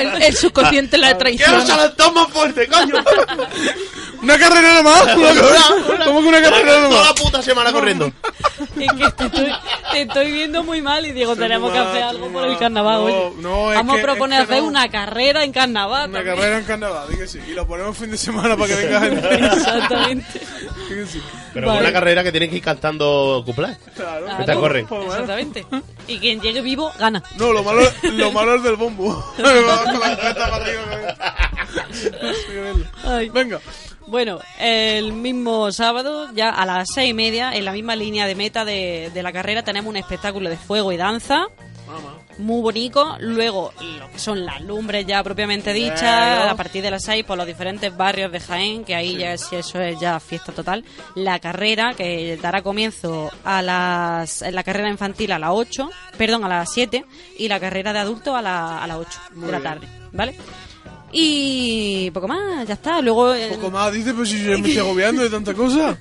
Speaker 4: El, el subconsciente
Speaker 1: Ah,
Speaker 4: la traición.
Speaker 2: saltar más fuerte, coño!
Speaker 1: ¡Una carrera nomás! Una carrera. ¿Cómo que una carrera
Speaker 2: Toda la
Speaker 1: nomás?
Speaker 2: puta semana corriendo.
Speaker 3: es que te estoy, te estoy viendo muy mal y digo, tenemos que
Speaker 1: mal,
Speaker 3: hacer
Speaker 1: estoy
Speaker 3: algo
Speaker 1: muy
Speaker 3: por el
Speaker 1: mal.
Speaker 3: carnaval,
Speaker 1: No,
Speaker 3: oye.
Speaker 1: no, es
Speaker 3: Vamos
Speaker 1: que-
Speaker 3: a proponer
Speaker 1: es que
Speaker 3: hacer
Speaker 1: no.
Speaker 3: una carrera en carnaval.
Speaker 1: Una
Speaker 3: también.
Speaker 1: carrera en carnaval, di que sí. Y lo ponemos fin de semana para que venga gente.
Speaker 3: Exactamente.
Speaker 1: Di que sí.
Speaker 2: Pero
Speaker 3: Vale.
Speaker 2: una carrera que tienen que ir cantando cuplés.
Speaker 1: Claro.
Speaker 3: Claro,
Speaker 2: Mientras corren.
Speaker 1: Pues bueno.
Speaker 3: Exactamente. Y quien llegue vivo gana.
Speaker 1: No, lo malo, lo malo es del bombo. Me va con la cabeza para arriba. No sé qué verlo.
Speaker 3: Ay.
Speaker 1: Venga.
Speaker 3: Bueno, el mismo sábado, ya a las seis y media, en la misma línea de meta de, de la carrera, tenemos un espectáculo de fuego y danza. Muy bonito. Luego, lo que son las lumbres ya propiamente dichas,
Speaker 1: Claro.
Speaker 3: a partir de las seis, por los diferentes barrios de Jaén, que ahí ya es, eso es ya fiesta total. La carrera, que dará comienzo a las. La carrera infantil a las 8, perdón, a las 7, y la carrera de adultos a, la- a las 8 de la tarde. ¿Vale? Y poco más, ya está. Luego. eh,
Speaker 1: Poco más, dice, pero si yo ya me estoy agobiando de tanta cosa.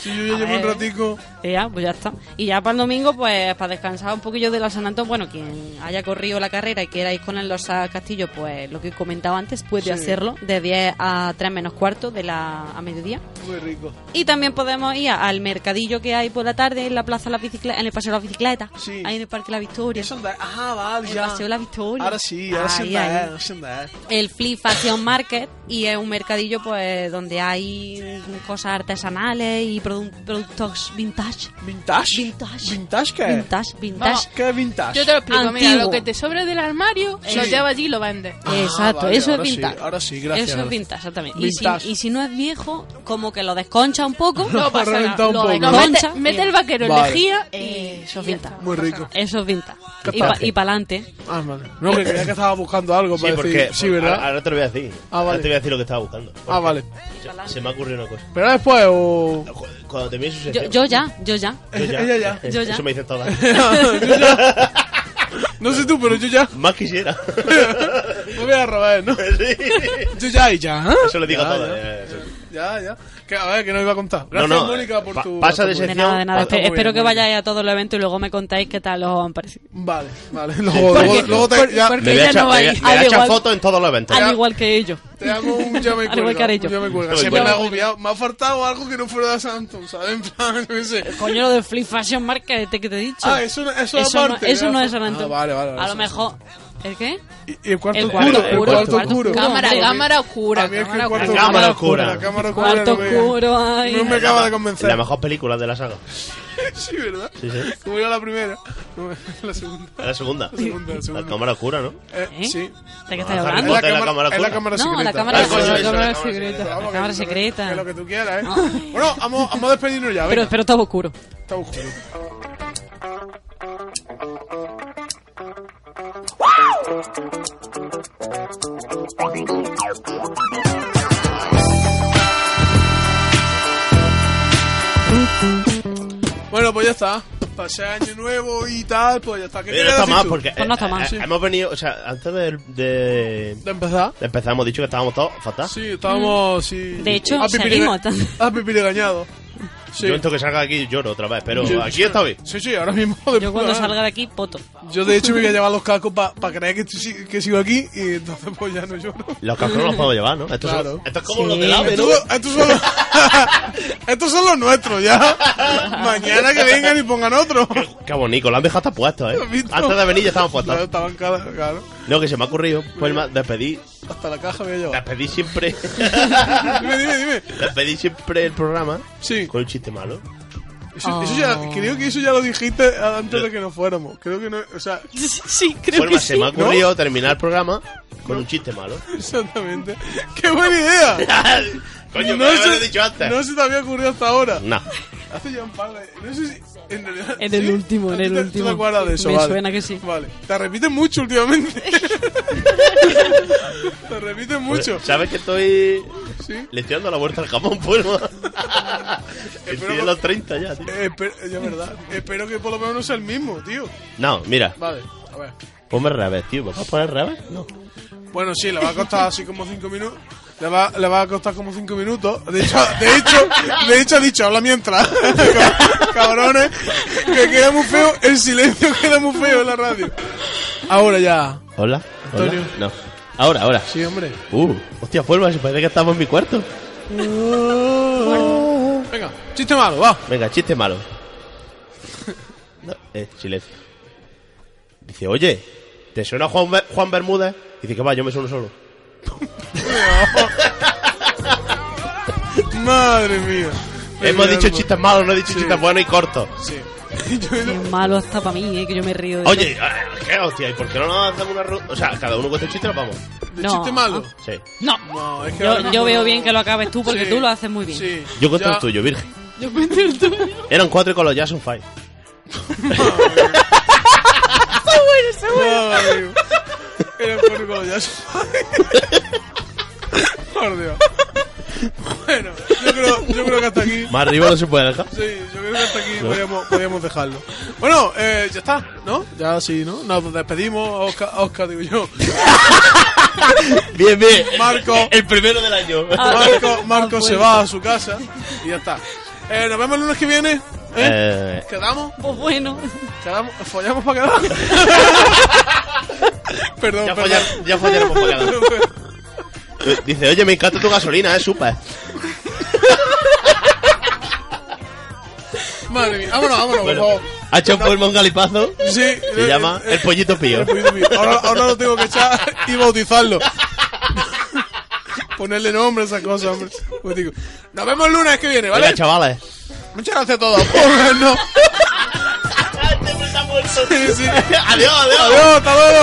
Speaker 1: Si yo ya
Speaker 3: A
Speaker 1: llevo un
Speaker 3: ver.
Speaker 1: ratico.
Speaker 3: eh, ya, pues ya está. Y ya para el domingo, pues para descansar un poquillo de la San Antón. Bueno, quien haya corrido la carrera y queráis con el Losa Castillo, pues lo que he comentado antes, puede hacerlo de 10 a 3 menos cuarto de la, a mediodía.
Speaker 1: Muy rico.
Speaker 3: Y también podemos ir a- al mercadillo que hay por la tarde en la plaza de la bicicleta, en el paseo de la bicicleta,
Speaker 1: Sí.
Speaker 3: ahí en el parque La Victoria.
Speaker 1: Eso anda- Ajá, vale,
Speaker 3: El
Speaker 1: ya.
Speaker 3: Paseo de la Victoria.
Speaker 1: Ahora sí, ahora sí
Speaker 3: Ahí,
Speaker 1: anda, eh,
Speaker 3: ahí.
Speaker 1: ahora sí anda.
Speaker 3: el Flip Fashion Market y es un mercadillo pues donde hay cosas artesanales y produ- productos vintage.
Speaker 1: ¿Vintage?
Speaker 3: Vintage.
Speaker 1: ¿Vintage qué? Ah,
Speaker 3: Vintage, vintage.
Speaker 4: Vamos.
Speaker 1: ¿Qué es vintage?
Speaker 4: Yo te lo explico, mira,
Speaker 3: Antiguo.
Speaker 4: lo que te sobra del armario,
Speaker 1: Sí.
Speaker 4: lo llevas allí y lo vendes.
Speaker 1: Ah,
Speaker 3: Exacto,
Speaker 1: vale,
Speaker 3: eso es
Speaker 1: ahora sí,
Speaker 3: vintage.
Speaker 1: ahora sí, gracias,
Speaker 3: Eso es
Speaker 1: gracias.
Speaker 3: vintage, exactamente. Y si,
Speaker 1: Vintage.
Speaker 3: y si no es viejo, como que lo desconcha un poco.
Speaker 4: No pasa nada,
Speaker 1: reventado un
Speaker 4: lo
Speaker 1: poco.
Speaker 4: vendes.
Speaker 3: Lo
Speaker 4: mete,
Speaker 3: concha,
Speaker 4: mete
Speaker 3: bien.
Speaker 4: el vaquero
Speaker 1: Vale.
Speaker 4: en lejía y,
Speaker 3: Eh, eso es
Speaker 4: y ya está,
Speaker 3: vintage.
Speaker 1: Muy
Speaker 4: no pasa
Speaker 1: rico.
Speaker 4: nada.
Speaker 3: Eso es vintage.
Speaker 1: ¿Qué
Speaker 3: Y, pa-
Speaker 1: tal?
Speaker 3: y pa'lante.
Speaker 1: Ah, vale. No, que creía que estaba buscando algo
Speaker 2: Sí,
Speaker 1: para
Speaker 2: porque.
Speaker 1: decir. Sí,
Speaker 2: porque
Speaker 1: ¿verdad?
Speaker 2: Ahora, ahora te lo voy a decir.
Speaker 1: Ah, vale.
Speaker 2: Ahora te voy a decir lo que estaba buscando.
Speaker 1: ah, vale.
Speaker 2: Se, se me ha ocurrido una cosa.
Speaker 1: Pero después o.
Speaker 2: Cu- Cuando termine su
Speaker 3: Yo,
Speaker 2: sección.
Speaker 3: yo ya, yo ya.
Speaker 1: Ella ya.
Speaker 3: Yo ya.
Speaker 2: Eso me dicen todas.
Speaker 1: No sé tú, pero yo ya.
Speaker 2: Más quisiera.
Speaker 1: Me voy a robar, ¿no?
Speaker 2: Sí.
Speaker 1: Yo ya y ya. ¿eh?
Speaker 2: Eso lo digo
Speaker 1: Ya,
Speaker 2: todo.
Speaker 1: ya.
Speaker 2: eh, eso.
Speaker 1: Ya, ya. Que, a ver, que no iba a contar. Gracias,
Speaker 2: No, no,
Speaker 1: Mónica, por
Speaker 2: pa-
Speaker 1: tu.
Speaker 2: pasa
Speaker 1: por
Speaker 2: de
Speaker 1: tu-
Speaker 2: ser-
Speaker 3: De nada, de nada.
Speaker 2: Está
Speaker 3: Espe-
Speaker 1: muy
Speaker 3: espero
Speaker 1: bien,
Speaker 3: que
Speaker 1: muy bien.
Speaker 3: vayáis a todo el evento y luego me contáis qué tal os han parecido.
Speaker 1: pues. Vale, vale. Luego, luego, luego te, ya,
Speaker 4: porque-
Speaker 2: Me voy a
Speaker 4: ella
Speaker 2: echar-
Speaker 4: no va
Speaker 2: me voy a-
Speaker 4: a ir.
Speaker 2: me voy a
Speaker 3: Al
Speaker 2: echar
Speaker 3: igual-
Speaker 2: fotos en todos los eventos.
Speaker 3: Al igual que ellos.
Speaker 1: te hago un ya me
Speaker 3: Al igual que
Speaker 1: cuelga.
Speaker 3: haré
Speaker 1: un
Speaker 3: yo.
Speaker 1: ya me cuelga.
Speaker 2: Yo me
Speaker 1: Siempre me he
Speaker 2: cuelgo.
Speaker 1: agobiado. Me ha faltado algo que no fuera de Santos, ¿sabes? En plan, yo qué sé.
Speaker 3: Coño, lo de Flip Fashion Market este que te he dicho.
Speaker 1: Ah, eso, no- eso,
Speaker 3: Eso no,
Speaker 1: aparte.
Speaker 3: eso
Speaker 1: ya.
Speaker 3: no es San Antonio.
Speaker 1: Ah, vale, vale. vale,
Speaker 3: a lo
Speaker 1: eso-
Speaker 3: mejor. ¿El qué?
Speaker 1: Y, y el cuarto
Speaker 3: El
Speaker 1: oscuro.
Speaker 3: cuarto
Speaker 1: el cuarto
Speaker 3: oscuro, cuarto
Speaker 1: oscuro.
Speaker 3: oscuro.
Speaker 4: Cámara,
Speaker 3: Hombre.
Speaker 4: cámara oscura.
Speaker 1: A mí es que
Speaker 4: cámara
Speaker 1: el cuarto
Speaker 4: oscura.
Speaker 2: Cámara
Speaker 1: oscuro.
Speaker 2: oscura.
Speaker 1: La cámara oscura.
Speaker 3: Cuarto
Speaker 1: no me-
Speaker 3: oscuro ay.
Speaker 1: No me acaba de convencer.
Speaker 2: La mejor película de la saga.
Speaker 1: Sí, ¿verdad?
Speaker 2: Sí, sí.
Speaker 1: Como era la primera. No, la segunda.
Speaker 2: La segunda.
Speaker 1: segunda, la segunda.
Speaker 2: La cámara oscura, ¿no?
Speaker 1: Eh,
Speaker 3: ¿Eh?
Speaker 1: Sí.
Speaker 3: ¿De qué estás
Speaker 2: Ah, Harry
Speaker 3: hablando?
Speaker 2: Potter. la cámara
Speaker 1: es la
Speaker 2: oscura?
Speaker 1: cámara
Speaker 3: No,
Speaker 1: secreta.
Speaker 3: la cámara
Speaker 1: Ah,
Speaker 3: oscura,
Speaker 1: coño,
Speaker 3: la
Speaker 1: eso,
Speaker 4: cámara secreta.
Speaker 1: Vamos,
Speaker 3: La
Speaker 1: que
Speaker 3: cámara
Speaker 1: tú-
Speaker 3: secreta.
Speaker 1: que lo que tú quieras, ¿eh? bueno, vamos, vamos a despedirnos ya,
Speaker 3: Pero,
Speaker 1: venga.
Speaker 3: pero estaba oscuro.
Speaker 1: Está oscuro. Bueno, pues ya está. Pasé año nuevo y tal, pues ya está. ¿Qué
Speaker 2: Pero no
Speaker 1: querías
Speaker 2: está
Speaker 1: decir
Speaker 2: mal
Speaker 1: tú?
Speaker 2: porque.
Speaker 3: Pues no está mal,
Speaker 2: eh,
Speaker 3: sí.
Speaker 2: Hemos venido. O sea, antes del- de.
Speaker 1: ¿De empezar?
Speaker 2: de empezar hemos dicho que estábamos todos fatal.
Speaker 1: Sí, estábamos, sí.
Speaker 3: Mm. De hecho,
Speaker 1: A pipí
Speaker 3: seguimos.
Speaker 1: rega- A pipí regañado. Sí.
Speaker 2: Yo en que salga de aquí lloro otra vez, pero
Speaker 1: Yo-
Speaker 2: aquí está bien.
Speaker 1: Sí, sí, ahora mismo. de
Speaker 3: Yo
Speaker 1: puta
Speaker 3: cuando
Speaker 1: madre.
Speaker 3: salga de aquí, poto.
Speaker 1: Yo de hecho me voy a llevar los cascos para creer que, estoy si- que sigo aquí y entonces pues ya no lloro.
Speaker 2: Los cascos no los puedo llevar, ¿no? Esto,
Speaker 1: Claro.
Speaker 2: son- esto es como los del AVE, ¿no?
Speaker 1: Estos son- estos son, los- estos son los nuestros ya. Mañana que vengan y pongan otro.
Speaker 2: Qué bonito, lo han dejado hasta puesto, ¿eh?
Speaker 1: ¿Has visto?
Speaker 2: Antes de venir ya estaban
Speaker 1: Claro,
Speaker 2: puestos.
Speaker 1: estaban caras, claro.
Speaker 2: Lo que se me ha ocurrido fue el ma- despedir,
Speaker 1: Hasta la caja me voy a llevar.
Speaker 2: despedir siempre,
Speaker 1: Dime, dime, dime.
Speaker 2: despedir siempre el programa
Speaker 1: Sí.
Speaker 2: con un chiste malo.
Speaker 1: Eso, eso
Speaker 2: Ah.
Speaker 1: ya, creo que eso ya lo dijiste antes de que nos fuéramos. Creo que no, o sea,
Speaker 3: Sí, creo
Speaker 2: Bueno, se me ha ocurrido terminar el programa con un chiste malo.
Speaker 1: exactamente. ¡Qué buena idea!
Speaker 2: Coño, no lo he dicho antes.
Speaker 1: no se te había ocurrido hasta ahora.
Speaker 2: Nah.
Speaker 1: Hace ya un par de. No sé si. En, realidad,
Speaker 3: En el
Speaker 1: ¿sí?
Speaker 3: último, en
Speaker 1: ¿Tú
Speaker 3: el
Speaker 1: te- ¿Tú
Speaker 3: último.
Speaker 1: te acuerdas de eso?
Speaker 3: Me
Speaker 1: vale.
Speaker 3: suena que sí.
Speaker 1: Vale. Te repites mucho últimamente. te repites mucho.
Speaker 2: Pues, ¿Sabes que estoy
Speaker 1: Sí.
Speaker 2: le estoy dando la vuelta al jamón, Puelma? estoy en los 30 ya, tío.
Speaker 1: Eh, espero, ya, verdad. Espero que por lo menos no sea el mismo, tío.
Speaker 2: No, mira,
Speaker 1: Vale, a ver.
Speaker 2: ponme al revés, tío. ¿Vas a poner al revés? No.
Speaker 1: Bueno, sí, le va a costar así como 5 minutos. Le va, le va a costar como 5 minutos. De hecho, de hecho, de hecho ha dicho, habla mientras. Cabrones, que queda muy feo. El silencio queda muy feo en la radio. Ahora ya.
Speaker 2: Hola, hola.
Speaker 1: Antonio.
Speaker 2: No. Ahora, ahora.
Speaker 1: Sí, hombre.
Speaker 2: Uh, hostia, Puelma, se parece que estamos en mi cuarto.
Speaker 1: Venga, chiste malo, va.
Speaker 2: Venga, chiste malo. No, eh, silencio. Dice, oye, ¿te suena Juan, Ber- Juan Bermúdez? Dice que va, yo me sueno solo.
Speaker 1: Madre mía. Mira,
Speaker 2: Hemos dicho
Speaker 1: hermano.
Speaker 2: chistes malos, no he dicho
Speaker 1: Sí.
Speaker 2: chistes buenos y cortos.
Speaker 1: Sí. Yo- yo-
Speaker 3: Es malo hasta para mí, eh, que yo me río de
Speaker 2: Oye, ah, ¿qué hostia? ¿Y por qué no nos hacemos una ru- O sea, cada uno cuenta un chiste y nos vamos.
Speaker 1: ¿De
Speaker 3: No.
Speaker 1: chiste malo?
Speaker 2: Sí.
Speaker 3: todo. No.
Speaker 1: No, es que ahora
Speaker 3: Yo,
Speaker 1: mismo
Speaker 3: yo veo
Speaker 1: no.
Speaker 3: bien que lo acabes tú porque
Speaker 1: Sí.
Speaker 3: tú lo haces muy bien.
Speaker 1: Sí.
Speaker 2: Yo cuento
Speaker 1: Ya-
Speaker 2: el tuyo, Virgen. Yo cuento el tuyo. Eran cuatro y con los ya son five.
Speaker 1: Madre mía. Era un cuerpo de jazz. Por Dios. Bueno, yo creo, yo creo que hasta aquí.
Speaker 2: Más arriba no se puede dejar.
Speaker 1: Sí, yo creo que hasta aquí podíamos, podíamos dejarlo. Bueno, eh, ya está, ¿no? Ya sí, ¿no? Nos despedimos, Oscar, Oscar digo yo.
Speaker 2: Bien, bien.
Speaker 1: Marco.
Speaker 2: El primero del año.
Speaker 1: Marco, Marco se va a su casa y ya está. Eh, nos vemos el lunes que viene. ¿Eh?
Speaker 2: Eh,
Speaker 1: ¿Quedamos?
Speaker 3: Pues bueno.
Speaker 1: ¿Quedamos? ¿Follamos para quedar? perdón,
Speaker 2: ya,
Speaker 1: perdón.
Speaker 2: follar- ya follaremos por cada- Eh, Dice, oye, me encanta tu gasolina, es súper.
Speaker 1: Madre mía, vámonos, vámonos,
Speaker 2: Bueno,
Speaker 1: por favor.
Speaker 2: ha hecho un Pokémon galipazo.
Speaker 1: Sí, eh,
Speaker 2: Se llama El Pollito Pío.
Speaker 1: El pollito pío. Ahora, ahora lo tengo que echar y bautizarlo. Ponerle nombre a esa cosa, hombre. Pues digo, nos vemos el lunes que viene, ¿vale?
Speaker 2: Venga, chavales.
Speaker 1: Muchas gracias a todos. Por vernos. Sí, sí.
Speaker 2: adiós, adiós.
Speaker 1: Adiós, hasta luego.